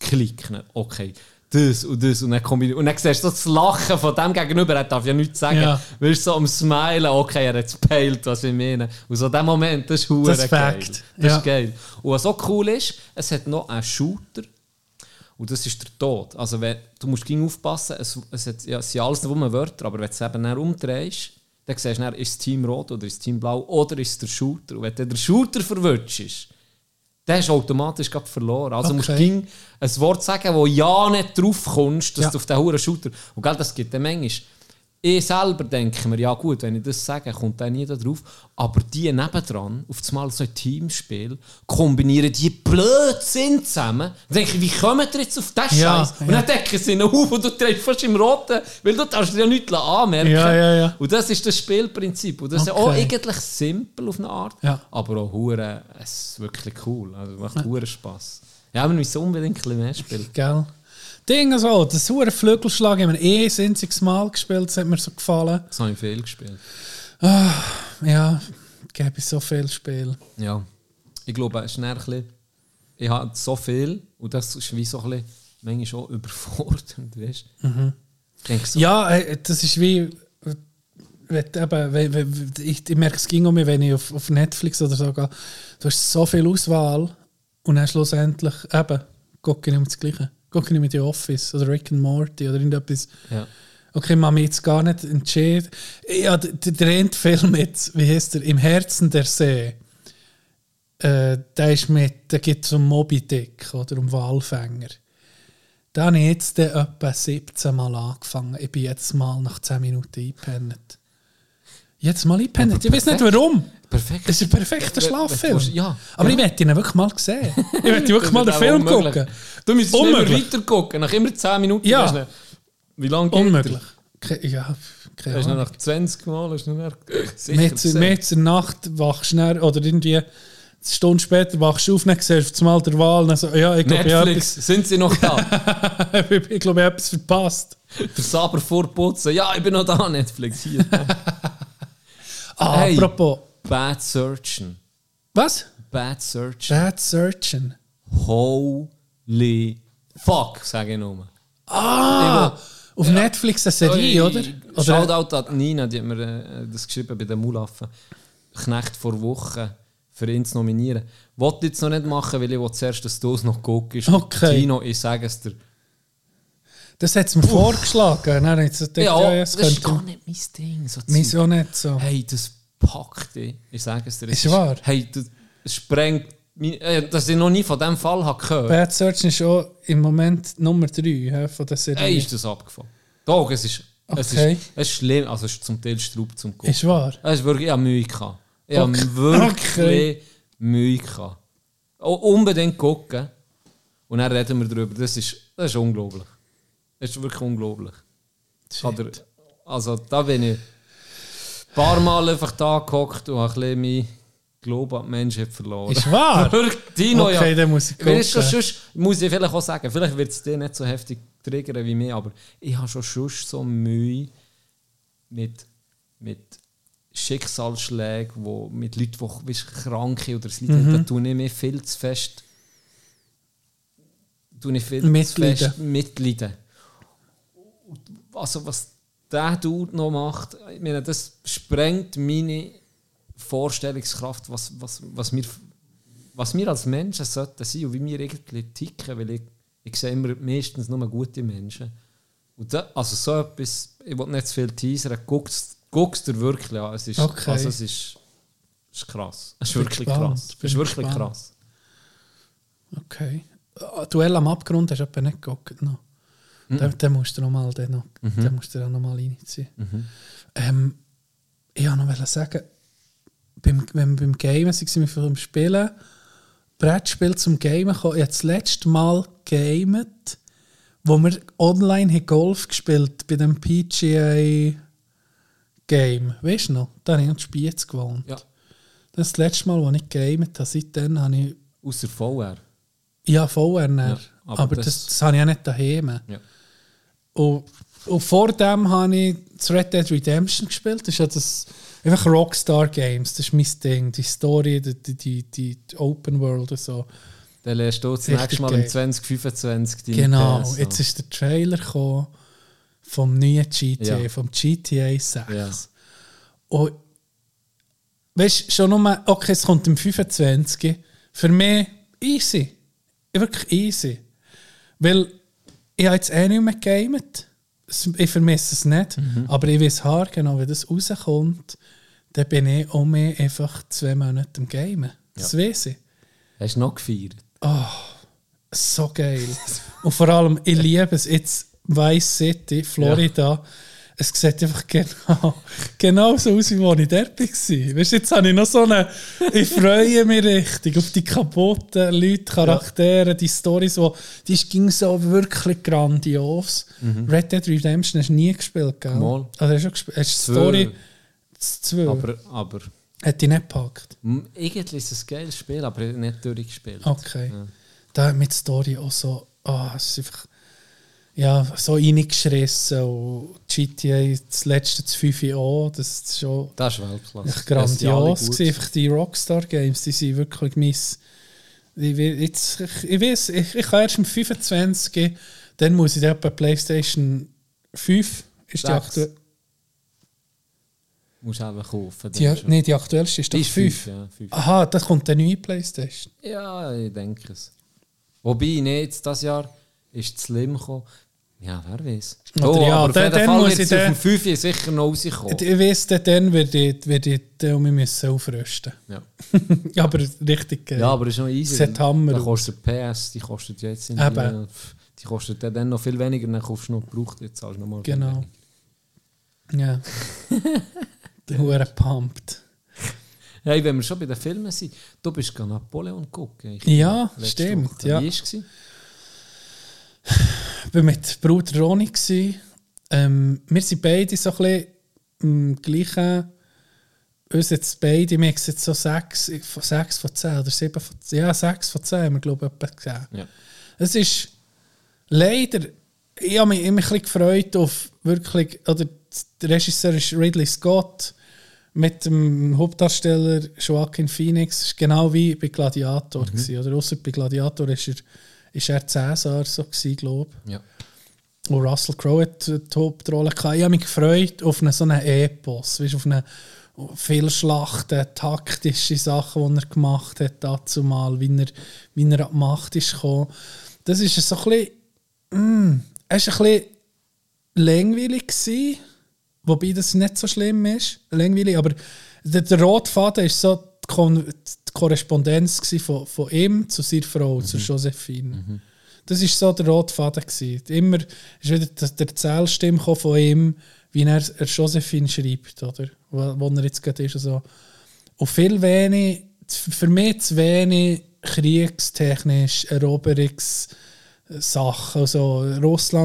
Klick. Dann, okay, das und das. Und dann, kombiniert. und dann siehst du so das Lachen von dem gegenüber, er darf ja nichts sagen. Ja. Willst du so am Smilen, okay, er hat es peilt, was ich meine. Und so in dem Moment, das ist hu Das hure ist geil. Fakt. Das Ja. ist geil. Und was auch cool ist, es hat noch einen Shooter. Und das ist der Tod. Also wenn, du musst gegen aufpassen, es, es, hat, ja, es sind alles nur Wörter, aber wenn du es eben dann umdrehst, dann siehst du, dann, ist das Team rot oder ist das Team blau oder ist es der Shooter. Und wenn du den Shooter verwirrst, dann hast du automatisch gerade verloren. Also Okay. musst du ging ein Wort sagen, wo ja nicht drauf kommst, dass Ja. du auf den hohen Shooter... Und gell, das gibt eine Menge. Ich selber denke mir, ja gut, wenn ich das sage, kommt der nie da drauf. Aber die nebendran, auf einmal so ein Teamspiel, kombinieren die Blödsinn zusammen. Dann denke ich, wie kommen die jetzt auf das Ja, Scheiß? Und dann decken sie ihn auf und du drehst fast im Roten, weil du darfst dir ja nichts anmerken. Ja, ja, ja. Und das ist das Spielprinzip. Und das ist ja auch Okay. eigentlich simpel auf eine Art, Ja. aber auch hure, es ist wirklich cool. Also macht hure Spaß. Ja, wir müssen unbedingt ein bisschen mehr spielen. Gell? Dinge so, das hure Flügelschlag haben wir eh ein einziges Mal gespielt, das hat mir so gefallen. Das habe ich viel gespielt. Ja, gäbe es so viel Spiel. Ja. Ich glaube, es ist eher ein bisschen, ich habe so viel und das ist wie so ein bisschen, manchmal auch überfordernd, weißt du? Mhm. Ich denke so, Ja, äh, das ist wie. äh, wenn du eben- wenn- wenn- Ich, ich merke, es ging um mich, wenn ich auf, auf Netflix oder so gehe. Du hast so viel Auswahl und dann schlussendlich eben, gucke ich nicht mehr das Gleiche. Gucke ich nicht mehr The Office oder Rick and Morty oder irgendetwas. Ja. Okay, man mich jetzt gar nicht entschieden. Ja, der, der eine Film jetzt, wie heißt der? Im Herzen der See. Äh, der ist mit, da geht es um Moby Dick oder um Walfänger. Da habe ich jetzt dann etwa 17 Mal angefangen. Ich bin jetzt mal nach 10 Minuten eingepennt. Jetzt mal eingepennt. Ich weiß nicht perfekt. warum. perfekt. Es ist ein perfekter Wenn- wenn Schlaffilm. du- ja. Aber Ja. ich möchte ihn wirklich mal sehen. Ich möchte wirklich mal den Das ist Film unmöglich. gucken. Du müsstest immer Unmöglich. weiter gucken, nach immer 10 Minuten. Ja. hast du nicht- Wie lange geht Unmöglich. Ke- Ja, Der? keine Hast du Ahnung. noch nach 20 Mal hast du nicht mehr sicher Um- Mehr zur, gesehen. mehr zur Nacht wachst du dann, oder irgendwie eine Stunde später wachst du auf und siehst du mal der Wahl. Dann so, ja, ich glaube, ich habe Netflix, etwas, sind sie noch da? ich glaub, ich habe etwas verpasst. Der Saber vorputzen. Ja, ich bin noch da, Netflix. Hier. Ah, Hey. Apropos, Bad Surgeon. was? Bad Surgeon. Bad Surgeon. Holy fuck, sage ich nur. Ah, auf Netflix eine Serie, oder? oder? Shoutout an Nina, die hat mir äh, das geschrieben bei den Mulaffen. Knecht vor Wochen für ihn zu nominieren. Wollte jetzt noch nicht machen, weil ich will zuerst, dass du es noch guckst. Und Okay. Tino, ich sage es dir. Das hat es mir vorgeschlagen. Dann hat es gedacht, ja, ja, es das ist gar könnte... nicht mein Ding. So Mir Zeug. auch nicht so. Hey, das packt dich. Ich sage es dir. es Ist wahr? Hey, das es sprengt... mein- äh, Dass ich noch nie von diesem Fall habe gehört habe. Bad Surgeon ist auch im Moment Nummer 3 von der Serie. Hey, Äh, ist das abgefahren. Doch, es ist, es, Okay. ist, es ist schlimm. Also, es ist zum Teil Straub zum Gucken. Ist wahr? Es ist wirklich, ich habe Mühe gehabt. Ich Okay. habe wirklich Okay. Mühe gehabt. Oh, unbedingt gucken. Und dann reden wir darüber. Das ist, das ist unglaublich. Das ist wirklich unglaublich. Hat er- also, da bin ich ein paar Mal einfach da gehockt und habe ein bisschen meinen Glauben an die Menschheit verloren. Ist wahr? Wirklich, Dino, ja. Okay, dann muss ich Weil es schon gucken. sonst, muss ich vielleicht auch sagen, vielleicht wird es dir nicht so heftig triggern wie mir, aber ich habe schon sonst so Mühe mit, mit Schicksalsschlägen, wo, mit Leuten, die weißt, kranke oder es leiden, da tue ich mir viel zu fest tue ich viel Mitleiden. zu fest mitleiden. Also was der Dude noch macht, ich meine, das sprengt meine Vorstellungskraft, was, was, was, wir, was wir als Menschen sollten sein und wie wir irgendwie ticken, weil ich, ich sehe immer meistens nur gute Menschen. Und da, also so etwas, ich will nicht zu viel teasern, guckst es dir wirklich an. Es ist, Okay. also es ist, es ist krass. Es ist Bin wirklich gespannt, krass. Es bin ist wirklich gespannt. krass. Okay. Ah, Duell am Abgrund hast du etwa nicht geguckt. Noch. Den, den musst du nochmal noch, den musst du auch noch mal reinziehen. Ähm, ich wollte noch wollte sagen, beim, wenn wir beim Gamen waren, wir vom Spielen, Brettspiel zum Gamen gekommen. Ich habe das letzte Mal gamet, wo wir online haben Golf gespielt bei dem PGA Game. Weißt du noch? Da habe ich noch in Spiez gewohnt. Ja. Das ist das letzte Mal, wo ich gamet habe. Seitdem habe ich Außer VR. ja, VR. Ja, aber aber das, das, das- habe ich auch nicht daheim. Ja. Und, und vor dem habe ich das Red Dead Redemption gespielt. Das ist ja das, einfach Rockstar Games. Das ist mein Ding. Die Story, die, die, die, die die Open World und so. Dann lernst du das Richtig nächste Mal geil. im 2025 deine genau. PS, Jetzt ist der Trailer gekommen vom neuen GTA, Ja. vom GTA 6. Ja. Und Oh, weißt du, schon nur, okay, es kommt im 25. Für mich easy. Wirklich easy. Weil ich habe jetzt eh nicht mehr gegamet. Es- Ich vermisse es nicht. Mhm. Aber ich weiß haargenau, wenn das rauskommt, dann bin ich um mehr einfach zwei Monate am Gamen. Das weiß ich. Hast du noch gefeiert? So geil. Und vor allem, ich liebe es jetzt, Vice City, Florida. es sieht einfach genau, genau so aus, wie wo ich dort war. Weißt, jetzt habe ich noch so eine, ich freue mich richtig auf die kaputten Leute, Charaktere, die Storys, wo, die ist ging so wirklich grandios. Red Dead Redemption hast du nie gespielt, gell? Mhm. Mal. Also hast du schon gespielt, hast du die Zwei. Story, das zwei, Aber, aber hat dich nicht gepackt. hm, irgendwie ist es ein geiles Spiel, aber nicht durchgespielt. Okay. Da hat mich die Story auch so, ah, es ist einfach, ja, so reingeschissen und GTA, das letzte, das 5 auch, das ist schon Das ist Weltklasse. echt Das sind alle grandios gut. gewesen. Einfach die Rockstar Games, die sind wirklich miss. Ich, we- jetzt, ich, ich weiß, ich, ich kann erst am 25, gehen, dann muss ich dort bei Playstation 5, ist die Sechs. aktuelle, Musst du eben kaufen. die, dann schon. nee, die aktuellste ist doch Die 5. ja, fünf. Aha, da kommt der neue Playstation. Ja, ich denke es. Wobei, nee, jetzt dieses Jahr ist Slim gekommen. Ja, Oh, wer weiß. Oder ja, aber auf dann- jeden dann Fall muss wird ich es auf den- dem 5 Uhr sicher noch rauskommen. Ich weiss, dann- dann werde ich, werde ich, wir müssen aufrüsten. Ja. Ja, aber richtig geil. ja, aber das ist noch easy. Das hat Hammer. Dann kostet PS, die kostet jetzt in Eben. die, pff, die kostet dann noch viel weniger, dann kaufst du noch gebraucht, jetzt zahlst du noch mal viel Genau. weniger. Ja. Der Hure pumped. Hey, wenn wir schon bei den Filmen sind, du bist gerade Napoleon eh, gucken. Ich- Ja, letzte stimmt, Woche. ja. Wie ist es? Ich war mit Bruder Roni. gewesen. Ähm, wir sind beide so ein bisschen im gleichen. Uns jetzt beide, wir haben jetzt so sechs von, sechs von zehn oder sieben von zehn. Ja, sechs von zehn haben wir, glaube ich, etwa gesehen. Ja. Es ist leider, ich habe mich immer ein bisschen gefreut auf wirklich, oder der Regisseur ist Ridley Scott mit dem Hauptdarsteller Joaquin Phoenix, ist genau wie bei Gladiator gewesen, oder außer bei Gladiator ist er, ist er Cäsar so gewesen, glaube ja. ich. Und Russell Crowe hat äh, die Hauptrolle gehabt. Ich habe mich gefreut auf einen, so einen Epos, weißt, auf eine viele Schlachten, taktische Sachen, die er gemacht hat dazu mal, wie er, wie er an die Macht ist gekommen. Das ist so ein bisschen es war ein bisschen langweilig, gewesen, wobei das nicht so schlimm ist. Langweilig, aber der, der rote Faden war so die, Kon die Korrespondenz gewesen von, von ihm zu seiner Frau, zu Josephine. Das war so der rote Faden. Gewesen. Immer ist wieder der, der Zählstimme gekommen von ihm, wie er, er Josephine schreibt, oder? Wo, wo er jetzt gerade ist. und so. Und viel wenig, für mich zu wenig kriegstechnisch, Eroberungs- Sachen. Also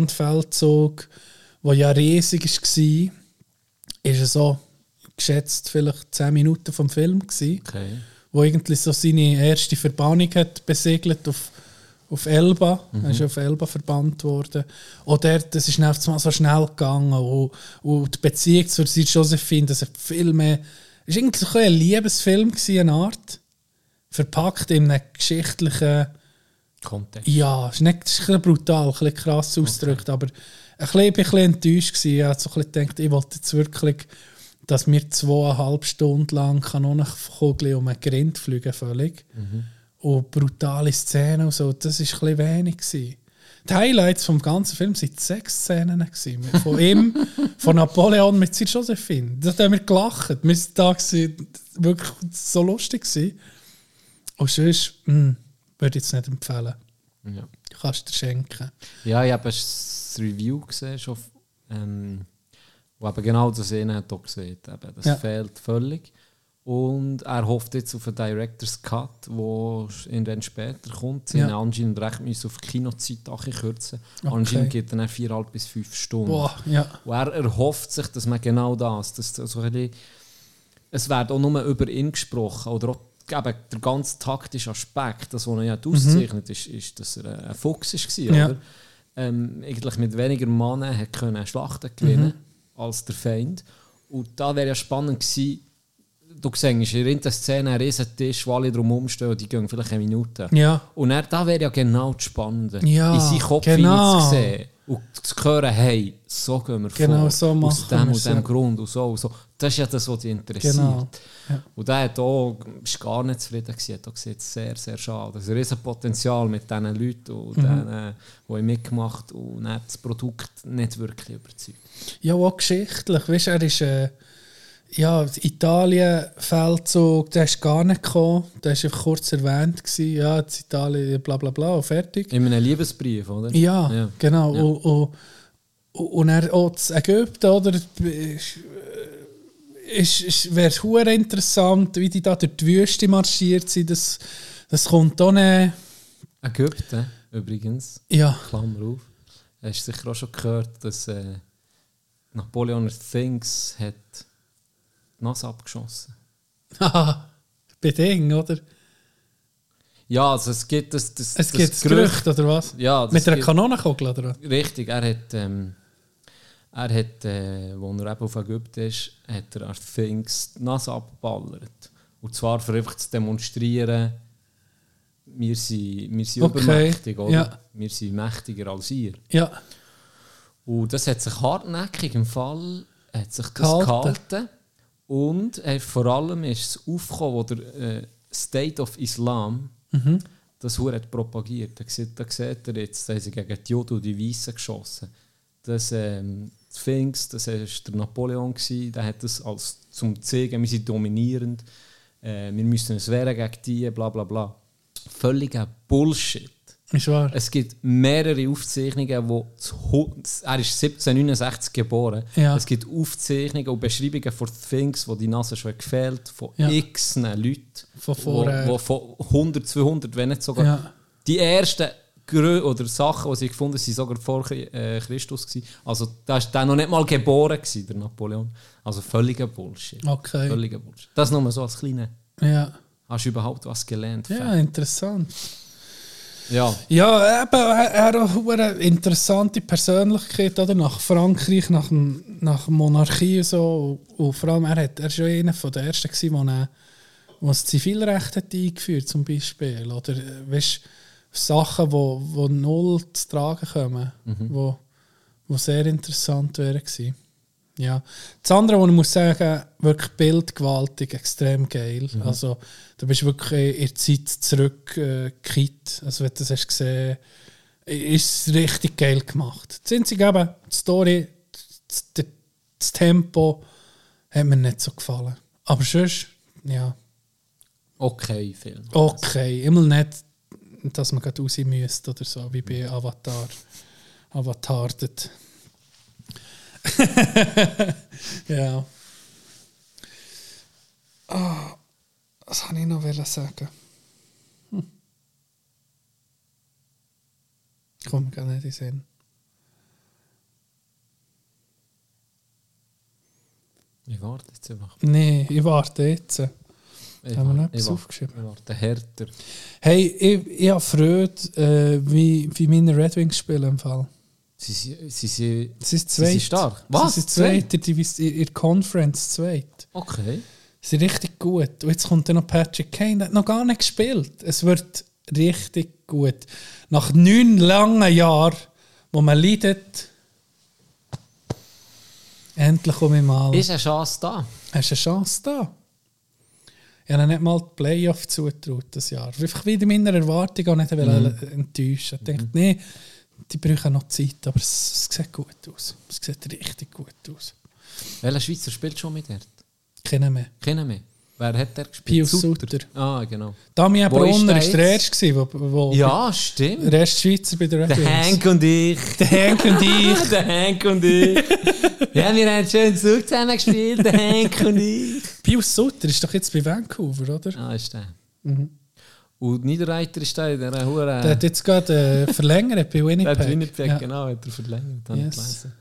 Russland-Feldzug, der ja riesig war, ist er so geschätzt vielleicht 10 Minuten vom Film gewesen, Okay. wo irgendwie so seine erste Verbannung hat besiegelt auf, auf Elba. Er ist auf Elba verbannt worden. Und dort, das ist dann auf einmal so schnell gegangen. Und, und die Beziehung zur Sir Josephine, das hat viel mehr... Es war irgendwie so ein Liebesfilm, gewesen, eine Art. Verpackt in einem geschichtlichen... Kontext. Ja, es ist, nicht, es ist ein bisschen brutal, ein bisschen krass ausgedrückt, aber ein bisschen, ich bin ein bisschen enttäuscht. Gewesen. Ich habe so ein bisschen gedacht, ich wollte jetzt wirklich, dass wir zweieinhalb Stunden lang Kanonenkugeln um einen Grind fliegen völlig. Und brutale Szenen und so, das war ein bisschen wenig. Gewesen. Die Highlights vom ganzen Film waren sechs Szenen. Gewesen. Von ihm, von Napoleon mit seiner Josephine. Da haben wir gelacht. Wir waren da gewesen, wirklich so lustig. Gewesen. Und sonst, mh, würde ich jetzt nicht empfehlen. Ja. Du kannst dir schenken. Ja, ich habe das Review gesehen, schon, auf, ähm, wo eben genau das Szene hat auch gesehen. Eben, das Ja. fehlt völlig. Und er hofft jetzt auf einen Director's Cut, der irgendwann später kommt. Sie Ja. haben anscheinend recht müssen auf die Kinozeit kürzen. Anscheinend geht er dann viereinhalb bis fünf Stunden. Boah, ja. Und er erhofft sich, dass man genau das, dass so ein bisschen, es wird auch nur über ihn gesprochen oder auch eben der ganz taktische Aspekt, das, was er ja auszeichnet, ist, ist, dass er ein Fuchs war, Ja. oder? Ähm, eigentlich mit weniger Mannen hat können Schlachten gewinnen Mhm. als der Feind. Und da wäre ja spannend gewesen, du siehst, in der Szene einen riesen Tisch, wo alle drum umstehen und die gehen vielleicht eine Minute. Ja. Und er, da wäre ja genau das Spannende, Ja, in seinen Kopf genau. hineinzusehen und zu hören, hey, so gehen wir Genau, vor. so aus machen dem wir's, und dem ja. Grund und so und so. Das ist ja das, was dich interessiert. Genau, ja. Und der hat auch, ist gar nicht zufrieden gewesen, hat auch gesagt, sehr, sehr schade. Es ist ein Potenzial mit diesen Leuten Mhm. und denen, die haben mitgemacht und dann hat das Produkt nicht wirklich überzeugt. Ja, auch geschichtlich. Weißt, er ist äh, ja, Italien-Feldzug, der ist gar nicht gekommen. Der ist einfach kurz erwähnt. Gewesen. Ja, das Italien, bla bla bla, und fertig. In einem Liebesbrief, oder? Ja, genau. Ja. Und, und, Und dann auch das Ägypten, oder? äh, Ist, ist, Wäre es interessant, wie die da durch die Wüste marschiert sind. Das, das kommt auch nicht. Ägypten, übrigens, Ja. Klammer auf. Hast du sicher auch schon gehört, dass äh, Napoleon Things hat die Nase abgeschossen Haha, Beding, oder? Ja, also es gibt das, das, Es das gibt das Gerücht, oder was? Ja, das Mit einer gibt- Kanonenkugel, oder was? Richtig, er hat, ähm, er hat, äh, wo er eben auf Ägypten ist, hat er an Sphinx die Nase abgeballert. Und zwar für einfach zu demonstrieren, wir sind, wir sind Okay, übermächtig, oder? ja. Wir sind mächtiger als ihr. Ja. Und das hat sich hartnäckig im Fall hat sich das Gehalten. gehalten. Und äh, vor allem ist es aufgekommen, wo der äh, State of Islam das Hure hat propagiert. Da sieht, da sieht er jetzt, da haben sie gegen die Juden und die Weißen geschossen. Das ähm, Sphinx, das war der Napoleon, gewesen, der hat das als zum Zeigen, wir sind dominierend, äh, wir müssen uns wehren gegen die, bla bla bla. Völliger Bullshit. Ist wahr. Es gibt mehrere Aufzeichnungen, wo zu hu- er ist 1769 geboren. Ja. Es gibt Aufzeichnungen und Beschreibungen von Sphinx, wo die Nase schon gefehlt, von Ja. x Leuten, Von wo, vorher. wo von 100, 200, wenn nicht sogar Ja. die ersten Grö oder Sachen, die sie gefunden haben, sind sogar vor Chri- äh, Christus gewesen. Also da ist der noch nicht mal geboren gewesen, der Napoleon. Also völliger Bullshit. Okay. Völliger Bullshit. Das nur so als kleine. Ja. Hast du überhaupt was gelernt? ja, interessant. ja. Ja, eben, er er auch eine interessante Persönlichkeit, oder? Nach Frankreich, nach, dem- nach Monarchie und so. Und vor allem, er, hat, er war ja einer von der ersten, gewesen, der wo das Zivilrecht hat eingeführt zum Beispiel. Oder äh, weißt, Sachen, die wo, wo null zu tragen kommen, Mhm. wo, wo sehr interessant wären gewesen. Ja. Das andere, was ich muss sagen, wirklich Bildgewaltig, extrem geil. Also, du bist wirklich in der Zeit zurück äh, gekippt. Also, wenn du das hast gesehen ist es richtig geil gemacht. Das einzige eben, die Story, das, das, das Tempo hat mir nicht so gefallen. Aber sonst, ja, Okay, Film. Oh. okay. Immer nicht, dass man gerade raus müsste oder so, wie bei Avatar. Avatardet. ja. Ah, was wollte ich noch wollen sagen? Hm. Kommt mir gar nicht in den Sinn. Ich warte jetzt einfach. Nein, ich warte jetzt. Ich Haben wir noch warte- etwas ich warte- aufgeschrieben? Ich warte härter. Hey, ich, ich habe Freude, äh, wie, wie meine Red Wings spielen im Fall. Sie, sie, sie, sie, Es ist Sie sind zweit. stark. Was? Was? Es ist zweit, in, der- in der Conference zweit. okay. Sie sind richtig gut. Und jetzt kommt dann noch Patrick Kane, der hat noch gar nicht gespielt. Es wird richtig gut. Nach neun langen Jahren, wo man leidet, endlich komme ich mal. Ist eine Chance da? Hast du eine Chance da? Ich habe ihnen nicht mal die Playoff zugetraut das Jahr. Einfach wieder meiner Erwartung auch nicht mhm. enttäuschen. Ich dachte, nee, die brauchen noch Zeit, aber es, es sieht gut aus. Es sieht richtig gut aus. Welcher Schweizer spielt schon mit dort? Kennen mehr. Kennen wir. Wer hat der gespielt? Pius Sutter. Sutter. Ah, genau. Damian Wo ist Brunner der war der jetzt? Erste, der wo Ja, der stimmt. erste Schweizer bei der Red Der Wings. Hank und ich. Der Hank und ich. Der Hank und ich. ja, wir haben schön Zug zusammen gespielt, der Hank und ich. Pius Sutter ist doch jetzt bei Vancouver, oder? Ah, ist der. Und Niederreiter ist der in dieser Hure. Mhm. Der hat jetzt gerade äh, verlängert bei Winnipeg. Ah. Der hat Winnipeg, Ja. genau, hat er verlängert. Habe Yes. ich gelesen.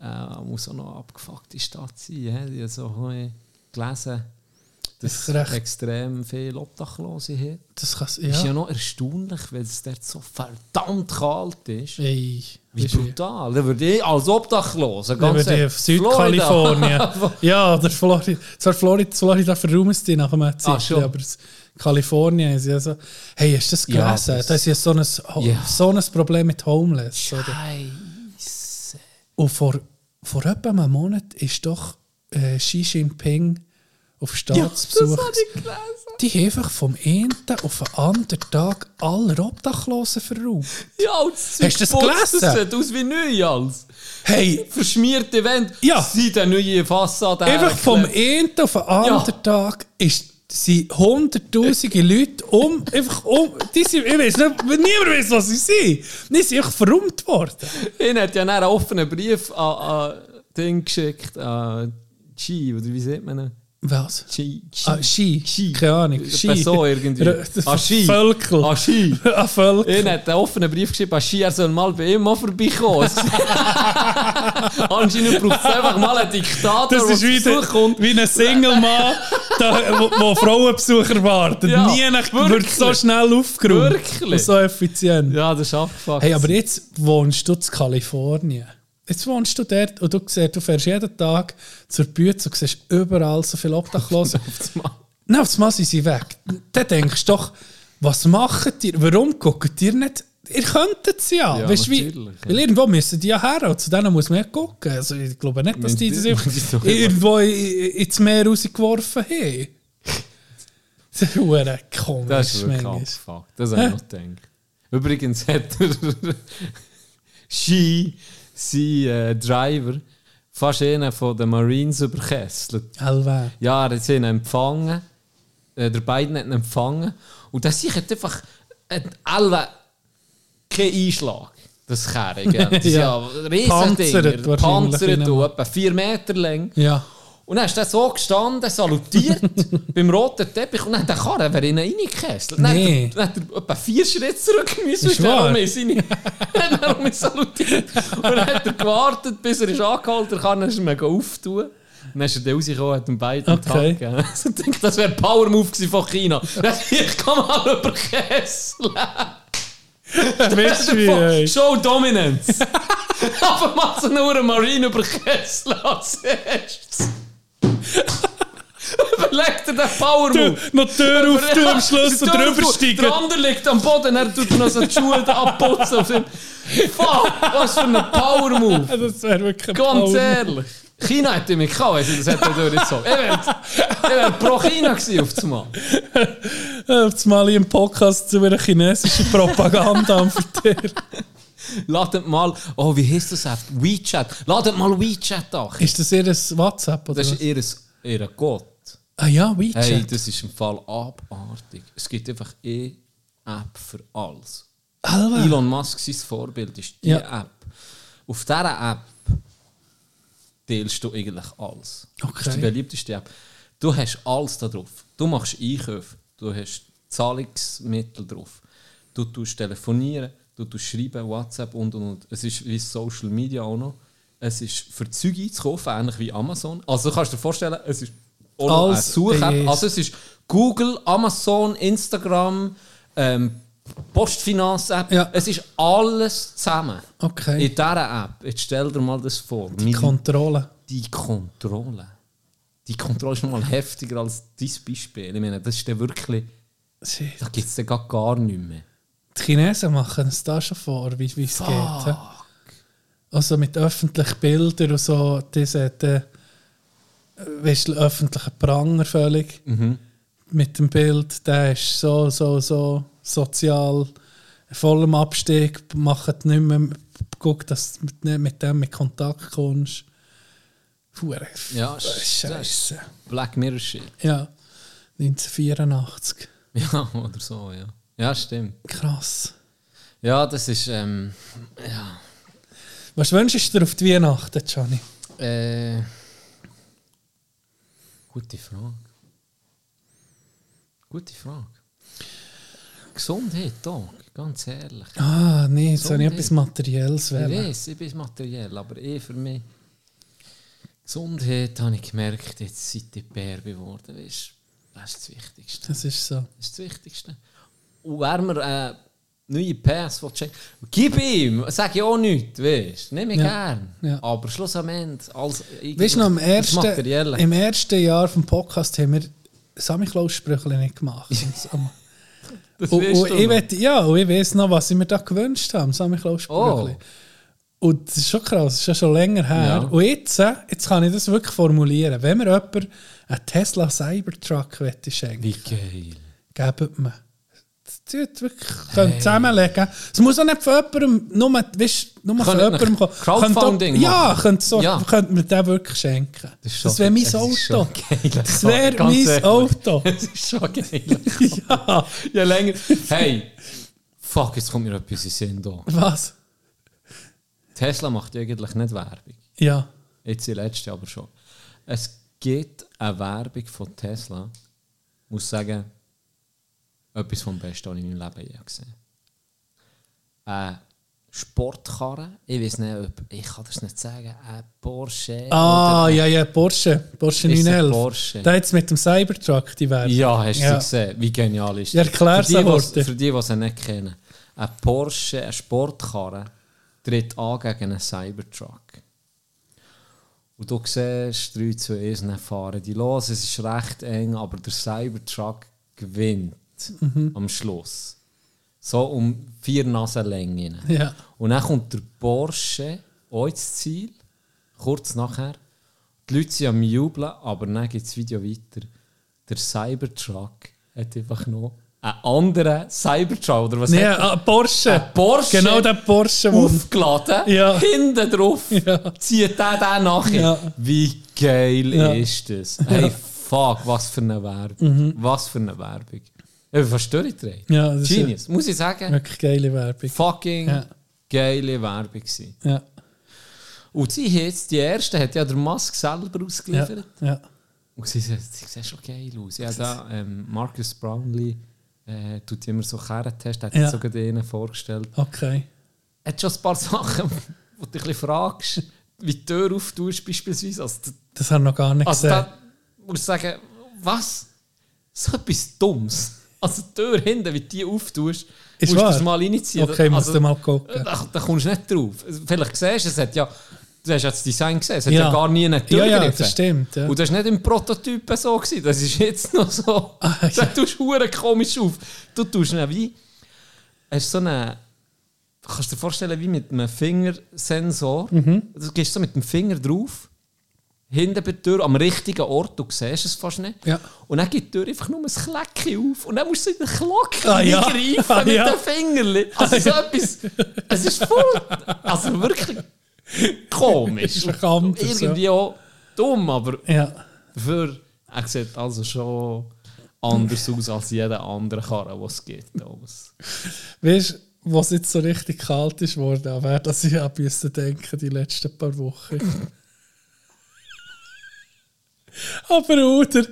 Äh, muss auch noch abgefuckte Stadt sein. He? Ich habe so ein bisschen gelesen, Das ist dass recht- extrem viel Obdachlose hat. Das kann's, Ist ja ja. noch erstaunlich, weil es dort so verdammt kalt ist. Ey, Wie weisst du, brutal. Da würde ich als Obdachloser Über ganz die ehrlich- Südkalifornien. Florida. ja, oder Florida. Zwar Florida, Florida verräumt die nach einem Zeitchen, schon. aber das Kalifornien ist ja so. Hey, hast du das gelesen? Ja, das, das- ist ja so ein, Ho- Ja. so ein Problem mit Homeless. Oder? Scheisse. Und vor, vor etwa einem Monat ist doch äh, Xi Jinping auf Staatsbesuch. die haben einfach vom einen auf den anderen Tag alle Obdachlosen verräumt. Ja, und das Hast du das Zeug putzt, gelesen? Das sieht aus wie neu als. Hey, Verschmierte Wände. Ja. Sie der neue Fassade. Einfach vom einen auf den anderen Ja. Tag ist sind hunderttausende Leute um, einfach um, die sind, ich weiß nicht, niemand weiß, was sie sind. Die sind einfach verrummt worden. Ich hat ja dann einen offenen Brief an, an Ding geschickt, an G, oder wie sieht man ihn? Was? G. G. Ah, Ski. Ski. Keine Ahnung. Ski. Person irgendwie. R- Ah, Ski. Völkel. An Ski. Ein Völkel. Ich hat einen offenen Brief geschrieben an Ski, er soll mal bei ihm auch vorbeikommen. Anscheinend braucht es einfach mal einen Diktator, Das ist Dus der wie, zu der, Besuch kommt. wie ein Single-Mann, der wo, wo Frauenbesucher wartet. Ja, Nie wird wirklich. so schnell aufgeräumt. Wirklich. Und so effizient. Ja, das ist abgefuckt. Hey, aber jetzt wohnst du in Kalifornien. Jetzt wohnst du dort und du siehst, du fährst jeden Tag zur Bütze und siehst überall so viele Obdachlose. Nein, auf einmal sind sie weg. Dann denkst du doch, was machen die? Warum gucken die nicht? Ihr könntet es ja. Ja, weißt, du, wie, natürlich, ja. Weil irgendwo müssen die ja her und zu denen muss man ja gucken. Also ich glaube nicht, dass die das Wenn die- wenn einfach die so- irgendwo in- in- ins Meer rausgeworfen haben. Das ist verdammt komisch. Das ist wirklich manchmal. abgefuckt. Das habe ich noch gedacht. Übrigens hat der Ski, sein äh, Driver, fast einen von den Marines überkesselt. Helvä. Ja, er hat ihn empfangen. Äh, der Biden hat ihn empfangen. Und das hat einfach hat alle keinen Einschlag. Das Kerrig. Ja, Ja. ja riesen Panzert Dinger. wahrscheinlich Panzeret, innen. etwa vier Meter lang. Ja. Und dann ist er so gestanden, salutiert beim roten Teppich und dann hat der Karren wäre ihn reingekesselt. Dann, Nee. nee. dann hat er etwa vier Schritte zurück müssen. Ist Ist wahr? darum ist seine, darum ist salutiert. Und dann hat er gewartet, bis er ist angeholt hat, dann ist er mir auftun. Und dann ist er dann rausgekommen, hat ihm beide Okay. okay. Tag also, ich denke, das wäre ein Power-Move gewesen von China. Das ich kann mal über Kessel. Weißt du, wie, ey? Show Dominance. Aber mal so nur eine Marine über Kessel als erstes. Überleg dir den Power-Move. noch die Tür auf, du am Schluss und drüber steigen. Der andere liegt am Boden, er tut noch so die Schuhe abputzen. auf ihm. Fuck, was für ein Power-Move. Ja, Das wäre wirklich ein Ganz Paul. ehrlich. China hätte mich gehabt, also das hätte er durchgezogen. Ich wäre ich wär pro China gewesen auf das Mal. Äh, Auf Mal im Podcast zu einer chinesischen Propaganda am Verteer. Ladet mal, oh, wie heißt das App? WeChat. Ladet mal WeChat an. Ist das ihr WhatsApp oder Das ist was? ihr, ihr Gott. Ah ja, WeChat. Dus Eh, Hey, das ist im Fall abartig. Es gibt einfach eine App für alles. Alva. Elon Musk, sein Vorbild ist die Ja. App. Auf dieser App teilst du eigentlich alles. Das ist die Okay. beliebteste App. Du hast alles da drauf. Du machst Einkäufe, du hast Zahlungsmittel drauf. Du tust telefonieren, du tust schreiben, WhatsApp und und und. Es ist wie Social Media auch noch. Es ist für Züge einzukaufen, ähnlich wie Amazon. Also du kannst dir vorstellen, es ist auch noch eine Alles Suche. ist- Also es ist Google, Amazon, Instagram, ähm, Postfinanz-App. Ja. Es ist alles zusammen. Okay. In dieser App. Jetzt stell dir mal das vor. Die Mil- Kontrolle. die Kontrolle. Die Kontrolle ist noch mal heftiger als dein Beispiel. Ich meine, das ist dann wirklich. Shit. Da gibt es dann gar, gar nichts mehr. Die Chinesen machen es da schon vor, wie wie es geht. hä? Also mit öffentlichen Bildern und so, die sollten, weißt du, öffentlichen Pranger völlig. Mhm. Mit dem Bild, der ist so, so, so sozial, voll im Abstieg, macht nicht mehr, guck, dass du nicht mit dem in Kontakt kommst. Hure, Ja, das ist- Scheiße. Black Mirror Shit. Ja, 1984. Ja, oder so, ja. Ja, stimmt. Krass. Ja, das ist. Ähm, ja. Was wünschst du dir auf die Weihnachten, Gianni? Äh, gute Frage. Gute Frage. Gesundheit, Tag, ganz ehrlich. Ah, nee, jetzt soll ich Gesundheit. etwas Materielles Ich wählen. weiß, ich bin materiell, aber eh für mich. Gesundheit habe ich gemerkt, jetzt seit ich Bär geworden bin. ist- Das ist das Wichtigste. Das ist so. Das ist das Wichtigste. Und wer mir äh, neue PS will checken gib ihm, sag ja auch nichts, weißt du. Nimm ich Ja. gern. Ja. nou Aber Schluss am Ende, als Weißt du noch, im das ersten, Materielle. im ersten Jahr vom Podcast haben wir Sammy Klaus-Sprüche nicht gemacht. Und so. das und, weißt und du ich noch. wett, ja, und ich weiß noch, was ich mir da gewünscht habe, Sammy Klaus-Sprüche. Oh. Und das ist schon krass, das ist ja schon länger her. Ja. Und jetzt, äh, jetzt kann ich das wirklich formulieren. Wenn mir jemand einen Tesla Cybertruck möchte Wie schenken geil. geben mir tut wirklich könnt zusammenlegen. Es muss auch nicht von jemandem, nur, weißt, nur von Könnt nicht jemandem kommen. Crowdfunding Könnt auch- Ja, machen. könnt so, Ja. könnt mir den wirklich schenken. Das ist Das, schon- wäre mein es ist schon Dus Auto. geil. Das wäre Ganz mein ehrlich. Auto. Das ist schon geil. ja, Je länger. Hey, fuck, jetzt kommt mir etwas in den Sinn. da. was? Tesla macht eigentlich nicht Werbung. Ja. Jetzt die letzte aber schon. Es gibt eine Werbung von Tesla. Ich muss sagen, etwas vom Besten, was ich in meinem Leben je gesehen habe. Eine Sportkarre, ich weiß nicht, ob, ich kann das nicht sagen, ein Porsche. Ah, oder- ja, ja, Porsche. Porsche Ist ein 911. Porsche. Da jetzt mit dem Cybertruck die Werbung. Ja, hast du Ja. gesehen, eh, wie genial ist Ja, erklär's Für die, auch was- heute. Für die, die sie nicht kennen. Ein eh, Porsche, eine Sportkarre, tritt an gegen einen Cybertruck. Und du siehst, 3 zu 1 dann fahren die los, es ist recht eng, aber der Cybertruck gewinnt Mhm. am Schluss. So um vier Nasenlängen. Ja. Und dann kommt der Porsche auch ins Ziel, kurz nachher. Die Leute sind am Jubeln, aber dann geht das Video weiter. Der Cybertruck hat einfach noch einen anderen Cybertruck, oder was Nee, hat er? ah, Porsche. Ein Porsche. Genau der Porsche. wo- Aufgeladen, Ja. hinten drauf, Ja. zieht der den nachher. Ja. Wie geil Ja. Mhm. ist das? Hey, fuck, was für eine Werbung. Was für eine Werbung. Ich verstehe ich drei. Ja, das ist Genius, muss ich sagen. Wirklich geile Werbung. Fucking Ja. geile Werbung gewesen. Ja, Und sie hat jetzt, die erste hat ja der Musk selber ja, ausgeliefert. ja. Und sie sieht, sie sieht schon geil aus. Ja, da, ähm, Marcus Brownlee äh, tut immer so Kerrentests, hat Ja. ja. sogar denen vorgestellt. Okay. Hat schon ein paar Sachen, wo du dich ein bisschen fragst, wie die Tür auftust beispielsweise. Also, Das haben wir noch gar nicht also gesehen. da muss ich sagen, was? So etwas Dummes. Also die Tür hinten, wie du die auftust, Ist musst du wahr? das mal reinziehen. Okay, musst also, du mal gucken. Da, da kommst du nicht drauf. Vielleicht siehst du, es hat ja, du hast ja das Design gesehen, es hat ja, Ja. gar nie eine Tür Ja, ja, gegriffen. das stimmt. Ja. Und das war nicht im Prototypen so, gewesen. das ist jetzt noch so. Ah, ja. Da tust du hure komisch auf. Du tust ihn wie... Hast so eine... Kannst du dir vorstellen, wie mit einem Fingersensor. Mhm. Du gehst so mit dem Finger drauf, hinten bei der Tür, am richtigen Ort, du siehst es fast nicht. Ja. Und dann gibt die Tür einfach nur ein Kleckchen auf und dann musst du in den Glocken Ah, ja. greifen Ah, mit ja. den Fingerli. Also so etwas... Es ist voll... Also wirklich komisch. Ist wirklich anders, ja. Irgendwie auch dumm, aber... ja. Für, er sieht also schon anders aus als jeder andere Karre, was es gibt. Thomas. Weißt du, wo es jetzt so richtig kalt ist worden, an wer das ich habe müssen denken die letzten paar Wochen. Aber oder,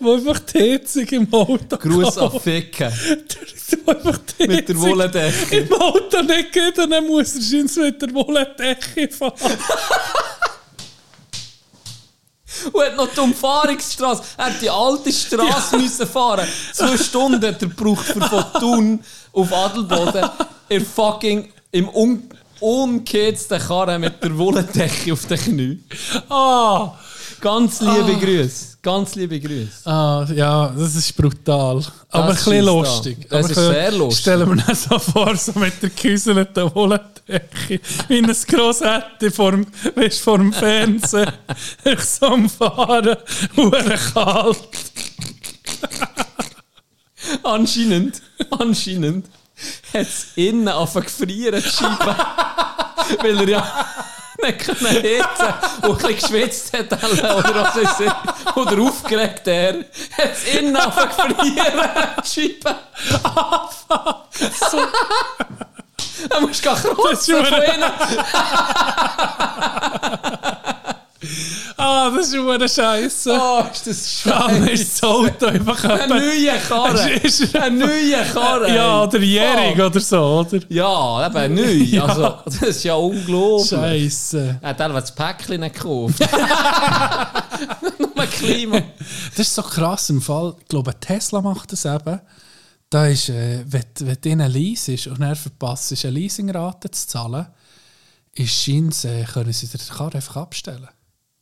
wo einfach die Heizung im Auto Gruß an kam. Ficken Wo einfach die mit der Heizung Wollendecke. im Auto nicht geht, und dann muss er scheinbar mit der Wollendecke fahren. Und hat noch die Umfahrungsstraße. Er hat die alte Straße müssen fahren. Zwei Stunden hat er gebraucht für von Thun auf Adelboden. Er fucking im un ungehetzten Karren mit der Wollendecke auf den Knien. Ah! Ganz liebe Grüße. Ganz liebe Grüße. Ah, ja, das ist brutal. Aber ein Das bisschen scheisst an. lustig. Es Aber ist ein bisschen- sehr lustig. Stellen wir das so vor, so mit der gehäuselten Wollendecke, wie ein Grosshätte vor dem, weißt, vor dem Fernsehen. ich so am Fahren, hure kalt. Anscheinend, anscheinend hat es innen angefangen zu frieren, die Scheibe. weil er ja nicht können hitzen und ein bisschen geschwitzt hat. Alle, oder, was weiß ich, oder aufgeregt er. Hat es innen angefangen zu frieren, die Scheibe. Dann musst du gar Das ist kratzen von schon- innen. Ah, das ist hure scheiße. Oh, ist das Dann scheiße. ist das Auto einfach Eine etwa- neue Karre. Es ist- Eine neue Karre. Ja, oder jährig oder so, oder? Ja, eben neu. Also, das ist ja unglaublich. Scheiße. Er hat einfach das Päckchen nicht gekauft. Nur Klima. Das ist so krass im Fall, ich glaube, Tesla macht das eben. Da ist, äh, wenn, wenn du ihnen leasest und er verpasst ist, eine Leasingrate zu zahlen, ist scheint, äh, können sie den Karre einfach abstellen.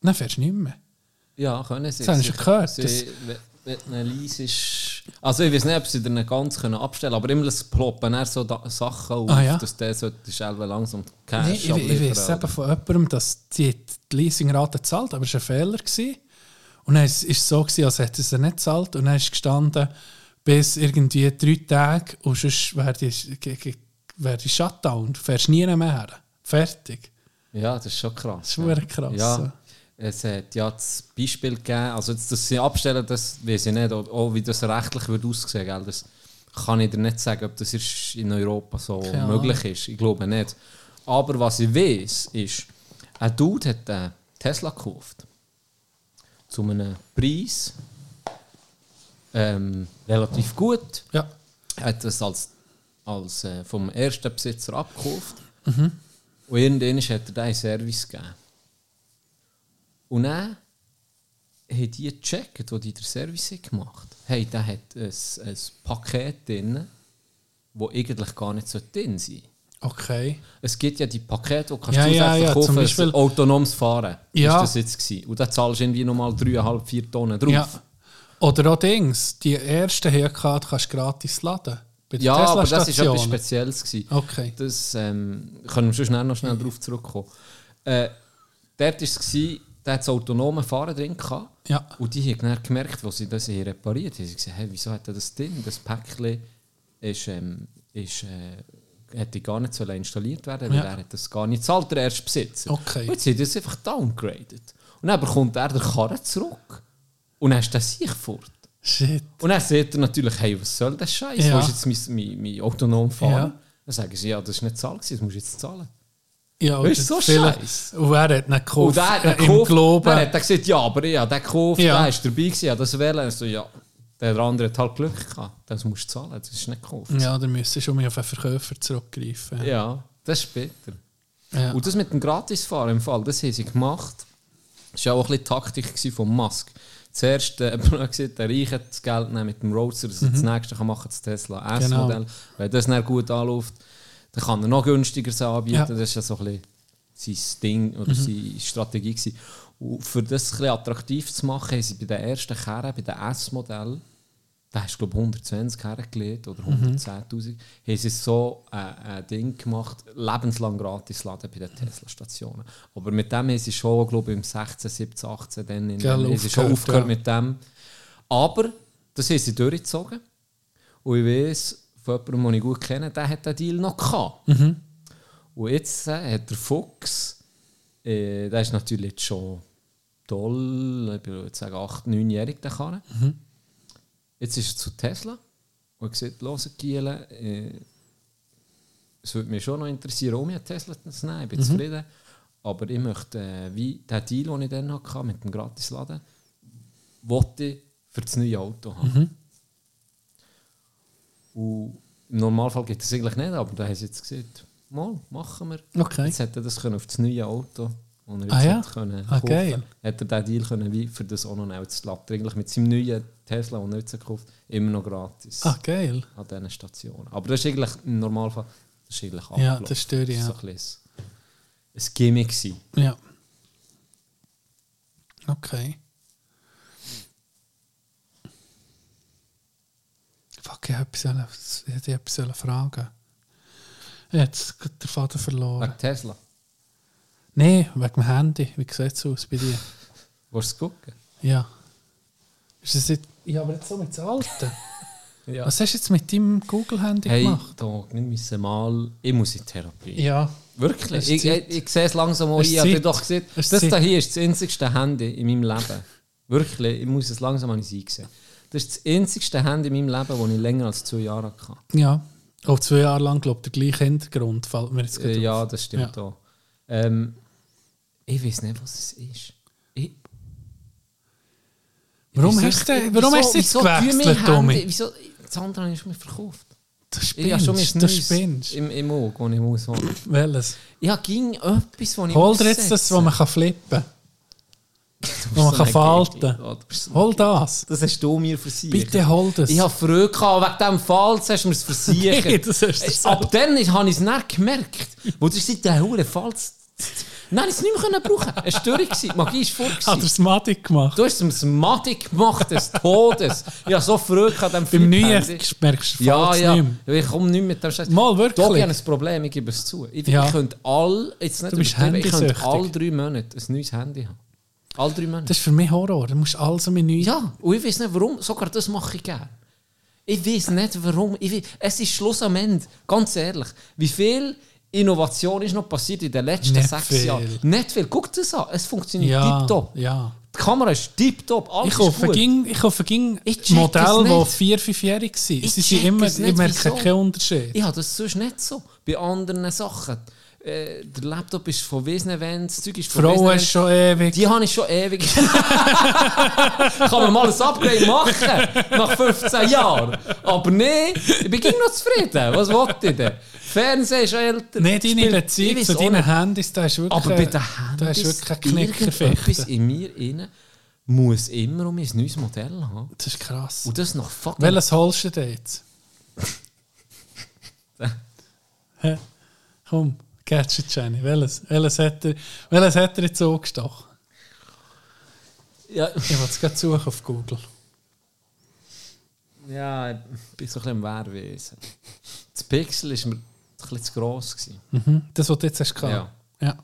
Dann fährst du nicht mehr. Ja, können sie. Das haben wir schon gehört. Sie, Das- wenn- wenn eine leise ist. Also, ich weiß nicht, ob sie den ganz können abstellen können, aber immer es ploppen dann so da, Sachen auf, Ah, ja. dass der sollte selber langsam die Cash Nee, ich, ich abliefern, weiß Äh, oder? eben von jemandem, dass sie die Leasingrate zahlt, aber es war ein Fehler. Gewesen. Und dann ist ist es so, gewesen, als hätte sie sie nicht gezahlt. Und dann ist gestanden, bis irgendwie drei Tage und sonst wäre die, ge- ge- wäre die Shutdown. Du fährst nie mehr her. Fertig. Ja, das ist schon krass. Das ist verdammt krass, ja. Ja. Es hat ja das Beispiel gegeben, also jetzt, dass sie abstellen, das weiß ich nicht, ob, auch wie das rechtlich würde aussehen gell? Das kann ich dir nicht sagen, ob das ist in Europa so Keine Ahnung. möglich ist. Ich glaube nicht. Aber was ich weiß, ist, ein Dude hat einen Tesla gekauft. Zu einem Preis. Ähm, relativ gut. Ja. hat das als, als äh, vom ersten Besitzer abgekauft. Mhm. Und irgendwann hat er den in Service gegeben. Und dann haben die gecheckt, wo die den Service haben gemacht haben. Hey, der hat ein, ein Paket drin, das eigentlich gar nicht so drin sein sollte. Okay. Es gibt ja die Pakete, die kannst Ja, du ja, zusätzlich ja, zum kaufen Beispiel- das autonomes Fahren Ja. ist das jetzt gewesen. Und da zahlst du irgendwie nochmal 3,5, 4 Tonnen drauf. Ja. Oder auch Dings, die ersten Haircut kannst du gratis laden. Bei den Ja, aber das ist Tesla-Stationen. etwas Spezielles. Gewesen. Okay. Mhm. Das ähm, können wir schon schnell noch schnell darauf zurückkommen. Äh, dort war es, gewesen, der hat das autonome Fahren drin gehabt. Ja. Und die haben dann gemerkt, als sie das hier repariert haben, sie haben gesagt, hey, wieso hat er das drin? Das Päckchen ist, ähm, ist, äh, hätte gar nicht so installiert werden weil Ja. er hat das gar nicht zahlt, der erste Besitzer. Okay. Und jetzt haben sie das einfach downgraded. Und dann bekommt er den Karren zurück. Und dann ist der sich fort. Shit. Und dann sieht er natürlich, hey, was soll das Scheiß? Ja. Wo ist jetzt mein, mein, mein autonom Fahren? Ja. Dann sagen sie, ja, das ist nicht zahlt, das musst du jetzt zahlen. Ja, Weißt du, so vielleicht- Scheiss. Und er hat ihn gekauft. Und der hat äh, den Im gekauft, Glauben. dann hat er gesagt, ja, aber ich habe den gekauft, Ja. der ist dabei gewesen, ich habe das wählen. so, ja, der andere hat halt Glück gehabt, das musst du zahlen, das ist nicht gekauft. Ja, da müsstest du mich auf einen Verkäufer zurückgreifen. Ja, das ist bitter. Ja. Und das mit dem Gratisfahren im Fall, das haben sie gemacht. Das war auch ein bisschen die Taktik gewesen von Musk. Zuerst äh, hat man gesagt, der Reiche hat das Geld nehmen mit dem Roadster, dass er das nächste kann machen das Tesla S-Modell. Mhm. Genau. Wenn das dann gut anläuft, dann kann er noch günstiger es anbieten. Ja. Mhm. Das ist ja so ein bisschen sein Ding oder seine Strategie. Gewesen. Und für das ein bisschen attraktiv zu machen, haben sie bei den ersten Kerren, bei den S-Modellen, da hast du, glaube 120 hergelegt Mhm. oder 110.000. Haben sie so äh, ein Ding gemacht, lebenslang gratis laden bei den Tesla-Stationen. Aber mit dem haben sie schon, glaube ich, im 16, 17, 18 dann in, Gell, haben sie schon aufgehört, aufgehört ja. mit dem. Aber das haben sie durchgezogen. Und ich weiß, von jemandem, den ich gut kenne, der hat den Deal noch gehabt. Mhm. Und jetzt äh, hat der Fuchs, äh, der ist natürlich jetzt schon toll, ich würde sagen 8-, 9-jährig, der kann. Jetzt ist er zu Tesla und hat gesagt, «Hör, Giele, äh, es würde mich schon noch interessieren, um einen Tesla zu nehmen, ich Mhm. bin zufrieden, aber ich möchte, äh, wie den Deal, den ich dann hatte, mit dem Gratisladen, wollte ich für das neue Auto haben. Mhm. Und im Normalfall gibt es eigentlich nicht, aber da haben sie jetzt gesagt, mal, machen wir. Okay. Jetzt hätte er das können auf das neue Auto und Ah ja? können Ah, kaufen. geil. Hätte er den Deal können, wie für das auch noch nehmen. Jetzt lädt er eigentlich mit seinem neuen Tesla, den er jetzt gekauft hat, immer noch gratis Ah, geil. an diesen Stationen. Aber das ist eigentlich im Normalfall das ist eigentlich Ja, abgelaufen. das ist durch, ja. so ein bisschen ein Gimmick gewesen. Ja. Okay. Fuck, ich hätte etwas sollen- ich hätte etwas sollen fragen Jetzt hat der Vater verloren. Wegen Tesla. Nein, wegen dem Handy. Wie sieht es aus bei dir? Willst du es gucken? Ja. Ist das jetzt, ja, aber jetzt so mit dem Alten. Ja. Was hast du jetzt mit deinem Google-Handy Hey, gemacht? Dog, wir müssen mal... Ich muss in Therapie. Ja. Es Wirklich? ist Ich, Zeit. ich, ich sehe es langsam auch Es ist ein. Ich habe dir Zeit. doch gesehen, Es ist das Zeit. da hier ist das einzigste Handy in meinem Leben. Wirklich, ich muss es langsam an sie sehen. Das ist das einzigste Handy in meinem Leben, das ich länger als zwei Jahre hatte. Ja. Auch zwei Jahre lang, glaube ich, der gleiche Hintergrund fällt mir jetzt gerade Äh, ja, auf. das stimmt Ja. auch. Ähm, ich weiß nicht, was es ist. Ich, Warum Wieso- hast du denn- warum wieso- hast du jetzt wieso tun gewechselt, wir Tommy? Hände- Wieso? Das andere habe ich schon mal verkauft. Das spinnst, Ich habe schon mein das neues spinnst. im, im Auge, wo ich muss. holen. Welches? Ich habe ging etwas, wo ich Hol dir jetzt das, was man kann flippen Du bist was man so kann ein verhalten. Gegner. Ja, du bist so ein kann. Hol Gegner. das. Das hast du mir versichert. eh. Bitte hol das. Ich habe Freude gehabt, wegen diesem Fall, das hast du mir es versichert. Nein, das hast du Äh, selber. Ab dann ist- habe ich es nicht gemerkt. Wo du seit der Hure Fall. Nein, ich es nicht mehr können brauchen. Es war durch. gewesen. Die Magie ist vor. gewesen. Hat er es madig gemacht? Du hast es madig gemacht, des Todes. Ich habe so Freude an dem Beim Flip-Handy. Neuen merkst du Ja, falls ja. nicht mehr. Ich komme nicht mit dem Scheiß. Mal, wirklich? Doch, ich habe ein Problem, ich gebe es zu. Ich, Ja. ich könnte all, jetzt nicht Du bist übertreiben, ich könnte handysüchtig. alle drei Monate ein neues Handy haben. Alle drei Monate. Das ist für mich Horror. Du musst alles um neu. ja, und ich weiß nicht warum, sogar das mache ich gerne. Ich weiß nicht warum. Ich weiss, es ist Schluss am Ende. Ganz ehrlich. Wie viel Innovation ist noch passiert in den letzten Nicht sechs viel. Jahren? Nicht viel. Guck das an. Es funktioniert Ja, tiptop. ja. Die Kamera ist tiptop. Alles Ich hoffe, ist gut. ging, ich hoffe, ging Ich check Modelle, es die nicht. vier, fünfjährig sind. Ich Sie sind check immer, es ich nicht, merke wieso? keinen Unterschied. Ich habe das sonst nicht so. Bei anderen Sachen. Äh, der Laptop ist von Wissen wenn das Zeug ist von Frauen Wissen ist schon ewig. Die habe ich schon ewig. Kann man mal ein Upgrade machen nach 15 Jahren. Aber nein, ich bin immer noch zufrieden. Was wollte ich denn? Fernsehen ist älter. Nein, deine Spielt- Ich Beziehung weiss zu auch deinen nicht. Handys, da ist wirklich, Aber bei den da Händen ist ist wirklich ein irgendetwas Knickerfechten. in mir inne muss immer um ein neues Modell haben. Das ist krass. Und das noch fucking... Welches holst du dir jetzt? Hä? Komm, Gadget Jenny, welches, welches, hat er, welches hat er jetzt angestochen? Ja, Ich will es gerade suchen auf Google. ja, ich bin so ein bisschen im Wehrwesen. Das Pixel war mir ein bisschen zu gross. Gewesen. Mhm. Das, was du jetzt hast. gehabt. Ja. ja.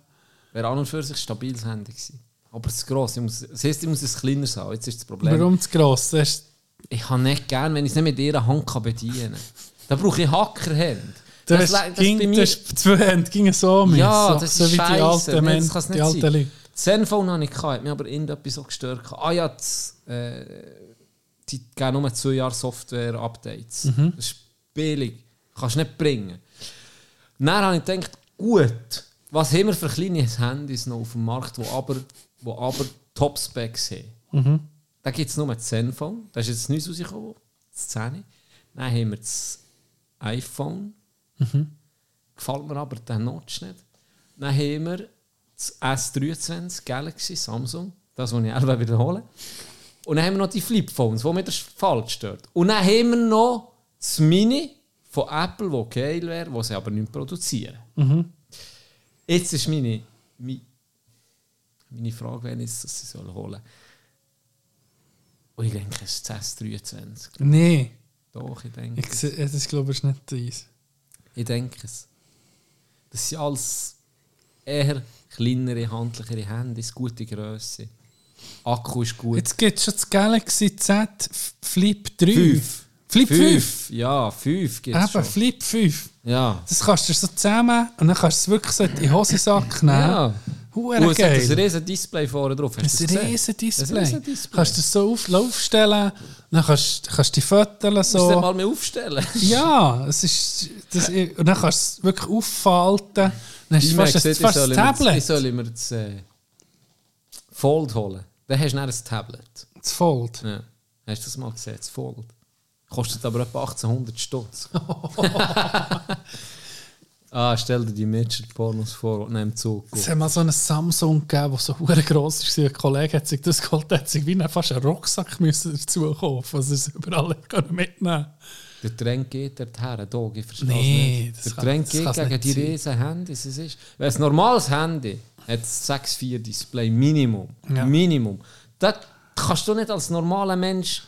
Wäre an und für sich ein stabiles Handy gewesen. Aber zu gross. Ich muss, das heisst, ich muss es kleiner haben. Jetzt ist das Problem. Warum zu gross? Das ist, Ich habe nicht gern, wenn ich es nicht mit ihrer Hand kann bedienen kann. Da brauche ich Hackerhände. das le- ist, ging, das ist zwei Hände, ging so mit. ja, so, das so ist wie die scheiße. alten Nein, das Menschen, kann es die nicht alten sein. Leute. Das Zenfone habe ich gehabt, hat mich aber irgendetwas so gestört. gehabt. Ah ja, das, äh, die geben nur zwei Jahre Software-Updates. Mhm. Das ist billig. Kannst du nicht bringen. Dann habe ich gedacht, gut, was haben wir für kleine Handys noch auf dem Markt, die aber, wo aber Top-Specs haben? Mhm. Da gibt es nur das Zenfone, da ist jetzt nichts rausgekommen, das 10. Dann haben wir das iPhone, gefällt mir aber der Notch nicht. Dann haben wir das S23 Galaxy Samsung, das, was ich auch wiederhole. Und dann haben wir noch die Flipphones, wo mir der Falsch stört. Und dann haben wir noch das Mini von Apple, das geil wäre, das sie aber nicht produzieren. Jetzt ist meine, meine, meine Frage, wenn ich das sie soll holen Und ich denke, es ist das S23. Nein, Doch, ich denke. ich, seh- das ist, glaube ich, nicht deins. Ich denke es. Das sind alles eher kleinere, handlichere Handys, gute Größe. Akku ist gut. Jetzt gibt es schon das Galaxy Z Flip 3. Fünf. Flip 5. Ja, fünf gibt es Eben, schon. Flip 5. Ja. Das kannst du so zusammen und dann kannst du es wirklich so in den Hosensack nehmen. Ja. Hure Und es hat ein geil. riesen Display vorne drauf. Hast du Ein das gesehen? riesen Ein Display. riesen Display. Kannst du es so auf, aufstellen, dann kannst, kannst du die Fotos Musst du den so... mal mehr aufstellen? Ja, es ist... Das, und dann kannst du es wirklich auffalten. Dann ist es Ich habe fast, gesagt, ein- fast ein ich soll mir das- ich Tablet. soll mir das äh, Fold holen. Dann hast du dann ein Tablet. Das Fold. Ja. Hast du das mal gesehen? Das Fold. Kostet aber etwa 1800 Stutz. ah, stell dir die Mitchell-Pornos vor und nimm Zug. Es hat mal so einen Samsung gegeben, der so hure gross war. Ein Kollege hat sich das geholt, hat sich wie einen- fast einen Rucksack müssen dazu kaufen, also es überall können mitnehmen Der Trend geht dort her, Dog, ich verstehe Nee, es nicht. das Der kann- Trend das geht kann's gegen nicht die sein. riesen Handys. Es ist, wenn ein normales Handy hat ein 6,4 Display Minimum. Ja. Minimum. Das kannst du nicht als normaler Mensch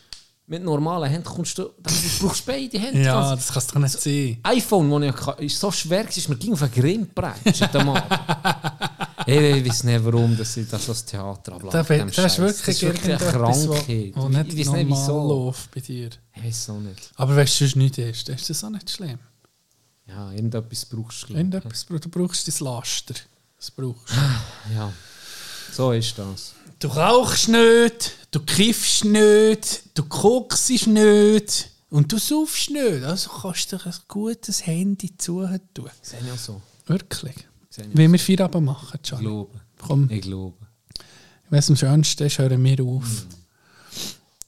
mit normalen Händen kommst du, du brauchst beide Hände. Ja, Ganz- das kann es doch nicht sein. iPhone, das ich hatte, ist so schwer, gewesen, dass mir ging auf einen Grimprätsch an dem Abend. Ey, Ich weiß nicht, warum dass ich das als Theater ablaufe. Da, mit bin- dem das ist Scheiß. wirklich, das ist wirklich eine irgendetwas, wo- Krankheit. wo nicht ich weiß nicht, normal wieso. läuft bei dir. Ich weiß auch nicht. Aber wenn es sonst nichts ist, dann ist das auch nicht schlimm. Ja, irgendetwas brauchst du. glaub ich. Irgendetwas, bra- du brauchst dein Laster. Das brauchst Ja. So ist das. du. Du rauchst nicht, du kiffst nicht, du guckst nicht und du saufst nicht. Also kannst du dir ein gutes Handy zuhören tun. Sehe ich auch so. Wirklich. Sehe ich Wie wir Feierabend machen, Ich Charlie. glaube. Komm, Ich glaube. wenn es am schönsten ist, hören wir Mhm. auf.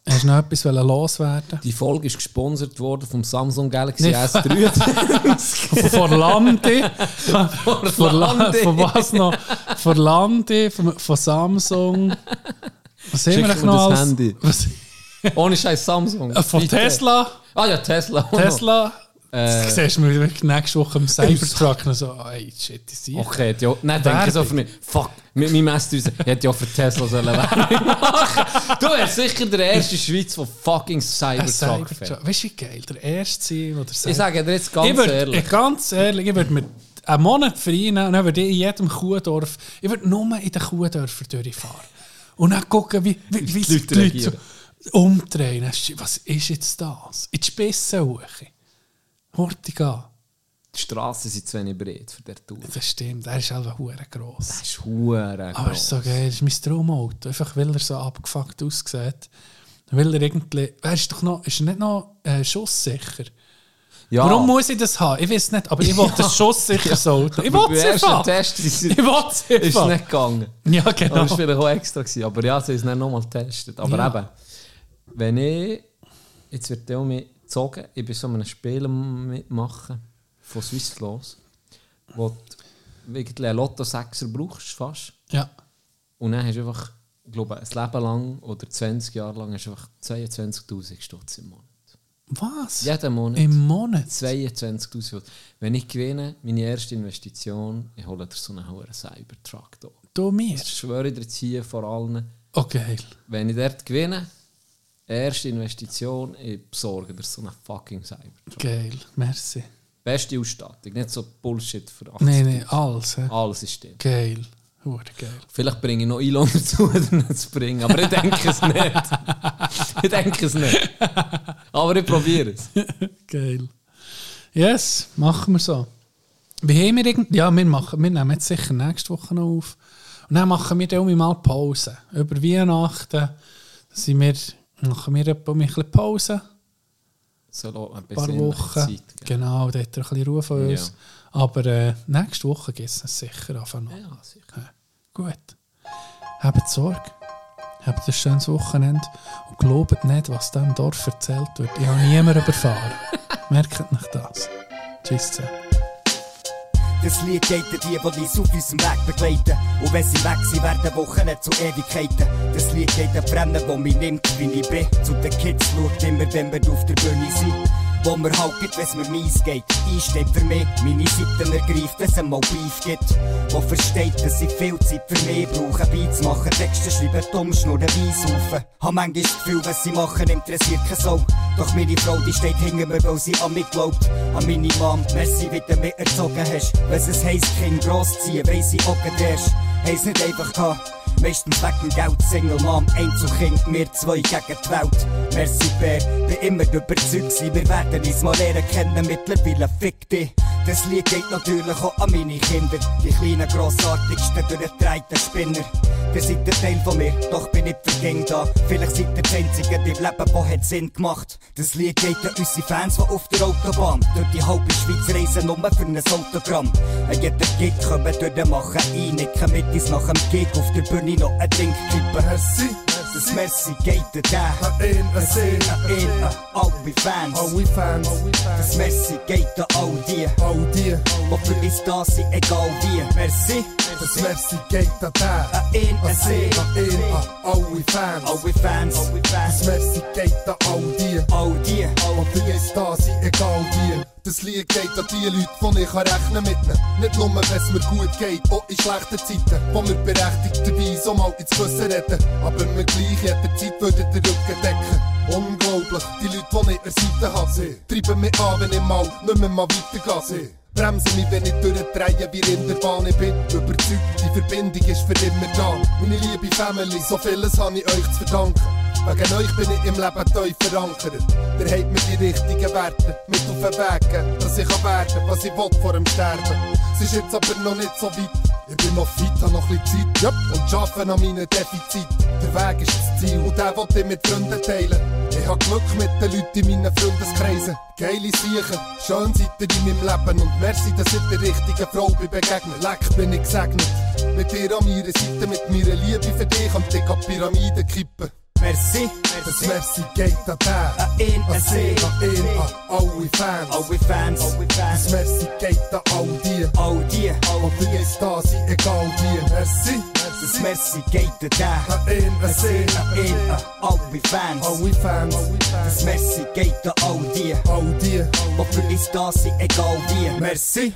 Hast du noch etwas wollen loswerden Die Folge ist gesponsert worden vom Samsung Galaxy Nicht- S3. Vor Lande. Vor Lande. Lande. Von was noch? Vor Lande, von, von Samsung. Was sehen Schick wir eigentlich mir noch das als... Handy. Was, Ohne Scheiß Samsung. äh, von Bitte. Tesla. Ah ja, Tesla. Tesla. Äh. Das siehst du mir wirklich nächste Woche im Cybertruck noch so, ey, shit, die sind... Okay, die, nein, denke so für mich, fuck, mit meinem S3, ich hätte ja für Tesla sollen Werbung machen. Du wärst sicher der erste in der Schweiz, der fucking Ein Cybertruck fährt. Cybertruck. Weißt du, wie geil der erste sein oder Ich sage dir jetzt ganz ich würd, ehrlich, Ich, ganz ehrlich, ich würde mir einen Monat frei nehmen und dann würde ich in jedem Kuhdorf, ich würde nur in den Kuhdörfern durchfahren. Und dann gucken, wie, wie, wie Die Leute reagieren. umdrehen. Hast du- Was ist jetzt das? In die Spitze hoch. Hortiga. Die Strassen sind zu wenig breit für der Tour. Das stimmt, er ist einfach hure gross. Das ist hure Aber es ist so geil, das ist mein Traumauto. Einfach weil er so abgefuckt aussieht. Weil er irgendwie. Er ist doch noch. Ist er nicht noch äh, schusssicher? Ja. Warum muss ich das haben? Ich weiß nicht, aber ich will das schusssicheres Auto. Ich will es einfach. einfach. Test ist, Ich will es ist es einfach. nicht gegangen. Ja, Genau. genau. Das war vielleicht auch extra. Gewesen. Aber ja, sie haben es dann nochmal getestet. Aber Ja. eben, wenn ich. Jetzt wird der mich gezogen. Ich bin so einem Spiel am mitmachen von Swiss Floss, wo du wirklich einen Lotto 6er brauchst, fast. Ja. Und dann hast du einfach, ich glaube ein Leben lang oder 20 Jahre lang hast du einfach 22.000 Stutz im Monat. Was? Jeden Monat. Im Monat? 22.000 Euro. Wenn ich gewinne, meine erste Investition, ich hole dir so einen hohen Cybertruck. Da. Du mir? Das schwöre ich dir jetzt hier vor allen. Okay. Wenn ich dort gewinne, erste Investition, ich besorge dir so einen fucking Cybertruck. Geil. Merci. Beste Ausstattung, nicht so Bullshit für 80 Nein, nein, alles. hä? Alles ist drin. Geil. Hure geil. Vielleicht bringe ich noch Elon dazu, um ihn zu bringen, aber ich denke es nicht. Ich denke es nicht. Aber ich probiere es. Geil. Yes, machen wir so. Wie haben wir irgend Ja, wir, machen, wir nehmen jetzt sicher nächste Woche noch auf. Und dann machen wir dann mal Pause. Über Weihnachten sind wir, machen wir etwa ein bisschen Pause. So lässt man ein Ein paar bisschen Wochen. Zeit. gell? genau, da hat er ein bisschen Ruhe von uns. Ja. Aber äh, nächste Woche gibt es sicher einfach noch. Ja, Ah, sicher. Gut. Habt Sorge. Habt ein schönes Wochenende. Und glaubt nicht, was dem Dorf erzählt wird. Ich habe niemanden überfahren. Merkt nicht das. Tschüss zusammen. Das Lied geht an die, die uns auf unserem Weg begleiten. Und wenn sie weg sind, werden Wochen zu Ewigkeiten. Das Lied geht an Fremden, die mich nimmt, wie ich bin. Zu den Kids schaut immer, wenn wir auf der Bühne sind. Wo mir halt gibt, wenn's mir mies geht. Einsteht für mich, meine Seiten ergreift, wenn's einmal Beef gibt. Wo versteht, dass ich viel Zeit für mich brauche. Beats machen, Texte schreiben, dumm schnurren, Weiss rauf. Hab manchmal das Gefühl, was sie machen, interessiert keine Sau. Doch meine Frau, die steht hinter mir, weil sie an mich glaubt. An meine Mom, merci, wie du mich erzogen hast. Was es heisst, Kind großziehen, weiss ich auch grad erst. Heisst nicht einfach gehabt. Meistens wegen Geld, Single Mom, Einzelkind, wir zwei gegen die Welt. Merci, Bär, bin immer überzeugt gewesen, wir werden uns mal lernen kennen, mittlerweile fick dich. Das Lied geht natürlich auch an meine Kinder, die kleinen grossartigsten durchdrehten Spinner. Ihr seid ein Teil von mir, doch bin ich für Gang da. Vielleicht seid ihr die Einzigen, die im Leben, wo hat Sinn gemacht. Das Lied geht an unsere Fans, die auf der Autobahn durch die halbe Schweiz reisen, nur für ein Autogramm. An jeder Gig kommen durch den Machen einnicken, mit uns nach dem Gig auf der Bühne noch ein Drink kippen. Merci, das Merci geht an den. An ihn, an sie, an ihn, an alle Fans. Fans, Das Merci geht an all die, all die, die für uns da sind, egal wie. Merci, das Messi geht da da. an ihn, an sie, an ihn, an All Fans, alle Fans. das Messi geht da all die. All die, Und für jetzt da sind egal wie. Das Lied geht an die Leute, die ich kann rechnen mit ihnen. Nicht nur, wenn es mir gut geht, auch in schlechten Zeiten. Wo wir berechtigterweise auch mal ins Gewissen retten. Aber mir gleich jederzeit würde den Rücken decken. Unglaublich, die Leute, die ich an der Seite habe, sie treiben mich an, wenn ich mal nicht mehr mal weitergehe. Sie bremsen mich, wenn ich durchdrehe, wie Rinderbahn. Ich bin überzeugt, die Verbindung ist für immer da. Meine liebe Family, so vieles habe ich euch zu verdanken. Wegen euch bin ich im Leben tief verankert. Ihr habt mir die richtigen Werte mit auf den Weg gegeben, dass ich kann werden kann, was ich will vor dem Sterben. Es ist jetzt aber noch nicht so weit. Ich bin noch fit, hab noch ein bisschen Zeit yep. und arbeite an meinen Defizit. Der Weg ist das Ziel und den will ich mit Freunden teilen. Ich hab Glück mit den Leuten in meinen Freundeskreisen. Geile Siechen, schön seid ihr in meinem Leben und merci, dass ich der richtigen Frau bin begegnet. Leck bin ich gesegnet. Mit dir an meiner Seite, mit meiner Liebe für dich und ich kann die Pyramide kippen. Merci, Das Messi geht an den, an ihn, an an sie, sie, an ihn, an alle Fans. alle Fans. Oh, Das Messi geht an all die, All die, und die jetzt da sind, egal wie. Messi, das Messi geht an an ihn, an sie, den. An ihn, an alle Fans. Oh, alle Fans. Das Messi geht an all die, All die, die für uns da sind, egal wie. Merci,